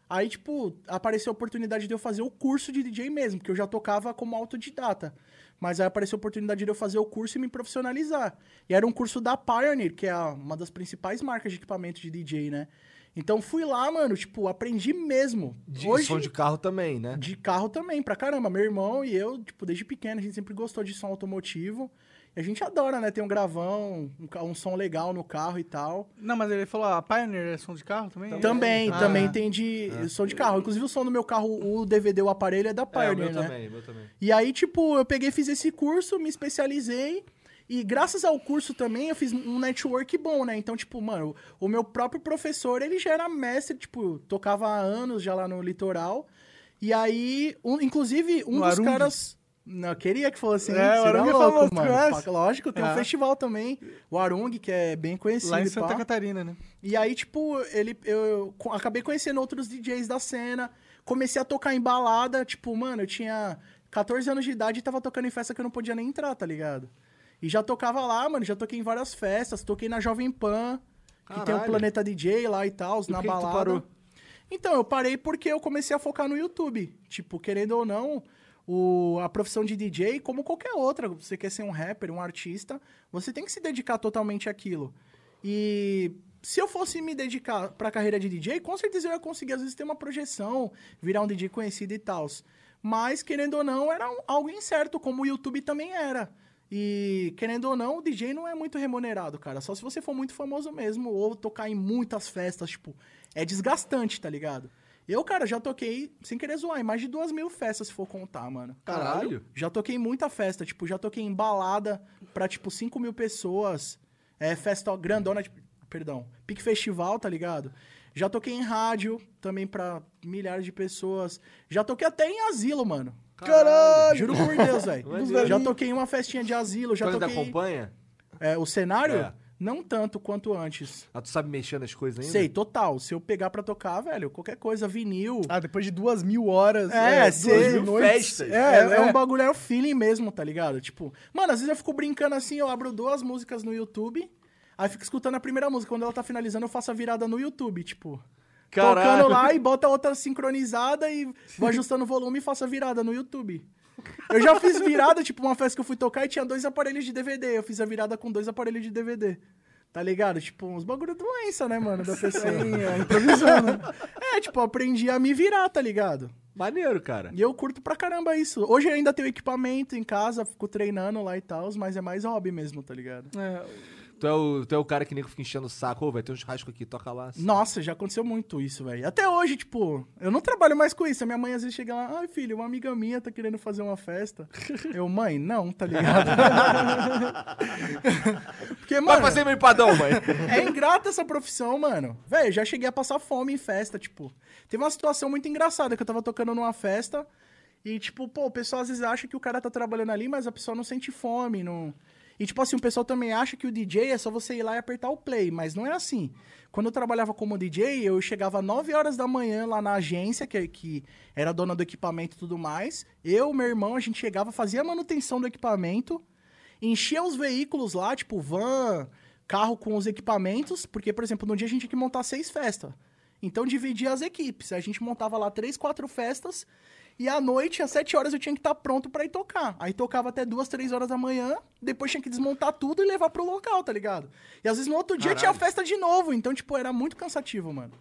[SPEAKER 4] Aí, tipo, apareceu a oportunidade de eu fazer o curso de DJ mesmo, porque eu já tocava como autodidata. Mas aí apareceu a oportunidade de eu fazer o curso e me profissionalizar. E era um curso da Pioneer, que é a- uma das principais marcas de equipamento de DJ, né? Então fui lá, mano, tipo, aprendi mesmo.
[SPEAKER 2] De som de carro também, né?
[SPEAKER 4] De carro também, pra caramba. Meu irmão e eu, tipo, desde pequeno, a gente sempre gostou de som automotivo. E a gente adora, né? Ter um gravão, um, ca- um som legal no carro e tal.
[SPEAKER 5] Não, mas ele falou, a Pioneer é som de carro também?
[SPEAKER 4] Também,
[SPEAKER 5] Ah.
[SPEAKER 4] também tem de som de carro. Inclusive o som do meu carro, o DVD, o aparelho é da
[SPEAKER 2] É, o
[SPEAKER 4] Pioneer,
[SPEAKER 2] meu
[SPEAKER 4] né?
[SPEAKER 2] também, o meu também.
[SPEAKER 4] E aí, tipo, eu peguei, fiz esse curso, me especializei. E graças ao curso também, eu fiz um network bom, né? Então, tipo, mano, o meu próprio professor, ele já era mestre, tipo, tocava há anos já lá no litoral. E aí, um- inclusive, um
[SPEAKER 5] No
[SPEAKER 4] dos
[SPEAKER 5] Arung?
[SPEAKER 4] caras... Não, eu queria que fosse assim,
[SPEAKER 5] É, o
[SPEAKER 4] é, seria
[SPEAKER 5] Arung é
[SPEAKER 4] louco,
[SPEAKER 5] famoso,
[SPEAKER 4] mano.
[SPEAKER 5] conhece?
[SPEAKER 4] Lógico, tem um
[SPEAKER 5] É.
[SPEAKER 4] festival também, o Arung, que é bem conhecido.
[SPEAKER 5] Lá em
[SPEAKER 4] e
[SPEAKER 5] Santa
[SPEAKER 4] pá.
[SPEAKER 5] Catarina, né?
[SPEAKER 4] E aí, tipo, ele, eu, eu co- acabei conhecendo outros DJs da cena, comecei a tocar em balada, tipo, mano, eu tinha 14 anos de idade e tava tocando em festa que eu não podia nem entrar, tá ligado? E já tocava lá, mano, já toquei em várias festas, toquei na Jovem Pan, que tem o
[SPEAKER 2] Caralho.
[SPEAKER 4] Planeta DJ lá e tal,
[SPEAKER 2] E por que
[SPEAKER 4] na
[SPEAKER 2] que tu
[SPEAKER 4] balada.
[SPEAKER 2] parou?
[SPEAKER 4] Então, eu parei porque eu comecei a focar no YouTube. Tipo, querendo ou não, o, a profissão de DJ, como qualquer outra, você quer ser um rapper, um artista, você tem que se dedicar totalmente àquilo. E se eu fosse me dedicar pra carreira de DJ, com certeza eu ia conseguir, às vezes, ter uma projeção, virar um DJ conhecido e tal. Mas, querendo ou não, era um- algo incerto, como o YouTube também era. E, querendo ou não, o DJ não é muito remunerado, cara. Só se você for muito famoso mesmo, ou tocar em muitas festas, tipo, é desgastante, tá ligado? Eu, cara, já toquei, sem querer zoar, em mais de duas mil festas, se for contar, mano.
[SPEAKER 2] Caralho.
[SPEAKER 4] Já toquei em muita festa, tipo, já toquei em balada pra, tipo, 5 mil pessoas. É, festa grandona, tipo, perdão, Pique Festival, tá ligado? Já toquei em rádio também pra milhares de pessoas. Já toquei até em asilo, mano.
[SPEAKER 2] Caralho.
[SPEAKER 4] Juro por
[SPEAKER 2] *laughs*
[SPEAKER 4] Deus, velho.
[SPEAKER 2] Maneiro.
[SPEAKER 4] Já toquei em uma festinha de asilo, já
[SPEAKER 2] coisa da
[SPEAKER 4] toquei...
[SPEAKER 2] acompanha?
[SPEAKER 4] É, o cenário?
[SPEAKER 2] É.
[SPEAKER 4] Não tanto quanto antes.
[SPEAKER 2] Ah, tu sabe mexer nas coisas ainda?
[SPEAKER 4] Sei, total. Se eu pegar pra tocar, velho, qualquer coisa, vinil...
[SPEAKER 5] Ah, depois de duas mil horas.
[SPEAKER 4] É,
[SPEAKER 5] duas
[SPEAKER 4] cê-
[SPEAKER 5] mil
[SPEAKER 2] mil
[SPEAKER 5] noites.
[SPEAKER 2] festas.
[SPEAKER 4] É, é, um bagulho, é o feeling mesmo, tá ligado? Tipo, mano, às vezes eu fico brincando assim, eu abro duas músicas no YouTube, aí fico escutando a primeira música. Quando ela tá finalizando, eu faço a virada no YouTube, tipo. Tocando lá e bota outra sincronizada e vou ajustando o volume e faço a virada no YouTube. Eu já fiz virada, tipo, uma festa que eu fui tocar e tinha dois aparelhos de DVD. Eu fiz a virada com dois aparelhos de DVD. Tá ligado? Tipo, uns bagulho doença, né, mano? Da pessoa. é, improvisando. *laughs* É, tipo, aprendi a me virar, tá ligado?
[SPEAKER 2] Maneiro, cara.
[SPEAKER 4] E eu curto pra caramba isso. Hoje eu ainda tenho equipamento em casa, fico treinando lá e tal, mas é mais hobby mesmo, tá ligado?
[SPEAKER 2] Tu é, o, tu é o cara que nego fica enchendo o saco. Ô, vai ter um churrasco aqui, toca lá. assim.
[SPEAKER 4] Nossa, já aconteceu muito isso, velho. Até hoje, tipo, eu não trabalho mais com isso. A minha mãe às vezes chega lá, ai filho, uma amiga minha tá querendo fazer uma festa. Eu, mãe, não, tá ligado? *laughs* Porque,
[SPEAKER 2] Vai
[SPEAKER 4] mano,
[SPEAKER 2] fazer meu empadão, mãe. *laughs*
[SPEAKER 4] é ingrata essa profissão, mano. Velho, eu já cheguei a passar fome em festa, tipo. Teve uma situação muito engraçada que eu tava tocando numa festa e, tipo, pô, o pessoal às vezes acha que o cara tá trabalhando ali, mas a pessoa não sente fome, não. E, tipo assim, o pessoal também acha que o DJ é só você ir lá e apertar o play, mas não é assim. Quando eu trabalhava como DJ, eu chegava 9 horas da manhã lá na agência, que, que era dona do equipamento e tudo mais. Eu, meu irmão, a gente chegava, fazia a manutenção do equipamento, enchia os veículos lá, tipo van, carro com os equipamentos, porque, por exemplo, num dia a gente tinha que montar seis festas. Então dividia as equipes. A gente montava lá três, quatro festas. E à noite, às sete horas, eu tinha que estar pronto pra ir tocar. Aí tocava até duas, três horas da manhã. Depois tinha que desmontar tudo e levar pro local, tá ligado? E às vezes no outro dia tinha festa de novo. Então, tipo, era muito cansativo, mano.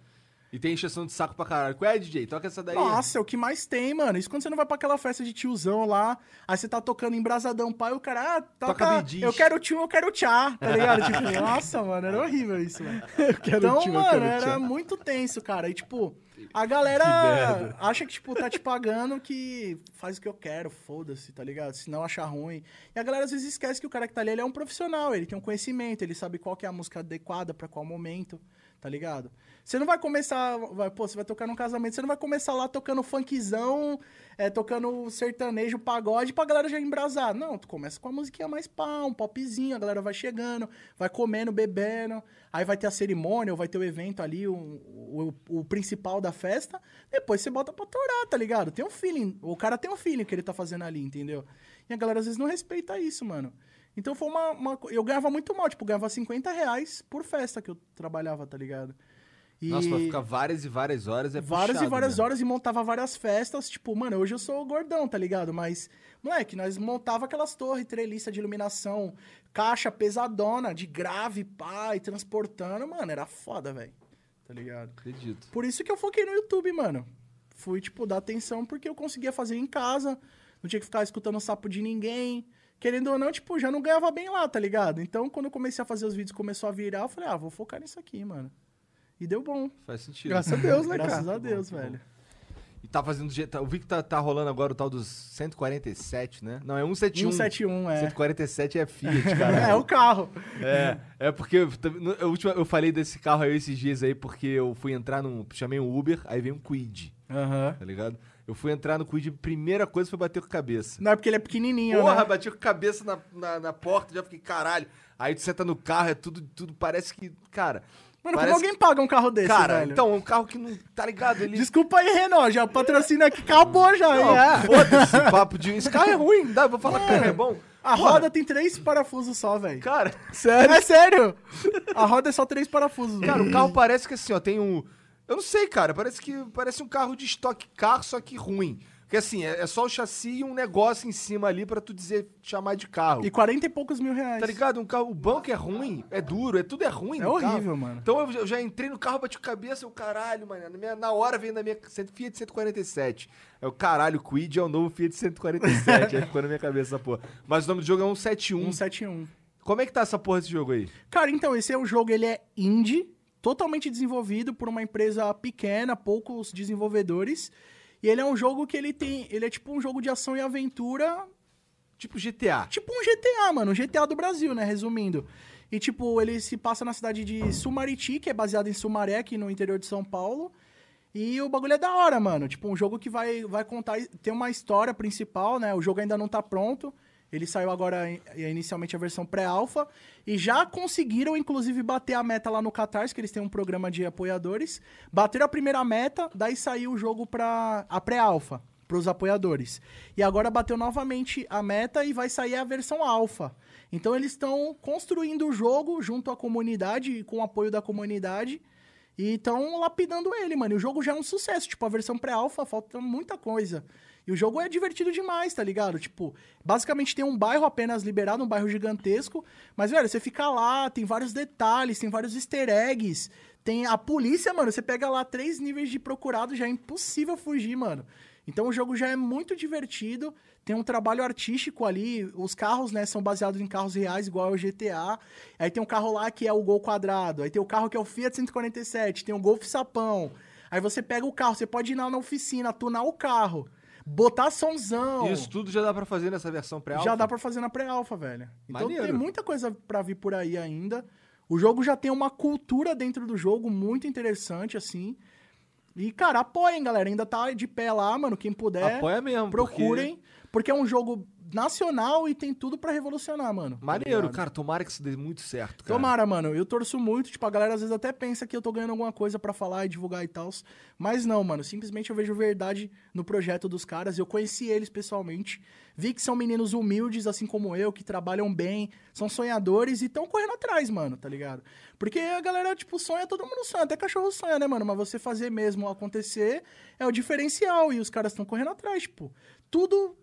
[SPEAKER 2] E tem encheção de saco pra caralho. Qual é, DJ? Toca essa daí.
[SPEAKER 4] Nossa, é o que mais tem, mano. Isso quando você não vai pra aquela festa de tiozão lá, aí você tá tocando embrasadão, pai, o cara, ah, toca,
[SPEAKER 2] Toca Bee Gees.
[SPEAKER 4] eu quero tchum, eu quero tchá, tá ligado? tipo, *laughs* nossa, mano, era horrível isso, mano. então,
[SPEAKER 5] tchum, eu
[SPEAKER 4] mano,
[SPEAKER 5] quero
[SPEAKER 4] era
[SPEAKER 5] tchá.
[SPEAKER 4] muito tenso, cara. E, tipo, a galera acha que, tipo, tá te pagando que faz o que eu quero, foda-se, tá ligado? Se não achar ruim. E a galera às vezes esquece que o cara que tá ali, ele é um profissional, ele tem um conhecimento, ele sabe qual que é a música adequada pra qual momento, tá ligado? Você não vai começar, vai, pô, você vai tocar num casamento, você não vai começar lá tocando funkzão, é, tocando sertanejo, pagode, pra galera já embrasar. Não, tu começa com a musiquinha mais pá, um popzinho, a galera vai chegando, vai comendo, bebendo, aí vai ter a cerimônia, ou vai ter o evento ali, o, o, o principal da festa, depois você bota pra torar, tá ligado? Tem um feeling, o cara tem um feeling que ele tá fazendo ali, entendeu? E a galera às vezes não respeita isso, mano. Então foi uma, uma co- Eu ganhava muito mal, tipo, ganhava 50 reais por festa que eu trabalhava, tá ligado? E-
[SPEAKER 2] Nossa, pra ficar várias e várias horas é
[SPEAKER 4] várias
[SPEAKER 2] puxado,
[SPEAKER 4] e várias
[SPEAKER 2] né?
[SPEAKER 4] horas e montava várias festas. Tipo, mano, hoje eu sou gordão, tá ligado? Mas, moleque, nós montava aquelas torres, treliça de iluminação, caixa pesadona, de grave, pá, e transportando. Mano, era foda, velho. Tá ligado?
[SPEAKER 2] Acredito.
[SPEAKER 4] Por isso que eu foquei no YouTube, mano. Fui, tipo, dar atenção porque eu conseguia fazer em casa. Não tinha que ficar escutando o sapo de ninguém. Querendo ou não, tipo, já não ganhava bem lá, tá ligado? Então, quando eu comecei a fazer os vídeos, começou a virar, eu falei, ah, vou focar nisso aqui, mano. E deu bom.
[SPEAKER 2] Faz sentido.
[SPEAKER 5] Graças a Deus, né,
[SPEAKER 4] Graças
[SPEAKER 5] cara?
[SPEAKER 4] a Deus, Tá velho.
[SPEAKER 2] E tá fazendo... do jeito- tá- Eu vi que tá, tá rolando agora o tal dos 147, né? Não, é 171.
[SPEAKER 4] 171, é.
[SPEAKER 2] 147 é Fiat, cara.
[SPEAKER 4] *laughs* É o carro.
[SPEAKER 2] É, é porque eu, tam- no- eu, última- eu falei desse carro aí esses dias aí porque eu fui entrar num. Chamei um Uber, aí veio um Quid, tá ligado? Eu fui entrar no Quid, a primeira coisa foi bater com a cabeça.
[SPEAKER 4] Não é porque ele é pequenininho,
[SPEAKER 2] Porra,
[SPEAKER 4] né?
[SPEAKER 2] bati com a cabeça na, na, na porta, já fiquei caralho. Aí tu senta no carro, é tudo, tudo parece que. Cara.
[SPEAKER 4] Mano,
[SPEAKER 2] parece
[SPEAKER 4] como alguém paga um carro desse,
[SPEAKER 2] Cara,
[SPEAKER 4] velho?
[SPEAKER 2] então, é um carro que não. Tá ligado? Ele.
[SPEAKER 4] Desculpa aí, Renault, já patrocina que acabou já, hein? É.
[SPEAKER 2] Não, Foda-se, papo de. Esse carro é ruim, dá, vou falar que o carro é bom.
[SPEAKER 4] A roda tem três parafusos só, velho.
[SPEAKER 2] Cara,
[SPEAKER 4] Sério? É sério? A roda é só três parafusos.
[SPEAKER 2] cara,
[SPEAKER 4] velho.
[SPEAKER 2] o carro parece que assim, ó, tem um. Eu não sei, cara, parece que parece um carro de estoque carro, só que ruim. Porque Porque assim, é, é só o chassi e um negócio em cima ali pra tu dizer, chamar de carro.
[SPEAKER 4] E 40 e poucos mil reais.
[SPEAKER 2] Tá ligado? Um carro, o banco é ruim, é duro, é tudo é ruim.
[SPEAKER 4] É
[SPEAKER 2] no carro.
[SPEAKER 4] horrível, mano.
[SPEAKER 2] Então eu, eu já entrei no carro, bati cabeça, eu caralho, mano. Na, minha- na hora veio na minha cento- Fiat 147. Eu, caralho, Quid é o novo Fiat 147. Aí ficou na minha cabeça essa porra. Mas o nome do jogo é 171.
[SPEAKER 4] 171.
[SPEAKER 2] Como é que tá essa porra desse jogo aí?
[SPEAKER 4] Cara, então, esse é o jogo, ele é indie, totalmente desenvolvido por uma empresa pequena, poucos desenvolvedores. E ele é um jogo que ele tem. Ele é tipo um jogo de ação e aventura
[SPEAKER 2] Tipo GTA.
[SPEAKER 4] Tipo um GTA, mano. Um GTA do Brasil, né? Resumindo. E, tipo, ele se passa na cidade de Sumariti, que é baseado em Sumaré, aqui no interior de São Paulo. E o bagulho é da hora, mano. Tipo, um jogo que vai, vai contar... Tem uma história principal, né? O jogo ainda não tá pronto. Ele saiu agora, in- inicialmente, a versão pré-alpha. E já conseguiram, inclusive, bater a meta lá no Catarse, que eles têm um programa de apoiadores. Bateram a primeira meta, daí saiu o jogo pra... A pré-alpha para os apoiadores. E agora bateu novamente a meta e vai sair a versão alfa. Então eles estão construindo o jogo junto à comunidade e com o apoio da comunidade e estão lapidando ele, mano. E o jogo já é um sucesso, tipo a versão pré-alfa falta muita coisa. E o jogo é divertido demais, tá ligado? Tipo, basicamente tem um bairro apenas liberado, um bairro gigantesco, mas velho, você fica lá, tem vários detalhes, tem vários easter eggs, tem a polícia, mano, você pega lá três níveis de procurado, já é impossível fugir, mano. Então o jogo já é muito divertido, tem um trabalho artístico ali, os carros, né, são baseados em carros reais, igual ao GTA. Aí tem um carro lá que é o Gol Quadrado, aí tem o carro que é o Fiat 147, tem o Golf Sapão. Aí você pega o carro, você pode ir lá na oficina, tunar o carro, botar somzão.
[SPEAKER 2] Isso tudo já dá pra fazer nessa versão pré-alfa?
[SPEAKER 4] Já dá pra fazer na pré-alfa, velho. Então
[SPEAKER 2] Maneiro.
[SPEAKER 4] tem muita coisa pra vir por aí ainda. O jogo já tem uma cultura dentro do jogo muito interessante, assim. E, cara, apoiem, galera. Ainda tá de pé lá, mano. Quem puder,
[SPEAKER 2] Apoia mesmo. porque-
[SPEAKER 4] procurem. Porque... é um jogo nacional e tem tudo pra revolucionar, mano. tá
[SPEAKER 2] Maneiro,
[SPEAKER 4] ligado?
[SPEAKER 2] cara. Tomara que isso dê muito certo, cara.
[SPEAKER 4] Tomara, mano. Eu torço muito. Tipo, a galera às vezes até pensa que eu tô ganhando alguma coisa pra falar e divulgar e tal. Mas não, mano. Simplesmente eu vejo verdade no projeto dos caras. Eu conheci eles pessoalmente. Vi que são meninos humildes, assim como eu, que trabalham bem, são sonhadores e estão correndo atrás, mano, tá ligado? Porque a galera, tipo, sonha, todo mundo sonha. Até cachorro sonha, né, mano? Mas você fazer mesmo acontecer é o diferencial. E os caras estão correndo atrás, tipo. Tudo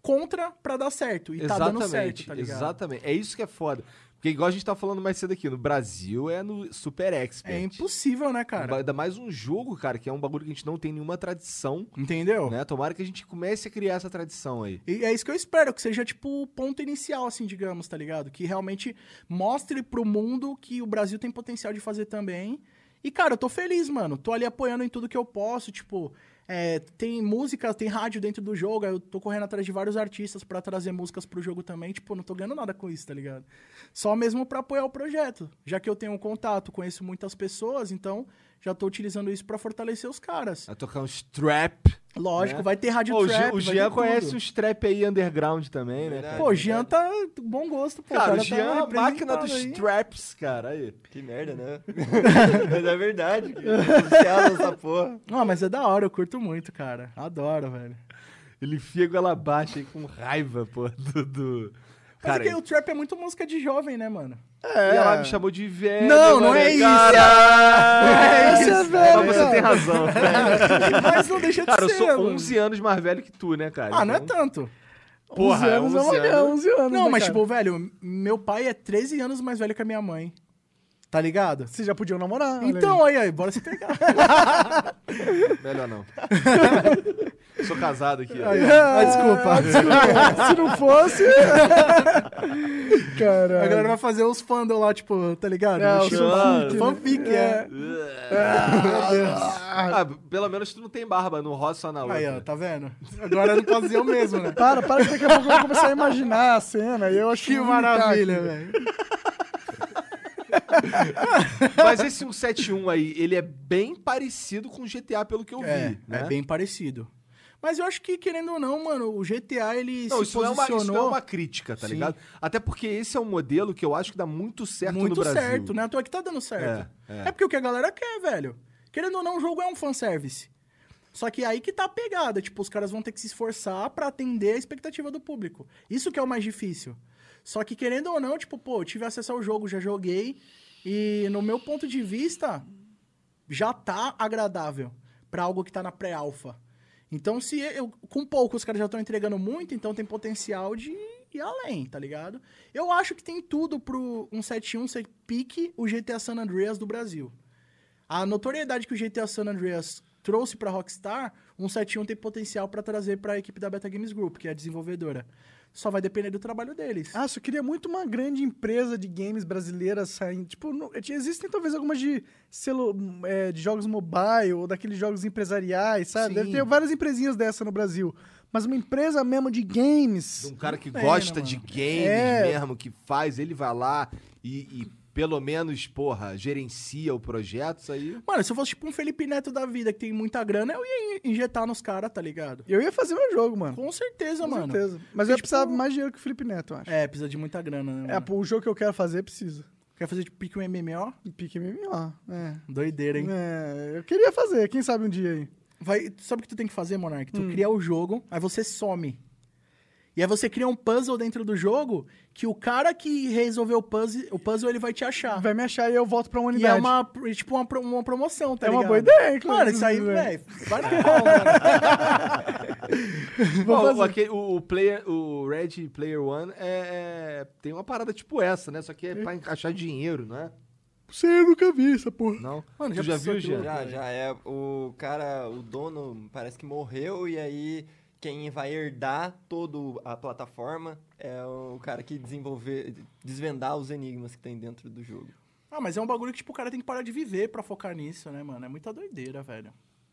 [SPEAKER 4] contra pra dar certo. E tá dando certo, tá ligado?
[SPEAKER 2] exatamente. É isso que é foda. Porque igual a gente tá falando mais cedo aqui, no Brasil é no Super Expert.
[SPEAKER 4] É impossível, né,
[SPEAKER 2] Um ba-
[SPEAKER 4] cara?
[SPEAKER 2] Ainda mais um jogo, cara, que é um bagulho que a gente não tem nenhuma tradição,
[SPEAKER 4] Entendeu?
[SPEAKER 2] né? Tomara que a gente comece a criar essa tradição aí.
[SPEAKER 4] E é isso que eu espero, que seja tipo o ponto inicial, assim, digamos, tá ligado? Que realmente mostre pro mundo que o Brasil tem potencial de fazer também. E, cara, eu tô feliz, mano. Tô ali apoiando em tudo que eu posso, tipo. é, tem música, tem rádio dentro do jogo, aí eu tô correndo atrás de vários artistas pra trazer músicas pro jogo também, tipo, eu não tô ganhando nada com isso, tá ligado? Só mesmo pra apoiar o projeto, já que eu tenho um contato, conheço muitas pessoas, então já tô utilizando isso pra fortalecer os caras.
[SPEAKER 2] A tocar uns trap.
[SPEAKER 4] Lógico,
[SPEAKER 2] É. Né?
[SPEAKER 4] vai ter rádio
[SPEAKER 2] Pô, o
[SPEAKER 4] trap,
[SPEAKER 2] Jean, o
[SPEAKER 4] vai ter
[SPEAKER 2] Jean
[SPEAKER 4] tudo.
[SPEAKER 2] conhece uns trap aí underground também, né?
[SPEAKER 6] Verdade.
[SPEAKER 2] Cara?
[SPEAKER 4] Pô, o Jean tá bom gosto, pô.
[SPEAKER 2] Cara,
[SPEAKER 4] o
[SPEAKER 2] o Jean é a
[SPEAKER 4] tá
[SPEAKER 2] máquina dos
[SPEAKER 4] representado aí.
[SPEAKER 2] traps, cara. Aí.
[SPEAKER 6] Que merda, né? *laughs* Mas é verdade. que Oficial essa porra.
[SPEAKER 4] Não, mas é da hora, eu curto muito, cara. Adoro, velho.
[SPEAKER 2] Ele enfia a goela abaixo aí com raiva, pô, *laughs* do... do-
[SPEAKER 4] Mas é
[SPEAKER 2] Cara,
[SPEAKER 4] que o trap é muito música de jovem, né, mano?
[SPEAKER 2] e ela me chamou de velho.
[SPEAKER 4] É. Não, não
[SPEAKER 2] mano.
[SPEAKER 4] é isso.
[SPEAKER 2] Caralho!
[SPEAKER 4] Essa é velha.
[SPEAKER 2] Mas você tem
[SPEAKER 4] *laughs*
[SPEAKER 2] razão.
[SPEAKER 4] É Mas não deixa de
[SPEAKER 2] Cara, eu
[SPEAKER 4] ser,
[SPEAKER 2] sou
[SPEAKER 4] mano.
[SPEAKER 2] 11 anos mais velho que tu, né, cara?
[SPEAKER 4] Ah, não é
[SPEAKER 2] Então-
[SPEAKER 4] tanto.
[SPEAKER 2] Porra,
[SPEAKER 5] 11 anos é uma-
[SPEAKER 2] 11 anos.
[SPEAKER 5] 11 anos.
[SPEAKER 4] Não,
[SPEAKER 5] né,
[SPEAKER 4] mas
[SPEAKER 5] cara?
[SPEAKER 4] tipo, velho, meu pai é 13 anos mais velho que a minha mãe. Tá ligado?
[SPEAKER 5] Vocês já podiam namorar. olha aí.
[SPEAKER 4] Então, aí, aí, bora se pegar.
[SPEAKER 2] Melhor
[SPEAKER 4] *laughs*
[SPEAKER 2] não. Sou casado aqui.
[SPEAKER 5] Ah, desculpa. é, Se *laughs* não fosse.
[SPEAKER 4] A
[SPEAKER 5] Caralho.
[SPEAKER 4] galera vai fazer os fandom lá, tipo, tá ligado?
[SPEAKER 5] É,
[SPEAKER 4] No
[SPEAKER 5] os
[SPEAKER 4] estilo
[SPEAKER 2] fanfic, né?
[SPEAKER 4] fanfic, é.
[SPEAKER 2] Ah, pelo menos tu não tem barba, não roça só na outra.
[SPEAKER 4] Aí, ó, tá vendo? Agora eu não posso dizer o mesmo, né?
[SPEAKER 5] Para, para que daqui a pouco eu vou começar a imaginar a cena. E eu acho
[SPEAKER 4] Que
[SPEAKER 5] eu vou vomitar
[SPEAKER 4] maravilha,
[SPEAKER 5] aqui.
[SPEAKER 4] velho.
[SPEAKER 2] Mas esse 171 aí, ele é bem parecido com o GTA, pelo que eu vi.
[SPEAKER 4] É,
[SPEAKER 2] né?
[SPEAKER 4] é bem parecido. Mas eu acho que, querendo ou não, mano, o GTA, ele
[SPEAKER 2] Não,
[SPEAKER 4] se
[SPEAKER 2] isso, não é uma,
[SPEAKER 4] posicionou...
[SPEAKER 2] isso não é uma crítica, tá
[SPEAKER 4] Sim.
[SPEAKER 2] ligado? Até porque esse é um modelo que eu acho que dá muito certo no
[SPEAKER 4] muito
[SPEAKER 2] Brasil.
[SPEAKER 4] certo, né? Então é que tá dando certo.
[SPEAKER 2] É,
[SPEAKER 4] É,
[SPEAKER 2] é.
[SPEAKER 4] porque o que a galera quer, velho. Querendo ou não, o jogo é um fanservice. Só que aí que tá a pegada. Tipo, os caras vão ter que se esforçar pra atender a expectativa do público. Isso que é o mais difícil. Só que, querendo ou não, tipo, pô, eu tive acesso ao jogo, já joguei. E no meu ponto de vista, já tá agradável pra algo que tá na pré-alfa. Então, se eu, com pouco os caras já estão entregando muito, então tem potencial de ir além, tá ligado? Eu acho que tem tudo pro 171 ser pique o GTA San Andreas do Brasil. A notoriedade que o GTA San Andreas trouxe pra Rockstar, 171 tem potencial pra trazer pra equipe da Beta Games Group, que é a desenvolvedora. Só vai depender do trabalho deles.
[SPEAKER 5] Ah, só queria muito uma grande empresa de games brasileira saindo. Tipo, não- existem talvez algumas de, celu, é, de jogos mobile ou daqueles jogos empresariais, sabe?
[SPEAKER 4] Sim.
[SPEAKER 5] Deve ter várias empresinhas dessa no Brasil. Mas uma empresa mesmo de games.
[SPEAKER 2] De um cara que
[SPEAKER 4] Pena,
[SPEAKER 2] gosta
[SPEAKER 4] mano.
[SPEAKER 2] de games
[SPEAKER 5] É.
[SPEAKER 2] mesmo, que faz, ele vai lá e, e pelo menos, porra, gerencia o projeto, isso
[SPEAKER 4] *laughs*
[SPEAKER 2] aí.
[SPEAKER 4] Mano, se eu fosse tipo um Felipe Neto da vida que tem muita grana, eu ia in- injetar nos caras, tá ligado?
[SPEAKER 5] Eu ia fazer meu jogo, mano.
[SPEAKER 4] Com certeza,
[SPEAKER 5] Com
[SPEAKER 4] mano. tipo,
[SPEAKER 5] certeza. Mas eu ia precisar mais dinheiro que o Felipe Neto, eu acho.
[SPEAKER 4] É, precisa de muita grana, né?
[SPEAKER 5] É,
[SPEAKER 4] mano?
[SPEAKER 5] pô, o jogo que eu quero fazer precisa.
[SPEAKER 4] Quer fazer tipo pique um MMO?
[SPEAKER 5] Pique MMO. É.
[SPEAKER 4] Doideira, hein?
[SPEAKER 5] é. Eu queria fazer, quem sabe um dia aí.
[SPEAKER 4] Vai, tu sabe o que tu tem que fazer, Monark?
[SPEAKER 5] Hum.
[SPEAKER 4] Tu cria o jogo, aí você some. E aí você cria um puzzle dentro do jogo que o cara que resolveu o puzzle, o puzzle ele vai te achar.
[SPEAKER 5] Vai me achar e eu volto pra
[SPEAKER 4] E é
[SPEAKER 5] humanidade.
[SPEAKER 4] uma, pro- tipo uma, pro- uma promoção, tá
[SPEAKER 5] É uma
[SPEAKER 4] ligado?
[SPEAKER 5] boa ideia, inclusive,
[SPEAKER 4] Mano, isso aí,
[SPEAKER 5] né?
[SPEAKER 4] velho, vai na pau,
[SPEAKER 5] *laughs*
[SPEAKER 4] mano.
[SPEAKER 2] Ó, o, aquele- o- o player, o Red Player One é, é- tem uma parada tipo essa, né? Só que é pra encaixar dinheiro, não é?
[SPEAKER 5] Sei, eu nunca vi essa porra.
[SPEAKER 2] Não?
[SPEAKER 4] Mano,
[SPEAKER 2] tu
[SPEAKER 4] já
[SPEAKER 2] já
[SPEAKER 4] pensou
[SPEAKER 2] viu,
[SPEAKER 4] que
[SPEAKER 2] Jean?
[SPEAKER 6] Já, já é. O cara, o dono parece que morreu e aí quem vai herdar toda a plataforma é o cara que desenvolver, desvendar os enigmas que tem dentro do jogo.
[SPEAKER 4] Ah, mas é um bagulho que, tipo, o cara tem que parar de viver pra focar nisso, né, mano? É muita doideira, velho.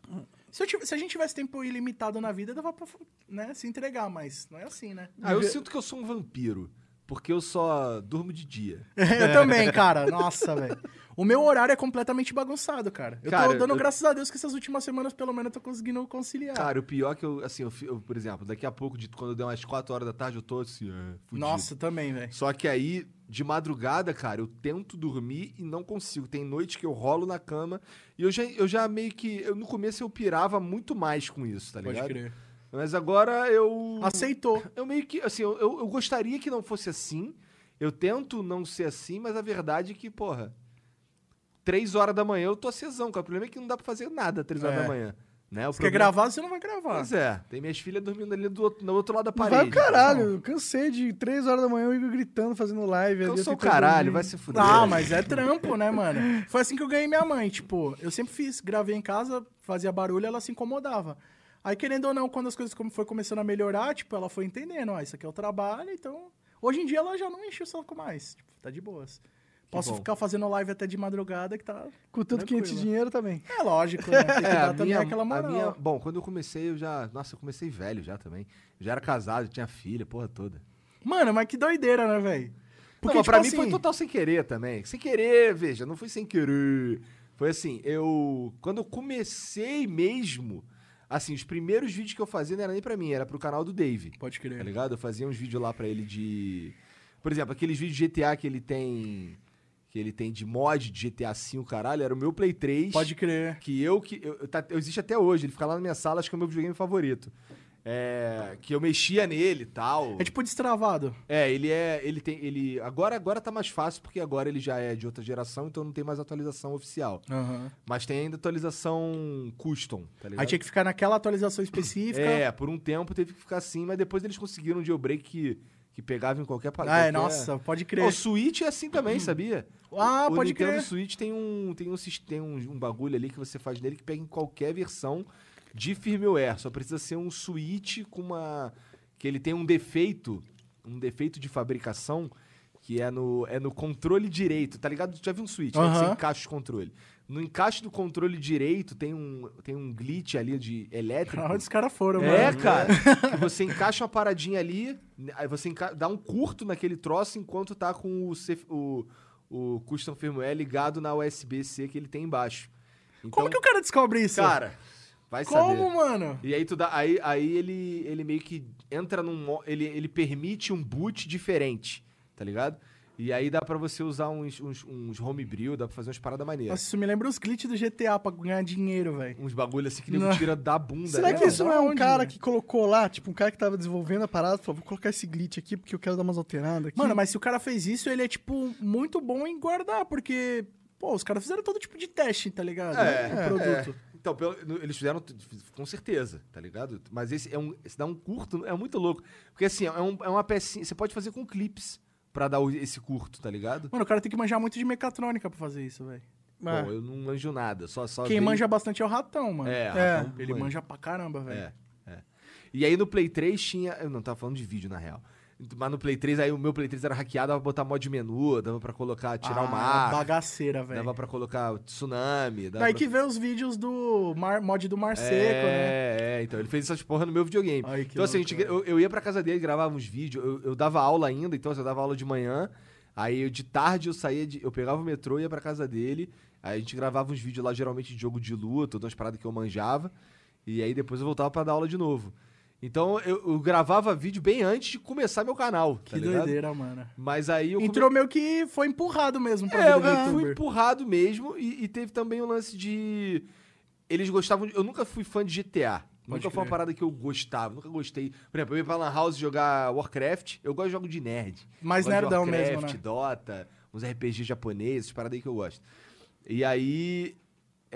[SPEAKER 5] Hum.
[SPEAKER 4] Se, eu tive- se a gente tivesse tempo ilimitado na vida, dava pra né, se entregar, mas não é assim, né?
[SPEAKER 2] Ah, eu sinto que eu sou um vampiro, porque eu só durmo de dia.
[SPEAKER 4] *laughs* eu também, cara. Nossa, velho. O meu horário é completamente bagunçado, cara. Eu
[SPEAKER 2] Cara,
[SPEAKER 4] tô dando
[SPEAKER 2] eu-
[SPEAKER 4] graças a Deus que essas últimas semanas, pelo menos, eu tô conseguindo conciliar.
[SPEAKER 2] Cara, o pior é que eu, assim, eu, fi- eu, por exemplo, daqui a pouco, de, quando der umas 4 horas da tarde, eu tô assim, é, fudido.
[SPEAKER 4] Nossa, também, velho.
[SPEAKER 2] Só que aí, de madrugada, cara, eu tento dormir e não consigo. Tem noite que eu rolo na cama e eu já, eu já meio que. Eu, no começo eu pirava muito mais com isso, tá ligado? Mas agora eu.
[SPEAKER 4] Aceitou.
[SPEAKER 2] Eu meio que. Assim, eu, eu, eu gostaria que não fosse assim. Eu tento não ser assim, mas a verdade é que, porra. Três horas da manhã eu tô acesão, cara. O problema é que não dá pra fazer nada três horas
[SPEAKER 4] É.
[SPEAKER 2] da manhã. Né? O
[SPEAKER 4] Você quer gravar, você não vai gravar.
[SPEAKER 2] Pois é. Tem minhas filhas dormindo ali do outro, no outro lado da
[SPEAKER 5] Vai
[SPEAKER 2] parede.
[SPEAKER 5] o caralho, eu cansei de 3 horas da manhã o Igor gritando, fazendo live. ali,
[SPEAKER 2] Eu
[SPEAKER 5] eu
[SPEAKER 2] sou o
[SPEAKER 5] tentando
[SPEAKER 2] caralho,
[SPEAKER 5] dormir.
[SPEAKER 2] vai se fuder.
[SPEAKER 4] Ah, mas é trampo, né, mano? Foi assim que eu ganhei minha mãe. Tipo, eu sempre fiz, gravei em casa, fazia barulho, ela se incomodava. Aí, querendo ou não, quando as coisas come- foi começando a melhorar, tipo, ela foi entendendo, ó, isso aqui é o trabalho, então. Hoje em dia ela já não enche o saco mais. Tipo, tá de boas. Posso
[SPEAKER 2] bom.
[SPEAKER 4] ficar fazendo live até de madrugada, que tá.
[SPEAKER 5] Com tanto
[SPEAKER 4] Tranquilo.
[SPEAKER 5] quente de dinheiro também.
[SPEAKER 4] É lógico, né? Tem que
[SPEAKER 2] *laughs* É,
[SPEAKER 4] dar
[SPEAKER 2] a
[SPEAKER 4] também
[SPEAKER 2] minha,
[SPEAKER 4] aquela
[SPEAKER 2] a
[SPEAKER 4] moral.
[SPEAKER 2] minha- Bom, quando eu comecei, eu já. Nossa, eu comecei velho já também. Já era casado, tinha filha, porra toda.
[SPEAKER 4] Mano, mas que doideira, né, velho?
[SPEAKER 2] Porque, não, mas pra mim
[SPEAKER 4] assim-
[SPEAKER 2] foi total sem querer também. Sem querer, veja, não foi sem querer. Foi assim, eu. Quando eu comecei mesmo, assim, os primeiros vídeos que eu fazia não era nem pra mim, era pro canal do Dave.
[SPEAKER 4] Pode
[SPEAKER 2] Tá
[SPEAKER 4] crer.
[SPEAKER 2] ligado? Eu fazia uns vídeos lá pra ele de. Por exemplo, aqueles vídeos de GTA que ele tem. Que ele tem de mod de GTA V, caralho, era o meu Play 3.
[SPEAKER 4] Pode crer.
[SPEAKER 2] Que eu que. Eu, eu tá- eu existe até hoje, ele fica lá na minha sala, acho que é o meu videogame favorito. É, que eu mexia nele e tal.
[SPEAKER 4] É tipo destravado.
[SPEAKER 2] É, ele é. Ele tem. Ele. Agora, agora tá mais fácil, porque agora ele já é de outra geração, então não tem mais atualização oficial. Mas tem ainda atualização custom, tá ligado?
[SPEAKER 4] Aí tinha que ficar naquela atualização específica.
[SPEAKER 2] É, por um tempo teve que ficar assim, mas depois eles conseguiram um jailbreak que, que pegava em qualquer parada.
[SPEAKER 4] Ah, é, nossa, pode crer.
[SPEAKER 2] O Switch é assim
[SPEAKER 4] *clears throat*
[SPEAKER 2] também, sabia?
[SPEAKER 4] Ah,
[SPEAKER 2] o
[SPEAKER 4] pode
[SPEAKER 2] Nintendo *laughs*
[SPEAKER 4] crer.
[SPEAKER 2] Switch tem um tem um sis- tem um, um bagulho ali que você faz nele que pega em qualquer versão de firmware. Só precisa ser um Switch com uma que ele tem um defeito, um defeito de fabricação que é no é no controle direito, tá ligado? Já viu um Switch, né, que você
[SPEAKER 4] Aham.
[SPEAKER 2] encaixa o controle. No encaixe do controle direito tem um tem um glitch ali de elétrico.
[SPEAKER 4] Pra onde os caras foram, mano?
[SPEAKER 2] É,
[SPEAKER 4] *laughs*
[SPEAKER 2] cara. que você encaixa uma paradinha ali, aí você enca- dá um curto naquele troço enquanto tá com o, cef- o, o custom firmware ligado na USB-C que ele tem embaixo. Então,
[SPEAKER 4] Como que é o cara descobre isso?
[SPEAKER 2] Cara, vai
[SPEAKER 4] Como,
[SPEAKER 2] saber.
[SPEAKER 4] mano?
[SPEAKER 2] E aí tu dá, aí, aí ele, ele meio que entra num, mo- ele, ele permite um boot diferente, tá ligado? E aí dá pra você usar uns, uns, uns homebrew, dá pra fazer umas paradas maneiras.
[SPEAKER 4] Nossa, isso me lembra os glitches do GTA pra ganhar dinheiro, velho.
[SPEAKER 2] Uns bagulho assim que
[SPEAKER 4] *laughs*
[SPEAKER 2] nego
[SPEAKER 4] Não.
[SPEAKER 2] tira da bunda.
[SPEAKER 5] Será
[SPEAKER 2] né?
[SPEAKER 5] que isso não é um
[SPEAKER 4] Onde,
[SPEAKER 5] cara
[SPEAKER 4] né?
[SPEAKER 5] que colocou lá, tipo, um cara que tava desenvolvendo a parada, falou, vou colocar esse glitch aqui porque eu quero dar umas alteradas aqui.
[SPEAKER 4] Mano, mas se o cara fez isso, ele é, tipo, muito bom em guardar, porque, pô, os caras fizeram todo tipo de teste, tá ligado?
[SPEAKER 2] É,
[SPEAKER 4] O produto.
[SPEAKER 2] Então, pelo- no- eles fizeram t- com certeza, tá ligado? Mas esse é um, esse dá um curto, é muito louco. Porque assim, é, um- é uma pecinha, você pode fazer com clipes pra dar o- esse curto, tá ligado?
[SPEAKER 4] Mano, o cara tem que manjar muito de mecatrônica pra fazer isso, velho.
[SPEAKER 5] Ah,
[SPEAKER 2] Bom, eu não manjo nada, só só
[SPEAKER 4] É. Quem
[SPEAKER 2] dei-
[SPEAKER 4] manja bastante é o ratão, mano.
[SPEAKER 2] É, Ratão
[SPEAKER 4] Ele
[SPEAKER 2] manja.
[SPEAKER 4] manja pra caramba, velho.
[SPEAKER 2] É, é. E aí no Play 3 tinha. Eu não tava falando de vídeo, na real. Mas no Play 3, aí o meu Play 3 era hackeado, dava pra botar mod menu, dava pra colocar, tirar o
[SPEAKER 4] Ah,
[SPEAKER 2] mar,
[SPEAKER 4] Bagaceira, velho.
[SPEAKER 2] dava pra colocar tsunami. Dava
[SPEAKER 4] Daí
[SPEAKER 2] pra...
[SPEAKER 4] que vê os vídeos do mar- mod do Mar
[SPEAKER 2] é,
[SPEAKER 4] Seco, né?
[SPEAKER 2] É, então, ele fez essas porra no meu videogame.
[SPEAKER 4] Ai, que
[SPEAKER 2] então, assim, a
[SPEAKER 4] louco,
[SPEAKER 2] gente- eu, eu ia pra casa dele, gravava uns vídeos, eu, eu dava aula ainda, então assim, eu dava aula de manhã, aí eu- de tarde eu saía, de- eu pegava o metrô, ia pra casa dele, aí a gente gravava uns vídeos lá, geralmente de jogo de luta, umas paradas que eu manjava, e aí depois eu voltava pra dar aula de novo. Então, eu, eu gravava vídeo bem antes de começar meu canal, tá
[SPEAKER 4] Que
[SPEAKER 2] ligado?
[SPEAKER 4] doideira, mano.
[SPEAKER 2] Mas aí eu
[SPEAKER 4] Entrou meio que foi empurrado mesmo pra
[SPEAKER 2] é, eu
[SPEAKER 4] vida do
[SPEAKER 2] fui
[SPEAKER 4] youtuber.
[SPEAKER 2] empurrado mesmo e, e teve também o lance de. Eles gostavam. de- Eu nunca fui fã de GTA.
[SPEAKER 4] Pode
[SPEAKER 2] nunca foi
[SPEAKER 4] crer.
[SPEAKER 2] uma parada que eu gostava, nunca gostei. Por exemplo, eu ia pra Lan House jogar Warcraft, eu gosto de jogo de nerd.
[SPEAKER 4] Mais
[SPEAKER 2] Eu gosto de
[SPEAKER 4] nerdão
[SPEAKER 2] Warcraft,
[SPEAKER 4] mesmo, né?
[SPEAKER 2] Dota, uns RPG japoneses, parada aí que eu gosto. E aí.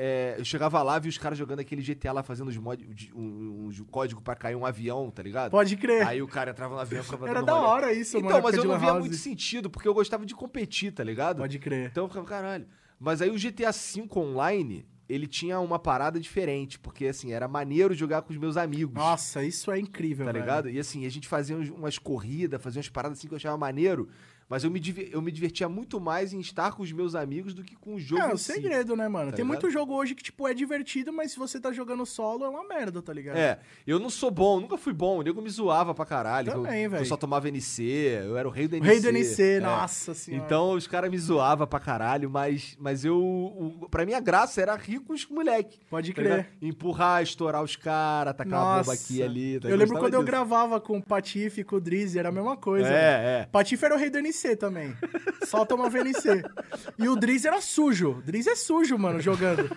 [SPEAKER 2] é, eu chegava lá, vi os caras jogando aquele GTA lá, fazendo os mod, de- um, um- um código pra cair um avião, tá ligado?
[SPEAKER 4] Pode crer.
[SPEAKER 2] Aí o cara entrava no avião e ficava
[SPEAKER 4] Era
[SPEAKER 2] dando
[SPEAKER 4] da
[SPEAKER 2] rolê.
[SPEAKER 4] hora isso, mano.
[SPEAKER 2] Então,
[SPEAKER 4] época
[SPEAKER 2] mas eu
[SPEAKER 4] de
[SPEAKER 2] não
[SPEAKER 4] lan
[SPEAKER 2] via
[SPEAKER 4] house.
[SPEAKER 2] muito sentido, porque eu gostava de competir, tá ligado?
[SPEAKER 4] Pode crer.
[SPEAKER 2] Então eu ficava, caralho. Mas aí o GTA V Online, ele tinha uma parada diferente, porque assim, era maneiro jogar com os meus amigos.
[SPEAKER 4] Nossa, isso é incrível,
[SPEAKER 2] Tá
[SPEAKER 4] velho.
[SPEAKER 2] ligado? E assim, a gente fazia uns- umas corridas, fazia umas paradas assim que eu achava maneiro, mas eu me, divi- eu me divertia muito mais em estar com os meus amigos do que com o jogo.
[SPEAKER 4] É,
[SPEAKER 2] em
[SPEAKER 4] o
[SPEAKER 2] si.
[SPEAKER 4] segredo, né, mano?
[SPEAKER 2] tá
[SPEAKER 4] Tem
[SPEAKER 2] ligado?
[SPEAKER 4] muito jogo hoje que, tipo, é divertido, mas se você tá jogando solo, é uma merda, tá ligado?
[SPEAKER 2] É, eu não sou bom, nunca fui bom, o nego me zoava pra caralho. que eu-
[SPEAKER 4] Também,
[SPEAKER 2] que eu,
[SPEAKER 4] velho.
[SPEAKER 2] só tomava NC, eu era o rei do
[SPEAKER 4] O
[SPEAKER 2] NC.
[SPEAKER 4] Rei do NC,
[SPEAKER 2] é.
[SPEAKER 4] nossa senhora.
[SPEAKER 2] Então os caras me zoavam pra caralho, mas, mas eu. O, pra minha graça era rir com os moleque.
[SPEAKER 4] Pode
[SPEAKER 2] tá
[SPEAKER 4] crer.
[SPEAKER 2] ligado? Empurrar, estourar os caras, tacar uma bomba
[SPEAKER 4] Nossa.
[SPEAKER 2] aqui e ali. tá?
[SPEAKER 4] Eu lembro
[SPEAKER 2] gostava
[SPEAKER 4] quando eu
[SPEAKER 2] disso.
[SPEAKER 4] gravava com o Patife, com o Drizzy, era a mesma coisa. velho.
[SPEAKER 2] É, é.
[SPEAKER 4] Patife era o rei do NC também. Só tomava NC. E o Drizzy era sujo. O Drizzy é sujo, mano, jogando.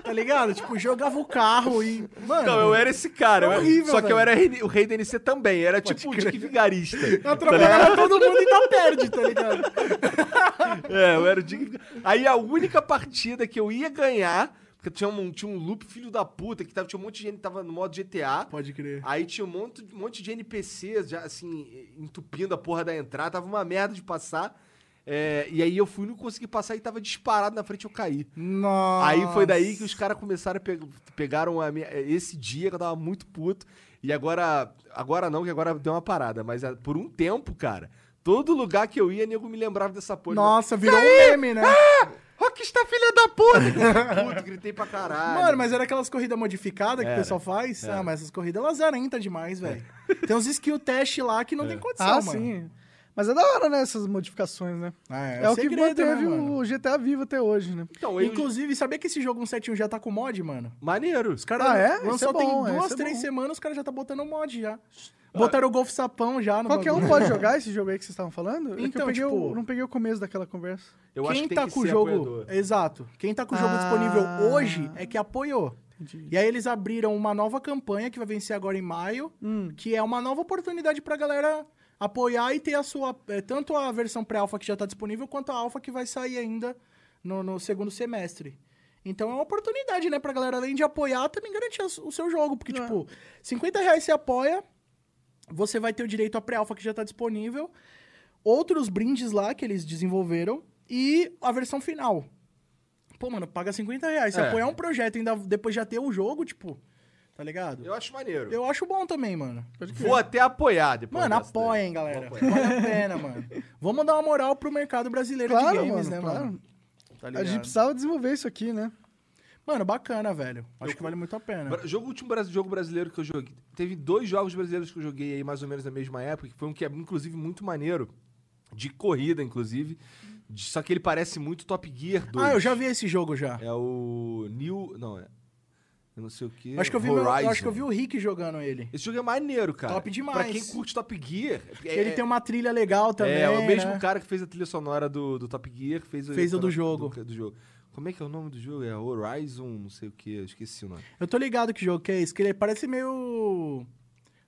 [SPEAKER 4] Tá ligado? Tipo, jogava o carro e. Mano.
[SPEAKER 2] Não, Então, eu era esse cara.
[SPEAKER 4] É
[SPEAKER 2] eu-
[SPEAKER 4] horrível,
[SPEAKER 2] só que eu
[SPEAKER 4] velho.
[SPEAKER 2] era rei- o rei do NC também. Era tipo o Dick Vigarista.
[SPEAKER 4] *laughs*
[SPEAKER 2] Tá
[SPEAKER 4] Atrapalhava todo mundo e ainda perde, tá ligado?
[SPEAKER 2] É, eu era o Dick Vigarista. Aí a única partida que eu ia ganhar, porque tinha um, tinha um loop filho da puta, que tava, tinha um monte de gente que tava no modo GTA.
[SPEAKER 4] Pode crer.
[SPEAKER 2] Aí tinha um monte, um monte de NPCs já, assim, entupindo a porra da entrada. Tava uma merda de passar. É, e aí eu fui, não consegui passar e tava disparado na frente, eu caí.
[SPEAKER 4] Nossa.
[SPEAKER 2] Aí foi daí que os caras começaram a pe pegaram a minha- esse dia que eu tava muito puto. E agora, agora não, que agora deu uma parada, mas ah, por um tempo, cara, todo lugar que eu ia, nego me lembrava dessa porra.
[SPEAKER 4] Nossa, virou um meme, né?
[SPEAKER 2] Rockstar, filha da puta! Puto, gritei pra caralho.
[SPEAKER 4] Mano, mas era aquelas corridas modificadas que o
[SPEAKER 2] Era,
[SPEAKER 4] pessoal faz? Ah, mas essas corridas elas arentam demais, velho. Tem uns skill test lá que não tem condição,
[SPEAKER 5] É. Ah,
[SPEAKER 4] mano.
[SPEAKER 5] sim. Mas é da hora, né, essas modificações, né?
[SPEAKER 4] Ah,
[SPEAKER 5] É, o que manteve
[SPEAKER 4] mano?
[SPEAKER 5] o GTA vivo até hoje, né?
[SPEAKER 2] então, eu-
[SPEAKER 4] Inclusive, sabia que esse jogo 171 já tá com mod, mano?
[SPEAKER 2] maneiro.
[SPEAKER 4] Os caras
[SPEAKER 5] Ah, é? Esse
[SPEAKER 4] lançou
[SPEAKER 5] é
[SPEAKER 4] tem
[SPEAKER 5] bom,
[SPEAKER 4] duas,
[SPEAKER 5] esse é
[SPEAKER 4] três
[SPEAKER 5] bom. Ah.
[SPEAKER 4] semanas, os caras já tá botando mod já. Botaram o Golf Sapão já no
[SPEAKER 5] Qualquer um
[SPEAKER 4] bagulho.
[SPEAKER 5] pode jogar esse jogo aí que vocês estavam falando? É que
[SPEAKER 4] Então,
[SPEAKER 5] eu peguei
[SPEAKER 4] tipo-
[SPEAKER 5] o- não peguei o começo daquela conversa.
[SPEAKER 2] Eu acho
[SPEAKER 4] Quem
[SPEAKER 2] que tem
[SPEAKER 4] tá
[SPEAKER 2] que
[SPEAKER 4] com o
[SPEAKER 2] ser
[SPEAKER 4] jogo.
[SPEAKER 2] apoiador.
[SPEAKER 4] Exato. Quem tá com o jogo
[SPEAKER 5] Ah.
[SPEAKER 4] disponível hoje é que apoiou.
[SPEAKER 5] Entendi.
[SPEAKER 4] E aí eles abriram uma nova campanha que vai vencer agora em maio, que é uma nova oportunidade pra galera apoiar e ter a sua. eh, tanto a versão pré-alfa que já tá disponível, quanto a alfa que vai sair ainda no, no segundo semestre. Então é uma oportunidade, né, pra galera, além de apoiar, também garantir as- o seu jogo. Porque, tipo, 50 reais você apoia, você vai ter o direito à pré-alfa que já tá disponível, outros brindes lá que eles desenvolveram e a versão final. Pô, mano, paga 50 reais. Se
[SPEAKER 2] É.
[SPEAKER 4] apoiar um projeto e ainda depois já ter o jogo, tipo, tá ligado? Eu,
[SPEAKER 2] Eu acho maneiro.
[SPEAKER 4] acho bom também, mano.
[SPEAKER 2] Vou até apoiar depois.
[SPEAKER 4] É. Mano,
[SPEAKER 2] dessa daí.
[SPEAKER 4] apoiem, galera. Vale a pena, mano. Vamos dar uma moral pro mercado brasileiro
[SPEAKER 5] Claro,
[SPEAKER 4] de games,
[SPEAKER 5] mano,
[SPEAKER 4] né,
[SPEAKER 5] claro.
[SPEAKER 4] mano? Tá
[SPEAKER 5] a gente
[SPEAKER 4] ligado?
[SPEAKER 5] precisava desenvolver isso aqui, né?
[SPEAKER 4] Mano, bacana, velho. Acho que vale muito a pena.
[SPEAKER 2] Bra- Jogo, o último bra- jogo brasileiro que eu joguei. Teve dois jogos brasileiros que eu joguei aí mais ou menos na mesma época, que foi um que é, inclusive, muito maneiro. De corrida, inclusive. De- só que ele parece muito Top Gear 2.
[SPEAKER 4] Ah, eu já vi esse jogo já.
[SPEAKER 2] É o New. Não, é. Eu não sei o que.
[SPEAKER 4] Eu acho que eu vi, meu- eu acho que eu vi o Rick jogando ele.
[SPEAKER 2] Esse jogo é maneiro, cara.
[SPEAKER 4] Top demais.
[SPEAKER 2] Pra quem curte Top Gear. é-
[SPEAKER 4] ele
[SPEAKER 2] é-
[SPEAKER 4] tem uma trilha legal também.
[SPEAKER 2] É, o mesmo
[SPEAKER 4] né?
[SPEAKER 2] cara que fez a trilha sonora do, do Top Gear fez,
[SPEAKER 4] Fez o do jogo.
[SPEAKER 2] Do, do jogo. Como é que é o nome do jogo? É Horizon, não sei o que, esqueci o nome.
[SPEAKER 4] Eu tô ligado que jogo que é esse, que ele parece meio.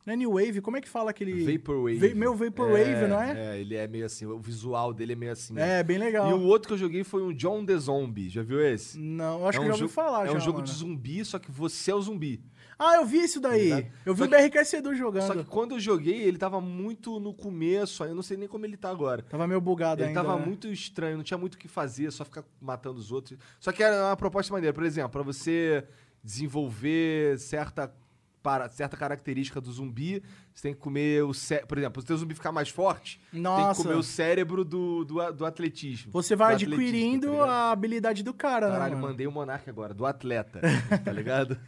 [SPEAKER 4] Não é New Wave? Como é que fala aquele.
[SPEAKER 2] Vaporwave.
[SPEAKER 4] Ve- Meu Vaporwave,
[SPEAKER 2] É,
[SPEAKER 4] não é?
[SPEAKER 2] É, ele é meio assim, o visual dele é meio assim.
[SPEAKER 4] É, bem legal.
[SPEAKER 2] E o outro que eu joguei foi o John the Zombie, já viu esse?
[SPEAKER 4] Não, eu acho
[SPEAKER 2] É
[SPEAKER 4] que eu
[SPEAKER 2] um
[SPEAKER 4] já ouvi
[SPEAKER 2] jogo-
[SPEAKER 4] falar.
[SPEAKER 2] É um
[SPEAKER 4] já,
[SPEAKER 2] jogo
[SPEAKER 4] mano.
[SPEAKER 2] de zumbi, só que você é o zumbi.
[SPEAKER 4] Ah, eu vi isso daí.
[SPEAKER 2] Tá ligado?
[SPEAKER 4] eu vi um
[SPEAKER 2] Só
[SPEAKER 4] o
[SPEAKER 2] que-
[SPEAKER 4] BRK Cedu
[SPEAKER 2] Só que
[SPEAKER 4] jogando.
[SPEAKER 2] quando eu joguei, ele tava muito no começo, aí eu não sei nem como ele tá agora.
[SPEAKER 4] Tava meio bugado
[SPEAKER 2] Ele
[SPEAKER 4] ainda.
[SPEAKER 2] tava
[SPEAKER 4] né?
[SPEAKER 2] muito estranho, não tinha muito o que fazer, só ficar matando os outros. Só que era uma proposta maneira, por exemplo, pra você desenvolver certa, para, certa característica do zumbi, você tem que comer o cérebro. Por exemplo, se o teu zumbi ficar mais forte, tem que
[SPEAKER 4] Nossa.
[SPEAKER 2] comer o cérebro do, do, a- do atletismo.
[SPEAKER 4] Você vai
[SPEAKER 2] do atletista,
[SPEAKER 4] adquirindo
[SPEAKER 2] tá ligado?
[SPEAKER 4] a habilidade do cara,
[SPEAKER 2] Caralho,
[SPEAKER 4] né? Mano?
[SPEAKER 2] mandei o Monark agora, do
[SPEAKER 4] *laughs*
[SPEAKER 2] atleta, tá ligado?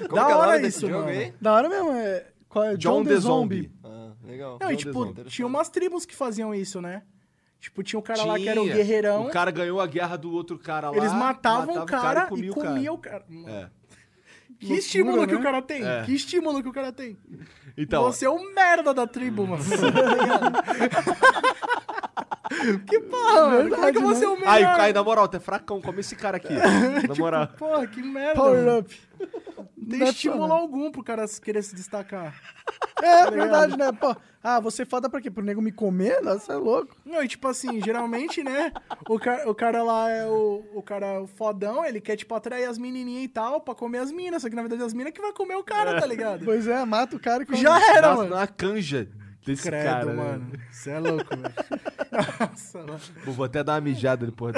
[SPEAKER 6] Como
[SPEAKER 4] Da
[SPEAKER 6] que é o nome
[SPEAKER 4] hora
[SPEAKER 6] desse
[SPEAKER 4] isso,
[SPEAKER 6] jogo
[SPEAKER 4] mano.
[SPEAKER 6] aí?
[SPEAKER 5] Da hora mesmo, é. Qual é?
[SPEAKER 2] John, the Zombie.
[SPEAKER 6] Ah, legal.
[SPEAKER 4] Não, e
[SPEAKER 6] Meu
[SPEAKER 4] tipo,
[SPEAKER 6] Deus, mano,
[SPEAKER 4] tinha umas tribos que faziam isso, né? Tipo, tinha um cara lá que
[SPEAKER 2] Tinha.
[SPEAKER 4] era o guerreirão.
[SPEAKER 2] O cara ganhou a guerra do outro cara lá.
[SPEAKER 4] Eles matavam
[SPEAKER 2] matava
[SPEAKER 4] o cara
[SPEAKER 2] e comia
[SPEAKER 4] e
[SPEAKER 2] o cara.
[SPEAKER 4] comiam o cara. Mano,
[SPEAKER 2] É.
[SPEAKER 4] Que estímulo que
[SPEAKER 5] né?
[SPEAKER 4] o cara tem. Que estímulo que o cara tem.
[SPEAKER 2] Então,
[SPEAKER 4] Você é um merda da tribo, mano. *laughs* que porra, mano. Como é que você é o melhor? Tipo,
[SPEAKER 2] Ai, ai,
[SPEAKER 4] *laughs*
[SPEAKER 2] na moral, tu é fracão, come esse cara aqui. na moral.
[SPEAKER 4] Porra, que merda. mano.
[SPEAKER 5] Power Up.
[SPEAKER 4] Não tem
[SPEAKER 5] That's
[SPEAKER 4] estímulo
[SPEAKER 5] all, né?
[SPEAKER 4] algum pro cara se- querer se destacar. Tá
[SPEAKER 5] É verdade, né? Pô, ah, você foda pra quê? Pro nego me comer? Nossa, é louco.
[SPEAKER 4] Não, e tipo assim, geralmente, né? O cara, o cara lá é o, o cara fodão, ele quer, tipo, atrair as menininhas e tal pra comer as minas. Só que na verdade as minas que vai comer o cara, tá ligado?
[SPEAKER 5] Pois é, mata o cara e come.
[SPEAKER 4] Já era,
[SPEAKER 2] Nossa,
[SPEAKER 4] mano.
[SPEAKER 2] na canja desse
[SPEAKER 4] Credo,
[SPEAKER 2] cara. né?
[SPEAKER 4] mano. Você é louco, velho. *laughs* Nossa, mano.
[SPEAKER 2] Pô, vou até dar uma mijada ali, porra.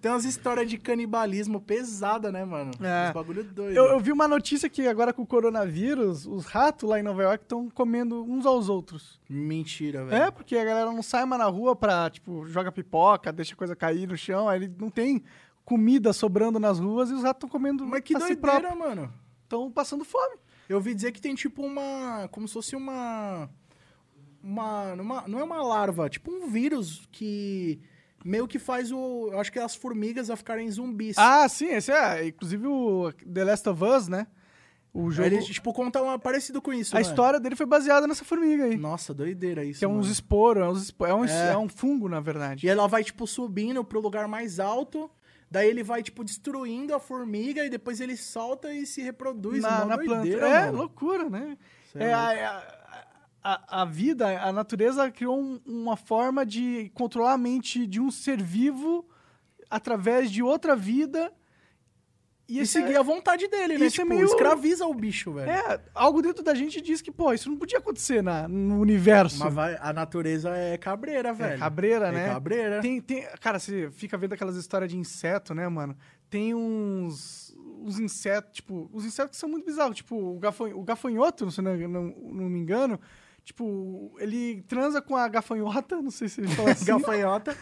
[SPEAKER 4] Tem umas histórias de canibalismo pesada, né, mano?
[SPEAKER 5] É.
[SPEAKER 4] Uns bagulho doido.
[SPEAKER 5] Eu, eu vi uma notícia que agora com o coronavírus, os ratos lá em Nova York estão comendo uns aos outros.
[SPEAKER 4] Mentira, velho.
[SPEAKER 5] É, porque a galera não sai mais na rua pra, tipo, joga pipoca, deixa coisa cair no chão, aí ele não tem comida sobrando nas ruas e os ratos estão comendo
[SPEAKER 4] Mas que
[SPEAKER 5] a si
[SPEAKER 4] doideira,
[SPEAKER 5] próprio.
[SPEAKER 4] mano.
[SPEAKER 5] Estão passando fome.
[SPEAKER 4] Eu ouvi dizer que tem tipo uma. Como se fosse uma. Uma. numa- não é uma larva, tipo um vírus que meio que faz o. Eu acho que as formigas a ficarem zumbis.
[SPEAKER 5] Ah, sim, esse é, inclusive o The Last of Us, né? O
[SPEAKER 4] Aí
[SPEAKER 5] jogo,
[SPEAKER 4] Eles, tipo, contam uma, parecido com isso.
[SPEAKER 5] a
[SPEAKER 4] né?
[SPEAKER 5] história dele foi baseada nessa formiga aí.
[SPEAKER 4] Nossa, doideira isso.
[SPEAKER 5] Que é uns
[SPEAKER 4] mano.
[SPEAKER 5] esporos, é, uns espo- é um,
[SPEAKER 4] É.
[SPEAKER 5] é um fungo, na verdade.
[SPEAKER 4] E ela vai, tipo, subindo pro lugar mais alto. Daí ele vai, tipo, destruindo a formiga e depois ele solta e se reproduz.
[SPEAKER 5] na,
[SPEAKER 4] Mó
[SPEAKER 5] na planta.
[SPEAKER 4] doideira,
[SPEAKER 5] é,
[SPEAKER 4] mano.
[SPEAKER 5] loucura, né?
[SPEAKER 4] é
[SPEAKER 5] É, a, a- a- a vida, a natureza criou um- uma forma de controlar a mente de um ser vivo através de outra vida e,
[SPEAKER 4] E
[SPEAKER 5] esse
[SPEAKER 4] seguir a vontade dele, né?
[SPEAKER 5] é- isso é
[SPEAKER 4] tipo,
[SPEAKER 5] meio-
[SPEAKER 4] escraviza o bicho, velho.
[SPEAKER 5] é, algo dentro da gente diz que, pô, isso não podia acontecer na, no universo.
[SPEAKER 4] Mas vai- a natureza é cabreira, velho.
[SPEAKER 5] É cabreira, né?
[SPEAKER 4] É cabreira.
[SPEAKER 5] Tem, tem, cara, você fica vendo aquelas histórias de inseto, né, mano? Tem uns, uns insetos, tipo, os insetos que são muito bizarros. Tipo, o, gafan- o gafanhoto, se não, não, não me engano, tipo, ele transa com a gafanhota, não sei se ele
[SPEAKER 4] *laughs*
[SPEAKER 5] fala assim.
[SPEAKER 4] Gafanhota.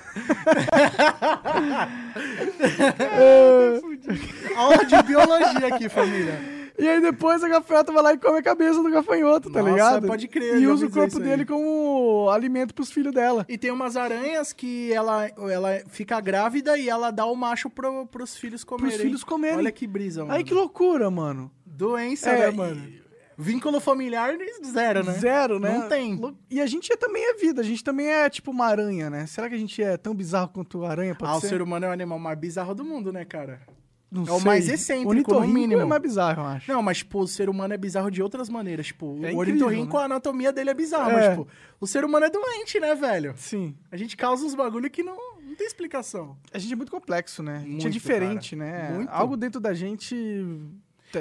[SPEAKER 5] É,
[SPEAKER 4] *laughs* Aula de biologia aqui, família.
[SPEAKER 5] *laughs* e aí depois a gafanhota vai lá e come a cabeça do gafanhoto, tá
[SPEAKER 4] Nossa,
[SPEAKER 5] ligado?
[SPEAKER 4] pode crer, eu
[SPEAKER 5] E
[SPEAKER 4] já
[SPEAKER 5] usa o
[SPEAKER 4] vi
[SPEAKER 5] corpo
[SPEAKER 4] isso aí.
[SPEAKER 5] dele como alimento pros filhos dela.
[SPEAKER 4] E tem umas aranhas que ela, ela fica grávida e ela dá o macho pro, pros filhos comerem.
[SPEAKER 5] filhos comerem.
[SPEAKER 4] Olha que brisa, Então, mano.
[SPEAKER 5] Aí que loucura, mano.
[SPEAKER 4] Doença,
[SPEAKER 5] É,
[SPEAKER 4] né, mano? Vínculo familiar zero, né?
[SPEAKER 5] Zero, né?
[SPEAKER 4] Não tem.
[SPEAKER 5] Lou- E a gente é, também é vida, a gente também é tipo uma aranha, né? Será que a gente é tão bizarro quanto a aranha pode
[SPEAKER 4] Ah, o
[SPEAKER 5] ser?
[SPEAKER 4] ser humano é o animal mais bizarro do mundo, né, cara?
[SPEAKER 5] Não
[SPEAKER 4] é o mais excêntrico, no
[SPEAKER 5] Ornitorrinco
[SPEAKER 4] mínimo.
[SPEAKER 5] é mais bizarro, eu acho.
[SPEAKER 4] Não, mas, tipo, o ser humano é bizarro de outras maneiras. Tipo,
[SPEAKER 5] É
[SPEAKER 4] o
[SPEAKER 5] incrível,
[SPEAKER 4] ornitorrinco,
[SPEAKER 5] né?
[SPEAKER 4] a anatomia dele é bizarra,
[SPEAKER 5] É.
[SPEAKER 4] mas, tipo, o ser humano é doente, né, velho?
[SPEAKER 5] Sim.
[SPEAKER 4] A gente causa uns bagulho que não, não tem explicação.
[SPEAKER 5] A gente é muito complexo, né? A gente é
[SPEAKER 4] Muito,
[SPEAKER 5] diferente, né?
[SPEAKER 4] Muito.
[SPEAKER 5] Algo dentro da gente...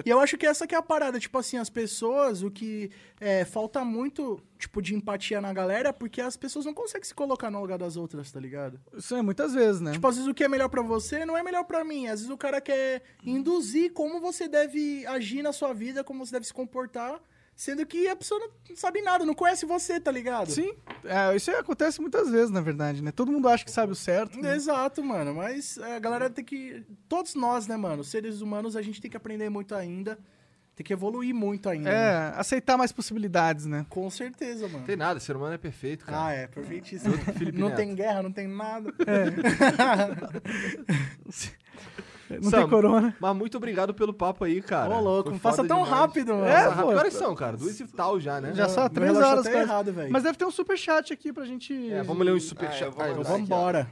[SPEAKER 4] E eu acho que essa que é a parada, tipo assim, as pessoas, o que é, falta muito, tipo, de empatia na galera, é porque as pessoas não conseguem se colocar no lugar das outras, tá ligado?
[SPEAKER 5] Isso é muitas vezes, né?
[SPEAKER 4] Tipo, às vezes o que é melhor pra você não é melhor pra mim. Às vezes o cara quer induzir como você deve agir na sua vida, como você deve se comportar, sendo que a pessoa não sabe nada, não conhece você, tá ligado?
[SPEAKER 5] Sim. É, isso acontece muitas vezes, na verdade, né? Todo mundo acha que sabe o certo. né?
[SPEAKER 4] Exato, mano. Mas é, a galera tem que. Todos nós, né, mano? Seres humanos, a gente tem que aprender muito ainda. Tem que evoluir muito ainda. né?
[SPEAKER 5] É, aceitar mais possibilidades, né?
[SPEAKER 4] *laughs* Com certeza, mano.
[SPEAKER 2] Não tem nada, ser humano é perfeito, cara.
[SPEAKER 4] Ah, é, perfeitíssimo.
[SPEAKER 2] Felipe
[SPEAKER 4] não
[SPEAKER 2] Neto.
[SPEAKER 4] tem guerra, não tem nada. *laughs*
[SPEAKER 5] Não
[SPEAKER 2] Sam,
[SPEAKER 5] tem corona.
[SPEAKER 2] Mas muito obrigado pelo papo aí, cara.
[SPEAKER 4] é. Ô, louco,
[SPEAKER 2] Foi
[SPEAKER 4] passa
[SPEAKER 2] foda
[SPEAKER 4] tão
[SPEAKER 2] demais.
[SPEAKER 4] rápido, mano.
[SPEAKER 2] Passa
[SPEAKER 5] É,
[SPEAKER 2] rápido.
[SPEAKER 5] pô.
[SPEAKER 2] Que horas são, cara? Duas e tal já, né?
[SPEAKER 5] Já são
[SPEAKER 4] meu
[SPEAKER 5] três
[SPEAKER 4] relógio
[SPEAKER 5] horas,
[SPEAKER 4] tá
[SPEAKER 5] cara.
[SPEAKER 4] errado, velho.
[SPEAKER 5] Mas deve ter um superchat aqui pra gente...
[SPEAKER 2] É, vamos ler um super
[SPEAKER 6] Ah,
[SPEAKER 2] chat.
[SPEAKER 6] eu vou mandar.
[SPEAKER 2] vamos...
[SPEAKER 4] Vamos embora.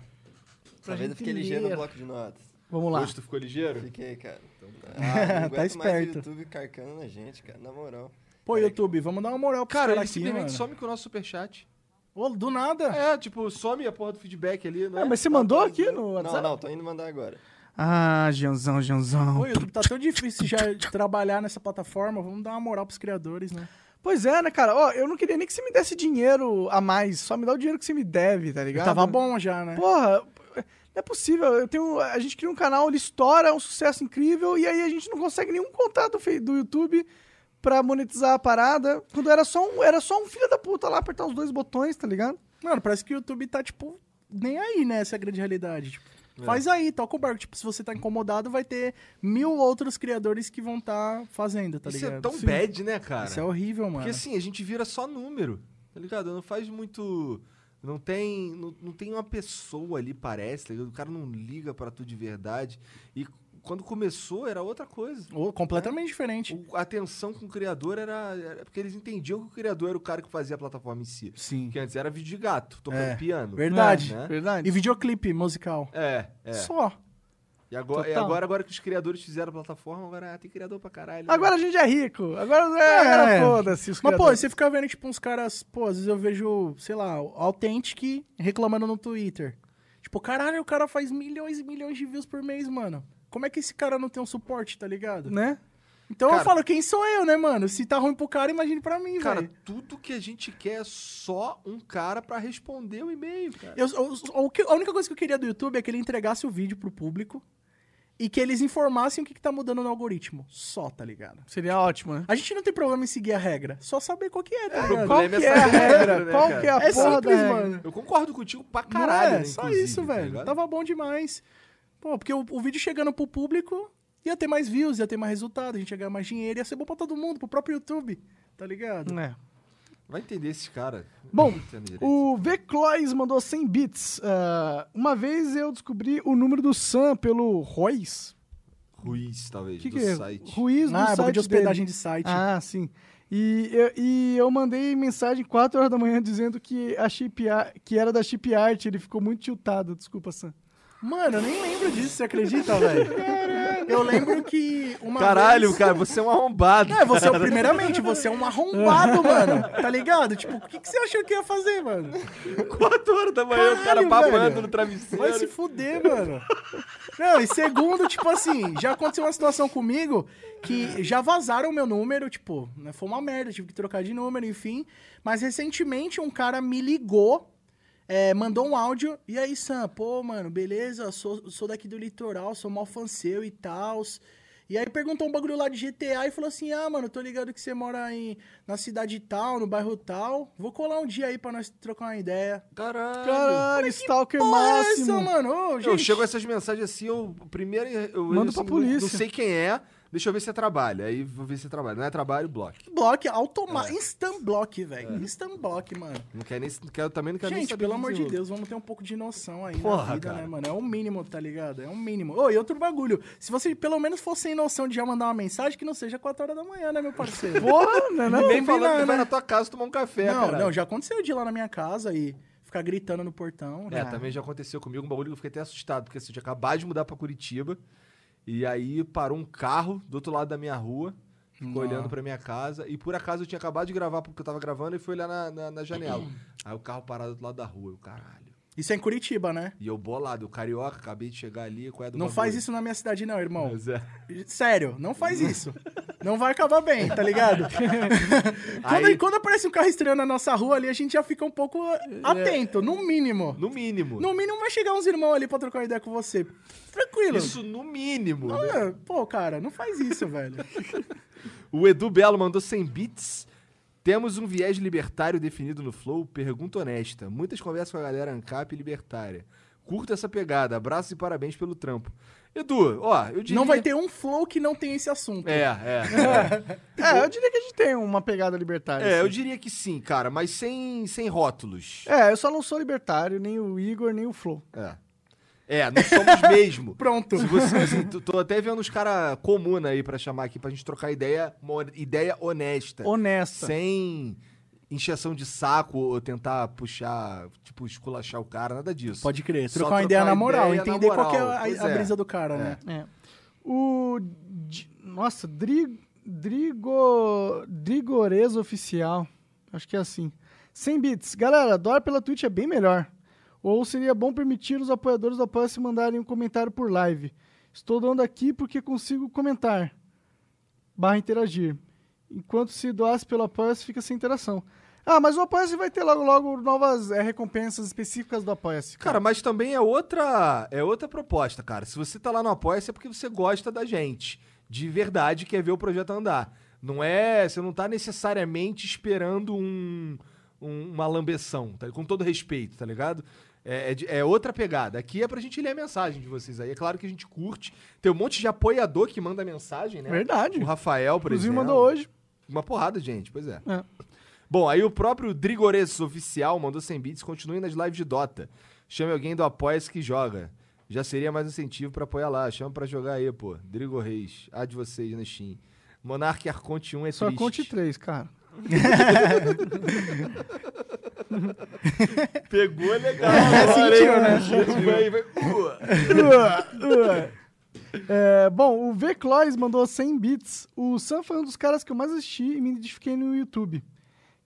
[SPEAKER 6] Dessa vez eu
[SPEAKER 5] gente
[SPEAKER 6] fiquei ligeiro
[SPEAKER 5] ler.
[SPEAKER 6] no bloco de notas.
[SPEAKER 5] Vamos lá.
[SPEAKER 2] Gosto ficou ligeiro?
[SPEAKER 6] Fiquei, cara. Ah, não
[SPEAKER 4] *laughs* Tá
[SPEAKER 6] aguento mais o
[SPEAKER 4] esperto.
[SPEAKER 6] YouTube carcando na gente, cara, na moral.
[SPEAKER 4] Pô, YouTube, vamos dar uma moral pros
[SPEAKER 2] Cara,
[SPEAKER 4] caras
[SPEAKER 2] ele
[SPEAKER 4] aqui, né,
[SPEAKER 2] simplesmente
[SPEAKER 4] mano.
[SPEAKER 2] some com o nosso superchat.
[SPEAKER 4] Ô, do nada.
[SPEAKER 2] É, tipo, some a porra do feedback ali, né?
[SPEAKER 5] Ah, mas você mandou aqui no WhatsApp?
[SPEAKER 6] Não, não, tô indo mandar agora.
[SPEAKER 5] Ah, Janzão, Janzão.
[SPEAKER 4] Pô, YouTube, tá tão difícil já de trabalhar nessa plataforma. Vamos dar uma moral pros criadores, né?
[SPEAKER 5] Pois é, né, cara? Ó, eu não queria nem que você me desse dinheiro a mais. Só me dá o dinheiro que você me deve, tá ligado?
[SPEAKER 4] Tava bom já, né?
[SPEAKER 5] Porra, não é possível. Eu tenho, a gente cria um canal, ele estoura, é um sucesso incrível, e aí a gente não consegue nenhum contato fe- do YouTube pra monetizar a parada. Quando era só um, era só um filho da puta lá apertar os dois botões, tá ligado?
[SPEAKER 4] Mano, parece que o YouTube tá, tipo, nem aí, né? Essa é a grande realidade. Tipo,
[SPEAKER 2] É.
[SPEAKER 4] Faz aí, toca o barco. Tipo, se você tá incomodado, vai ter mil outros criadores que vão tá fazendo, tá
[SPEAKER 2] Isso
[SPEAKER 4] ligado?
[SPEAKER 2] é tão
[SPEAKER 4] Sim.
[SPEAKER 2] bad, né, cara?
[SPEAKER 4] Isso é horrível, mano.
[SPEAKER 2] Porque assim, a gente vira só número, tá ligado? Não faz muito. Não tem, não, não tem uma pessoa ali, parece, tá ligado? O cara não liga pra tu de verdade. E quando começou, era outra coisa.
[SPEAKER 4] Ô, completamente diferente.
[SPEAKER 2] O- a atenção com o criador era, era- Porque eles entendiam que o criador era o cara que fazia a plataforma em si.
[SPEAKER 4] Sim.
[SPEAKER 2] Que antes era vídeo de gato, tocando
[SPEAKER 4] É,
[SPEAKER 2] piano.
[SPEAKER 4] Verdade.
[SPEAKER 2] Né?
[SPEAKER 5] Verdade.
[SPEAKER 4] E videoclipe musical.
[SPEAKER 2] É, é.
[SPEAKER 4] Só.
[SPEAKER 2] E agora, e
[SPEAKER 5] Total.
[SPEAKER 2] agora, agora que os criadores fizeram a plataforma, agora ah, tem criador pra caralho. né?
[SPEAKER 5] Agora a gente é rico. Agora é, agora
[SPEAKER 4] É.
[SPEAKER 5] foda-se. os
[SPEAKER 4] Mas, pô,
[SPEAKER 5] criadores.
[SPEAKER 4] você fica vendo, tipo, uns caras, pô, às vezes eu vejo, sei lá, o Authentic reclamando no Twitter. Tipo, caralho, o cara faz milhões e milhões de views por mês, mano. Como é que esse cara não tem um suporte, tá ligado?
[SPEAKER 5] né?
[SPEAKER 4] Então
[SPEAKER 2] Cara-
[SPEAKER 4] eu falo, quem sou eu, né, mano? Se tá ruim pro cara, imagine pra
[SPEAKER 5] é
[SPEAKER 4] mim,
[SPEAKER 2] Cara,
[SPEAKER 4] velho.
[SPEAKER 2] tudo que a gente quer é só um cara pra responder o e-mail, cara.
[SPEAKER 4] Eu, eu- o que- a única coisa que eu queria do YouTube é que ele entregasse o vídeo pro público e que eles informassem o que, que tá mudando no algoritmo. Só, tá ligado?
[SPEAKER 5] Seria ótimo, né?
[SPEAKER 4] A gente não tem problema em seguir a regra, só saber qual que é, tá ligado?
[SPEAKER 5] Qual que é a regra?
[SPEAKER 2] né,
[SPEAKER 5] Qual
[SPEAKER 2] cara?
[SPEAKER 5] que é a
[SPEAKER 4] É
[SPEAKER 5] porra da
[SPEAKER 4] simples,
[SPEAKER 5] regra?
[SPEAKER 4] mano.
[SPEAKER 2] Eu concordo contigo pra
[SPEAKER 4] Não
[SPEAKER 2] caralho,
[SPEAKER 4] é,
[SPEAKER 2] né,
[SPEAKER 4] só
[SPEAKER 2] inclusive,
[SPEAKER 4] isso,
[SPEAKER 2] tá
[SPEAKER 4] velho.
[SPEAKER 2] ligado?
[SPEAKER 4] Tava bom demais. Pô, porque o, o vídeo chegando pro público ia ter mais views, ia ter mais resultado, a gente ia ganhar mais dinheiro, ia ser bom pra todo mundo, pro próprio YouTube, tá ligado?
[SPEAKER 5] É.
[SPEAKER 2] Vai entender esse cara.
[SPEAKER 5] Bom,
[SPEAKER 2] Não entendo direito.
[SPEAKER 5] O V. Clois mandou 100 bits. Ah, uma vez eu descobri o número do Sam pelo Royce.
[SPEAKER 2] Ruiz, talvez,
[SPEAKER 5] O que,
[SPEAKER 2] do
[SPEAKER 5] que é?
[SPEAKER 2] site.
[SPEAKER 5] Ruiz do
[SPEAKER 4] ah,
[SPEAKER 5] site
[SPEAKER 4] bagulho de hospedagem
[SPEAKER 5] dele.
[SPEAKER 4] de site.
[SPEAKER 5] Ah, sim. E eu, e eu mandei mensagem 4 horas da manhã dizendo que, a chip Ar- que era da Chip Art. Ele ficou muito tiltado. Desculpa, Sam.
[SPEAKER 4] Mano, eu nem lembro disso, você
[SPEAKER 5] *laughs*
[SPEAKER 4] acredita, velho? Eu lembro que uma
[SPEAKER 2] Caralho,
[SPEAKER 4] vez...
[SPEAKER 2] cara, você é um
[SPEAKER 5] *laughs*
[SPEAKER 2] arrombado.
[SPEAKER 4] É, você, é o- primeiramente, você é um arrombado, mano. Tá ligado? Tipo, o que, que você achou que ia fazer, mano?
[SPEAKER 2] 4 horas da manhã, o cara
[SPEAKER 4] Caralho,
[SPEAKER 2] babando
[SPEAKER 4] velho.
[SPEAKER 2] no travesseiro.
[SPEAKER 4] Vai se fuder, mano. Não, e segundo, tipo assim, já aconteceu uma situação comigo que já vazaram o meu número, tipo, né, foi uma merda, tive que trocar de número, enfim. Mas recentemente um cara me ligou, é, mandou um áudio, e aí, Sam, pô, mano, beleza, sou, sou daqui do litoral, sou malfan seu e tal. E aí perguntou um bagulho lá de GTA e falou assim: Ah, mano, tô ligado que você mora em, na cidade tal, no bairro tal. Vou colar um dia aí pra nós trocar uma ideia.
[SPEAKER 2] Caralho.
[SPEAKER 5] Caralho, Stalker
[SPEAKER 4] Porra, é
[SPEAKER 5] máximo.
[SPEAKER 4] essa, mano? Ô,
[SPEAKER 2] Eu
[SPEAKER 4] gente.
[SPEAKER 2] chego essas mensagens assim, eu primeiro eu
[SPEAKER 5] Manda pra
[SPEAKER 2] assim,
[SPEAKER 5] polícia.
[SPEAKER 2] Não, não sei quem é, deixa eu ver se é trabalho. Aí vou ver se é trabalho. Não é trabalho, bloco.
[SPEAKER 4] Block,
[SPEAKER 2] É.
[SPEAKER 4] automático. Instant block, velho. Instant block, mano.
[SPEAKER 2] Não quer nem não quero também não quero nem
[SPEAKER 4] Gente,
[SPEAKER 2] saber
[SPEAKER 4] pelo
[SPEAKER 2] do
[SPEAKER 4] amor de
[SPEAKER 2] desenrolar.
[SPEAKER 4] Deus, vamos ter um pouco de noção aí na
[SPEAKER 2] Porra,
[SPEAKER 4] vida,
[SPEAKER 2] cara.
[SPEAKER 4] né, mano? É o mínimo, tá ligado? É o mínimo. Ô, e outro bagulho. Se você pelo menos fosse sem noção de já mandar uma mensagem, que não seja 4 horas da manhã, né,
[SPEAKER 2] *laughs*
[SPEAKER 4] meu parceiro?
[SPEAKER 5] Porra,
[SPEAKER 4] é
[SPEAKER 5] né? né?
[SPEAKER 2] Nem falando
[SPEAKER 4] combinar,
[SPEAKER 2] que vai
[SPEAKER 4] né?
[SPEAKER 2] na tua casa tomar um café,
[SPEAKER 4] não,
[SPEAKER 2] cara.
[SPEAKER 4] não, já aconteceu de ir lá na minha casa e ficar gritando no portão.
[SPEAKER 2] É,
[SPEAKER 4] né?
[SPEAKER 2] também já aconteceu comigo um bagulho que eu fiquei até assustado, porque assim, eu tinha acabado de mudar pra Curitiba. E aí parou um carro do outro lado da minha rua, ficou olhando pra minha casa. E por acaso eu tinha acabado de gravar porque eu tava gravando e foi olhar na, na, na
[SPEAKER 4] *clears throat*
[SPEAKER 2] janela. aí o carro parado do outro lado da rua, eu, caralho.
[SPEAKER 4] Isso é em Curitiba, né?
[SPEAKER 2] E eu bolado, eu carioca, acabei de chegar ali, qual é do
[SPEAKER 4] Não
[SPEAKER 2] bagulho?
[SPEAKER 4] faz isso na minha cidade, não, irmão.
[SPEAKER 2] Mas é.
[SPEAKER 4] Sério, não faz isso. Não vai acabar bem, tá ligado?
[SPEAKER 2] *laughs*
[SPEAKER 4] quando,
[SPEAKER 2] Aí- É.
[SPEAKER 4] quando aparece um carro estranho na nossa rua ali, a gente já fica um pouco atento, no mínimo.
[SPEAKER 2] No mínimo.
[SPEAKER 4] No mínimo vai chegar uns irmãos ali pra trocar uma ideia com você. Tranquilo.
[SPEAKER 2] Isso no mínimo. né?
[SPEAKER 4] Ah, Pô, cara, não faz isso,
[SPEAKER 2] *laughs*
[SPEAKER 4] velho.
[SPEAKER 2] O Edu Belo mandou 100 bits. Temos um viés libertário definido no Flow? Pergunta honesta. Muitas conversas com a galera ANCAP e libertária. Curta essa pegada. Abraços e parabéns pelo trampo. Edu, ó, eu diria...
[SPEAKER 4] Não vai ter um flow que não tem esse
[SPEAKER 2] *laughs*
[SPEAKER 4] assunto. *laughs*
[SPEAKER 2] É, é.
[SPEAKER 5] É, eu diria que a gente tem uma pegada libertária.
[SPEAKER 2] É, é eu
[SPEAKER 5] assim.
[SPEAKER 2] diria que sim, cara, mas sem, sem rótulos.
[SPEAKER 5] É, eu só não sou libertário, nem o Igor, nem o Flow.
[SPEAKER 2] É. É, nós somos mesmo.
[SPEAKER 4] Pronto.
[SPEAKER 2] Se você, assim, tô- tô até vendo os caras comuna aí pra chamar aqui pra gente trocar ideia, uma ideia é honesta.
[SPEAKER 5] Honesta.
[SPEAKER 2] sem encheção de saco ou tentar puxar, tipo, esculachar o cara, nada disso.
[SPEAKER 4] Pode crer.
[SPEAKER 2] Só
[SPEAKER 4] Trocar uma ideia
[SPEAKER 2] trocar
[SPEAKER 4] na moral,
[SPEAKER 2] ideia na
[SPEAKER 4] entender qual que é
[SPEAKER 2] moral,
[SPEAKER 4] a-
[SPEAKER 2] pois
[SPEAKER 4] a,
[SPEAKER 2] é.
[SPEAKER 4] brisa do cara, né?
[SPEAKER 5] É. O. Di- Nossa, Dri... Drigo... Drigoreza Oficial. Acho que é assim. 100 bits. Galera, doar pela Twitch é bem melhor. Ou seria bom permitir os apoiadores do apoia se mandarem um comentário por live. Estou dando aqui porque consigo comentar. Barra interagir. Enquanto se doasse pelo apoia se fica sem interação. Ah, mas o Apoia-se vai ter logo logo novas é, recompensas específicas do Apoia-se.
[SPEAKER 2] Cara, mas também é outra, é outra proposta, cara. Se você tá lá no Apoia-se é porque você gosta da gente. De verdade, quer ver o projeto andar. Não é. Você não tá necessariamente esperando um, um- uma lambeção, tá? com todo respeito, tá ligado? É, é de- é outra pegada. Aqui é pra gente ler a mensagem de vocês aí. É claro que a gente curte. Tem um monte de apoiador que manda mensagem, né?
[SPEAKER 5] Verdade.
[SPEAKER 2] O Rafael, por
[SPEAKER 5] Inclusive
[SPEAKER 2] exemplo.
[SPEAKER 5] mandou hoje.
[SPEAKER 2] Uma porrada, gente, pois é.
[SPEAKER 5] É.
[SPEAKER 2] Bom, aí o próprio Drigores Oficial mandou 100 bits, continue nas lives de Dota. Chame alguém do Apoia-se que joga. Já seria mais incentivo pra apoiar lá. Chama pra jogar aí, pô. Drigo Reis, a de vocês na Steam. Monark Arconte 1 é
[SPEAKER 5] Só
[SPEAKER 2] triste.
[SPEAKER 5] conte
[SPEAKER 2] *laughs*
[SPEAKER 5] três, cara.
[SPEAKER 2] Pegou é legal
[SPEAKER 4] É,
[SPEAKER 2] né? agora, hein?
[SPEAKER 4] né?
[SPEAKER 2] Tipo, Vai, vai. Ua.
[SPEAKER 5] É, bom, o V. Clois mandou 100 bits. O Sam foi um dos caras que eu mais assisti e me identifiquei no YouTube.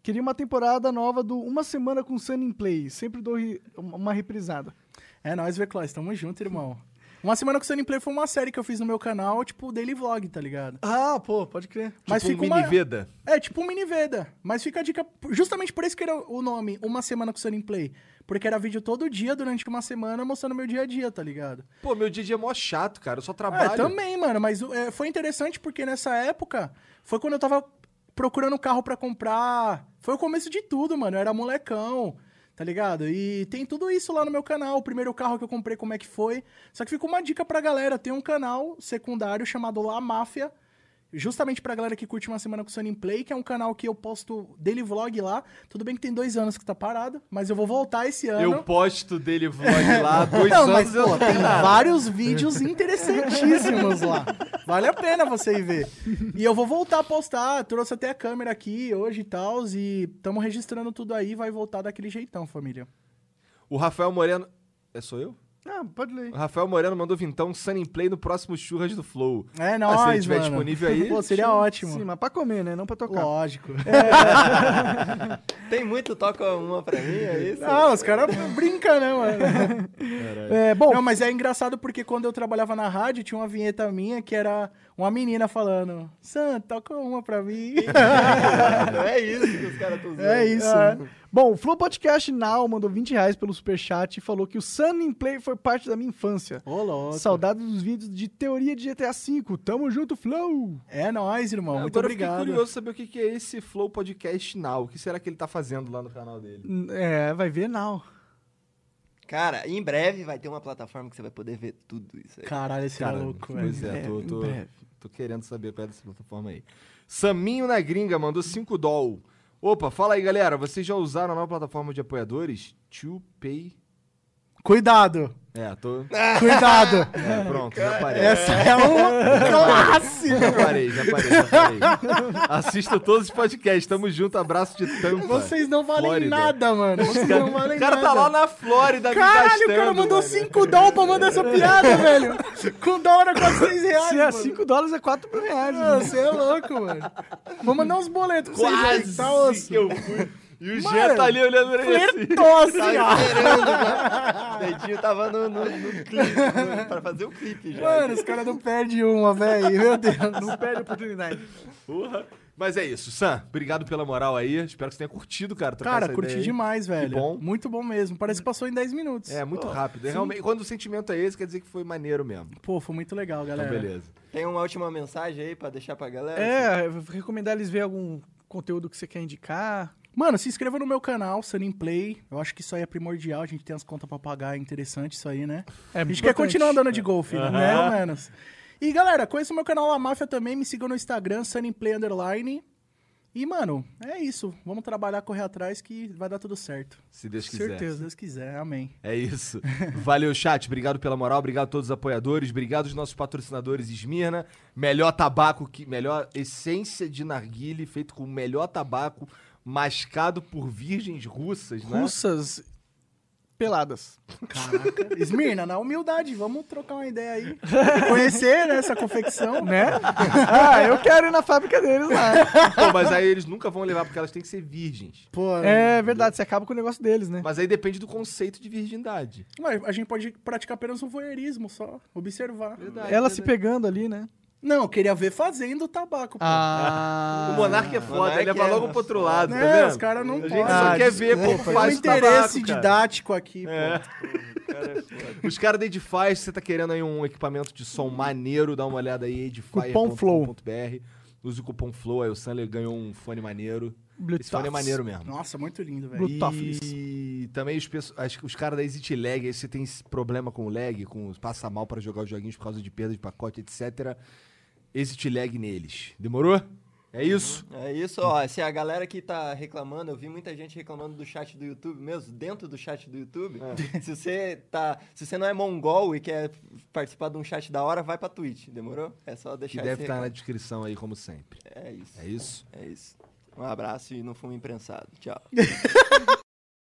[SPEAKER 5] Queria uma temporada nova do Uma Semana com Sun in Play. Sempre dou ri- uma reprisada.
[SPEAKER 4] É nóis, Vclois, tamo junto, irmão. Uma semana com o Sunny Play foi uma série que eu fiz no meu canal, tipo, daily vlog, tá ligado?
[SPEAKER 5] Ah, pô, pode crer.
[SPEAKER 4] Mas
[SPEAKER 2] tipo um
[SPEAKER 4] fica
[SPEAKER 2] mini
[SPEAKER 4] uma-
[SPEAKER 2] Veda.
[SPEAKER 4] É, tipo um mini Veda. Mas fica a dica, justamente por isso que era o nome, Uma Semana com o Sunny Play. Porque era vídeo todo dia, durante uma semana, mostrando meu dia a dia, tá ligado?
[SPEAKER 2] Pô, meu dia a dia é mó chato, cara. Eu só
[SPEAKER 4] É,
[SPEAKER 2] trabalho.
[SPEAKER 4] também, mano, mas é, foi interessante porque nessa época foi quando eu tava procurando um carro pra comprar. Foi o começo de tudo, mano. Eu era molecão, tá ligado? E tem tudo isso lá no meu canal. O primeiro carro que eu comprei, como é que foi. Só que fica uma dica pra galera: tem um canal secundário chamado La Máfia. Justamente pra galera que curte uma semana com o Sunny Play, que é um canal que eu posto daily vlog lá. Tudo bem que tem dois anos que tá parado, mas eu vou voltar esse ano.
[SPEAKER 2] Eu posto dele vlog
[SPEAKER 4] *laughs*
[SPEAKER 2] lá, dois
[SPEAKER 4] né? Não,
[SPEAKER 2] anos
[SPEAKER 4] mas
[SPEAKER 2] eu
[SPEAKER 4] pô, tem vários vídeos interessantíssimos lá. Vale a pena você ir ver. E eu vou voltar a postar, trouxe até a câmera aqui hoje e tal, e estamos registrando tudo aí, vai voltar daquele jeitão, família.
[SPEAKER 2] O Rafael Moreno. É, sou eu?
[SPEAKER 5] Ah, pode ler.
[SPEAKER 2] O Rafael Moreno mandou vintão Sunny Play no próximo Churras do Flow.
[SPEAKER 4] É
[SPEAKER 2] Ah,
[SPEAKER 4] nóis,
[SPEAKER 2] se ele tiver
[SPEAKER 4] mano.
[SPEAKER 2] disponível aí.
[SPEAKER 4] *laughs* Pô, seria
[SPEAKER 5] Sim,
[SPEAKER 4] ótimo.
[SPEAKER 5] mas pra comer, né? Não pra tocar.
[SPEAKER 4] Lógico. É,
[SPEAKER 6] Tem muito, toca uma pra mim, é isso? *laughs*
[SPEAKER 4] Não, os caras brincam, né, mano?
[SPEAKER 5] É, bom,
[SPEAKER 4] Não, mas é engraçado porque quando eu trabalhava na rádio, tinha uma vinheta minha que era uma menina falando, Sam, toca uma pra *laughs* mim.
[SPEAKER 6] é isso que os caras estão
[SPEAKER 4] *laughs* É isso.
[SPEAKER 5] É. Bom, o Flow Podcast Now mandou 20 reais pelo superchat e falou que o Sun in Play foi parte da minha infância.
[SPEAKER 4] Ô, louco.
[SPEAKER 5] Saudade dos vídeos de teoria de GTA V. Tamo junto, Flow!
[SPEAKER 4] É nóis, irmão. Muito
[SPEAKER 2] Agora eu
[SPEAKER 4] obrigado.
[SPEAKER 2] fiquei curioso saber o que que é esse Flow Podcast Now. O que será que ele tá fazendo lá no canal dele?
[SPEAKER 5] N- É, vai ver Now.
[SPEAKER 6] Cara, em breve vai ter uma plataforma que você vai poder ver tudo isso aí.
[SPEAKER 4] Caralho, esse cara é louco, velho.
[SPEAKER 2] pois é, tô, tô,
[SPEAKER 5] breve.
[SPEAKER 2] tô querendo saber qual é essa plataforma aí. Saminho na gringa mandou 5 doll. Opa, fala aí, galera. Vocês já usaram a nova plataforma de apoiadores? To Pay.
[SPEAKER 4] Cuidado,
[SPEAKER 2] É, tô.
[SPEAKER 4] cuidado. *laughs*
[SPEAKER 2] É, pronto, já parei.
[SPEAKER 4] Essa é uma classe.
[SPEAKER 2] Já parei, já parei, já
[SPEAKER 4] *laughs*
[SPEAKER 2] parei. Assista todos os podcasts. Tamo junto, abraço de tampa.
[SPEAKER 4] Vocês não valem
[SPEAKER 2] Flórida.
[SPEAKER 4] nada, mano. Vocês não valem
[SPEAKER 2] O cara
[SPEAKER 4] nada.
[SPEAKER 2] tá lá na Flórida, me
[SPEAKER 4] Caralho, o cara
[SPEAKER 2] gastando,
[SPEAKER 4] mandou
[SPEAKER 2] mano.
[SPEAKER 4] 5 dólares pra mandar essa piada, velho. Com dólar era quase 6 reais,
[SPEAKER 5] Se é
[SPEAKER 4] mano.
[SPEAKER 5] 5 dólares, é 4 mil reais.
[SPEAKER 4] Mano, você é louco, mano. Vou mandar uns boletos pra vocês aí, tá
[SPEAKER 2] Quase
[SPEAKER 4] osso.
[SPEAKER 2] que eu fui. E o Jean
[SPEAKER 4] Mano,
[SPEAKER 2] tá ali olhando pra ele assim. *laughs*
[SPEAKER 4] Flertoso, ó.
[SPEAKER 6] Tava esperando, né? O Dedinho tava no, no, no clipe, no- pra fazer o clipe já.
[SPEAKER 4] Mano, os caras não perdem uma, velho. Meu Deus.
[SPEAKER 5] Não perde a oportunidade.
[SPEAKER 2] Porra. Mas é isso, Sam. Obrigado pela moral aí. Espero que você tenha curtido, cara. trocar
[SPEAKER 4] Cara,
[SPEAKER 2] essa
[SPEAKER 4] curti
[SPEAKER 2] ideia aí.
[SPEAKER 4] demais, velho.
[SPEAKER 2] bom.
[SPEAKER 4] Muito bom mesmo. Parece que passou em 10 minutos.
[SPEAKER 2] É, muito
[SPEAKER 4] Pô,
[SPEAKER 2] rápido. É Realmente, quando o sentimento é esse, quer dizer que foi maneiro mesmo.
[SPEAKER 4] Pô, foi muito legal,
[SPEAKER 2] Então,
[SPEAKER 4] galera.
[SPEAKER 2] beleza.
[SPEAKER 6] Tem uma última mensagem aí pra deixar pra galera?
[SPEAKER 5] É, eu vou recomendar eles verem algum conteúdo que você quer indicar.
[SPEAKER 4] Mano, se inscreva no meu canal, Sunny Play. Eu acho que isso aí é primordial. A gente tem as contas pra pagar, é interessante isso aí, né?
[SPEAKER 5] É
[SPEAKER 4] a gente quer continuar andando de golfe, né, menos. E galera, conheça o meu canal La Máfia também. Me sigam no Instagram, Sunny Play Underline. E, mano, é isso. Vamos trabalhar, correr atrás que vai dar tudo certo.
[SPEAKER 2] Se Deus
[SPEAKER 4] Com
[SPEAKER 2] quiser.
[SPEAKER 4] certeza, se Deus quiser. Amém.
[SPEAKER 2] É isso. Valeu, chat. Obrigado pela moral. Obrigado a todos os apoiadores. Obrigado aos nossos patrocinadores Esmirna. Melhor tabaco, que melhor essência de narguile feito com o melhor tabaco mascado por virgens russas, né?
[SPEAKER 5] Russas peladas.
[SPEAKER 4] Caraca. Esmirna, na humildade, vamos trocar uma ideia aí.
[SPEAKER 2] *laughs*
[SPEAKER 4] Conhecer né, essa
[SPEAKER 2] É,
[SPEAKER 4] confecção.
[SPEAKER 5] Né? ah, eu quero ir na fábrica deles lá.
[SPEAKER 2] Pô, mas aí eles nunca vão levar, porque elas têm que ser virgens.
[SPEAKER 4] Pô,
[SPEAKER 5] É verdade, você acaba com o negócio deles, né?
[SPEAKER 2] Mas aí depende do conceito de virgindade.
[SPEAKER 4] mas a gente pode praticar apenas um voyeurismo só, observar.
[SPEAKER 5] Ela se pegando ali, né?
[SPEAKER 4] Não, eu queria ver fazendo o tabaco, pô.
[SPEAKER 2] O
[SPEAKER 5] Ah.
[SPEAKER 2] monarca é foda,
[SPEAKER 6] monarca
[SPEAKER 2] ele leva
[SPEAKER 6] é-
[SPEAKER 2] logo pro outro lado, tá
[SPEAKER 4] né?
[SPEAKER 2] vendo?
[SPEAKER 4] Os caras não
[SPEAKER 6] A gente
[SPEAKER 4] podem.
[SPEAKER 2] Só
[SPEAKER 5] Ah,
[SPEAKER 2] quer ver como
[SPEAKER 4] Tem um
[SPEAKER 2] faz
[SPEAKER 4] interesse
[SPEAKER 2] tabaco, cara.
[SPEAKER 4] didático aqui, pô.
[SPEAKER 2] É. Os caras da Edify, se você tá querendo aí um equipamento de som maneiro, dá uma olhada aí,
[SPEAKER 5] Cupom Flow.
[SPEAKER 2] edify.com.br. Usa o cupom FLOW, aí o Sandler ganhou um fone maneiro. Esse
[SPEAKER 5] tá
[SPEAKER 2] fone é maneiro mesmo.
[SPEAKER 4] Nossa, muito lindo, velho.
[SPEAKER 5] Bluetooth.
[SPEAKER 2] E também os, pesso- acho que os caras da Exit Lag, aí você tem esse problema com o lag, com passa mal pra jogar os joguinhos por causa de perda de pacote, etc. Exit Lag neles. Demorou? É isso?
[SPEAKER 6] É isso, ó. Se a galera que tá reclamando, eu vi muita gente reclamando do chat do YouTube mesmo, dentro do chat do YouTube. Se você tá. Se você não é mongol e quer participar de um chat da hora, vai pra Twitch, demorou? É só
[SPEAKER 2] Que
[SPEAKER 6] deixar
[SPEAKER 2] deve tá, né?
[SPEAKER 6] esse
[SPEAKER 2] estar na
[SPEAKER 6] recado.
[SPEAKER 2] descrição aí, como sempre.
[SPEAKER 6] É isso.
[SPEAKER 2] É isso?
[SPEAKER 6] É isso. Um abraço e não fumo imprensado. Tchau.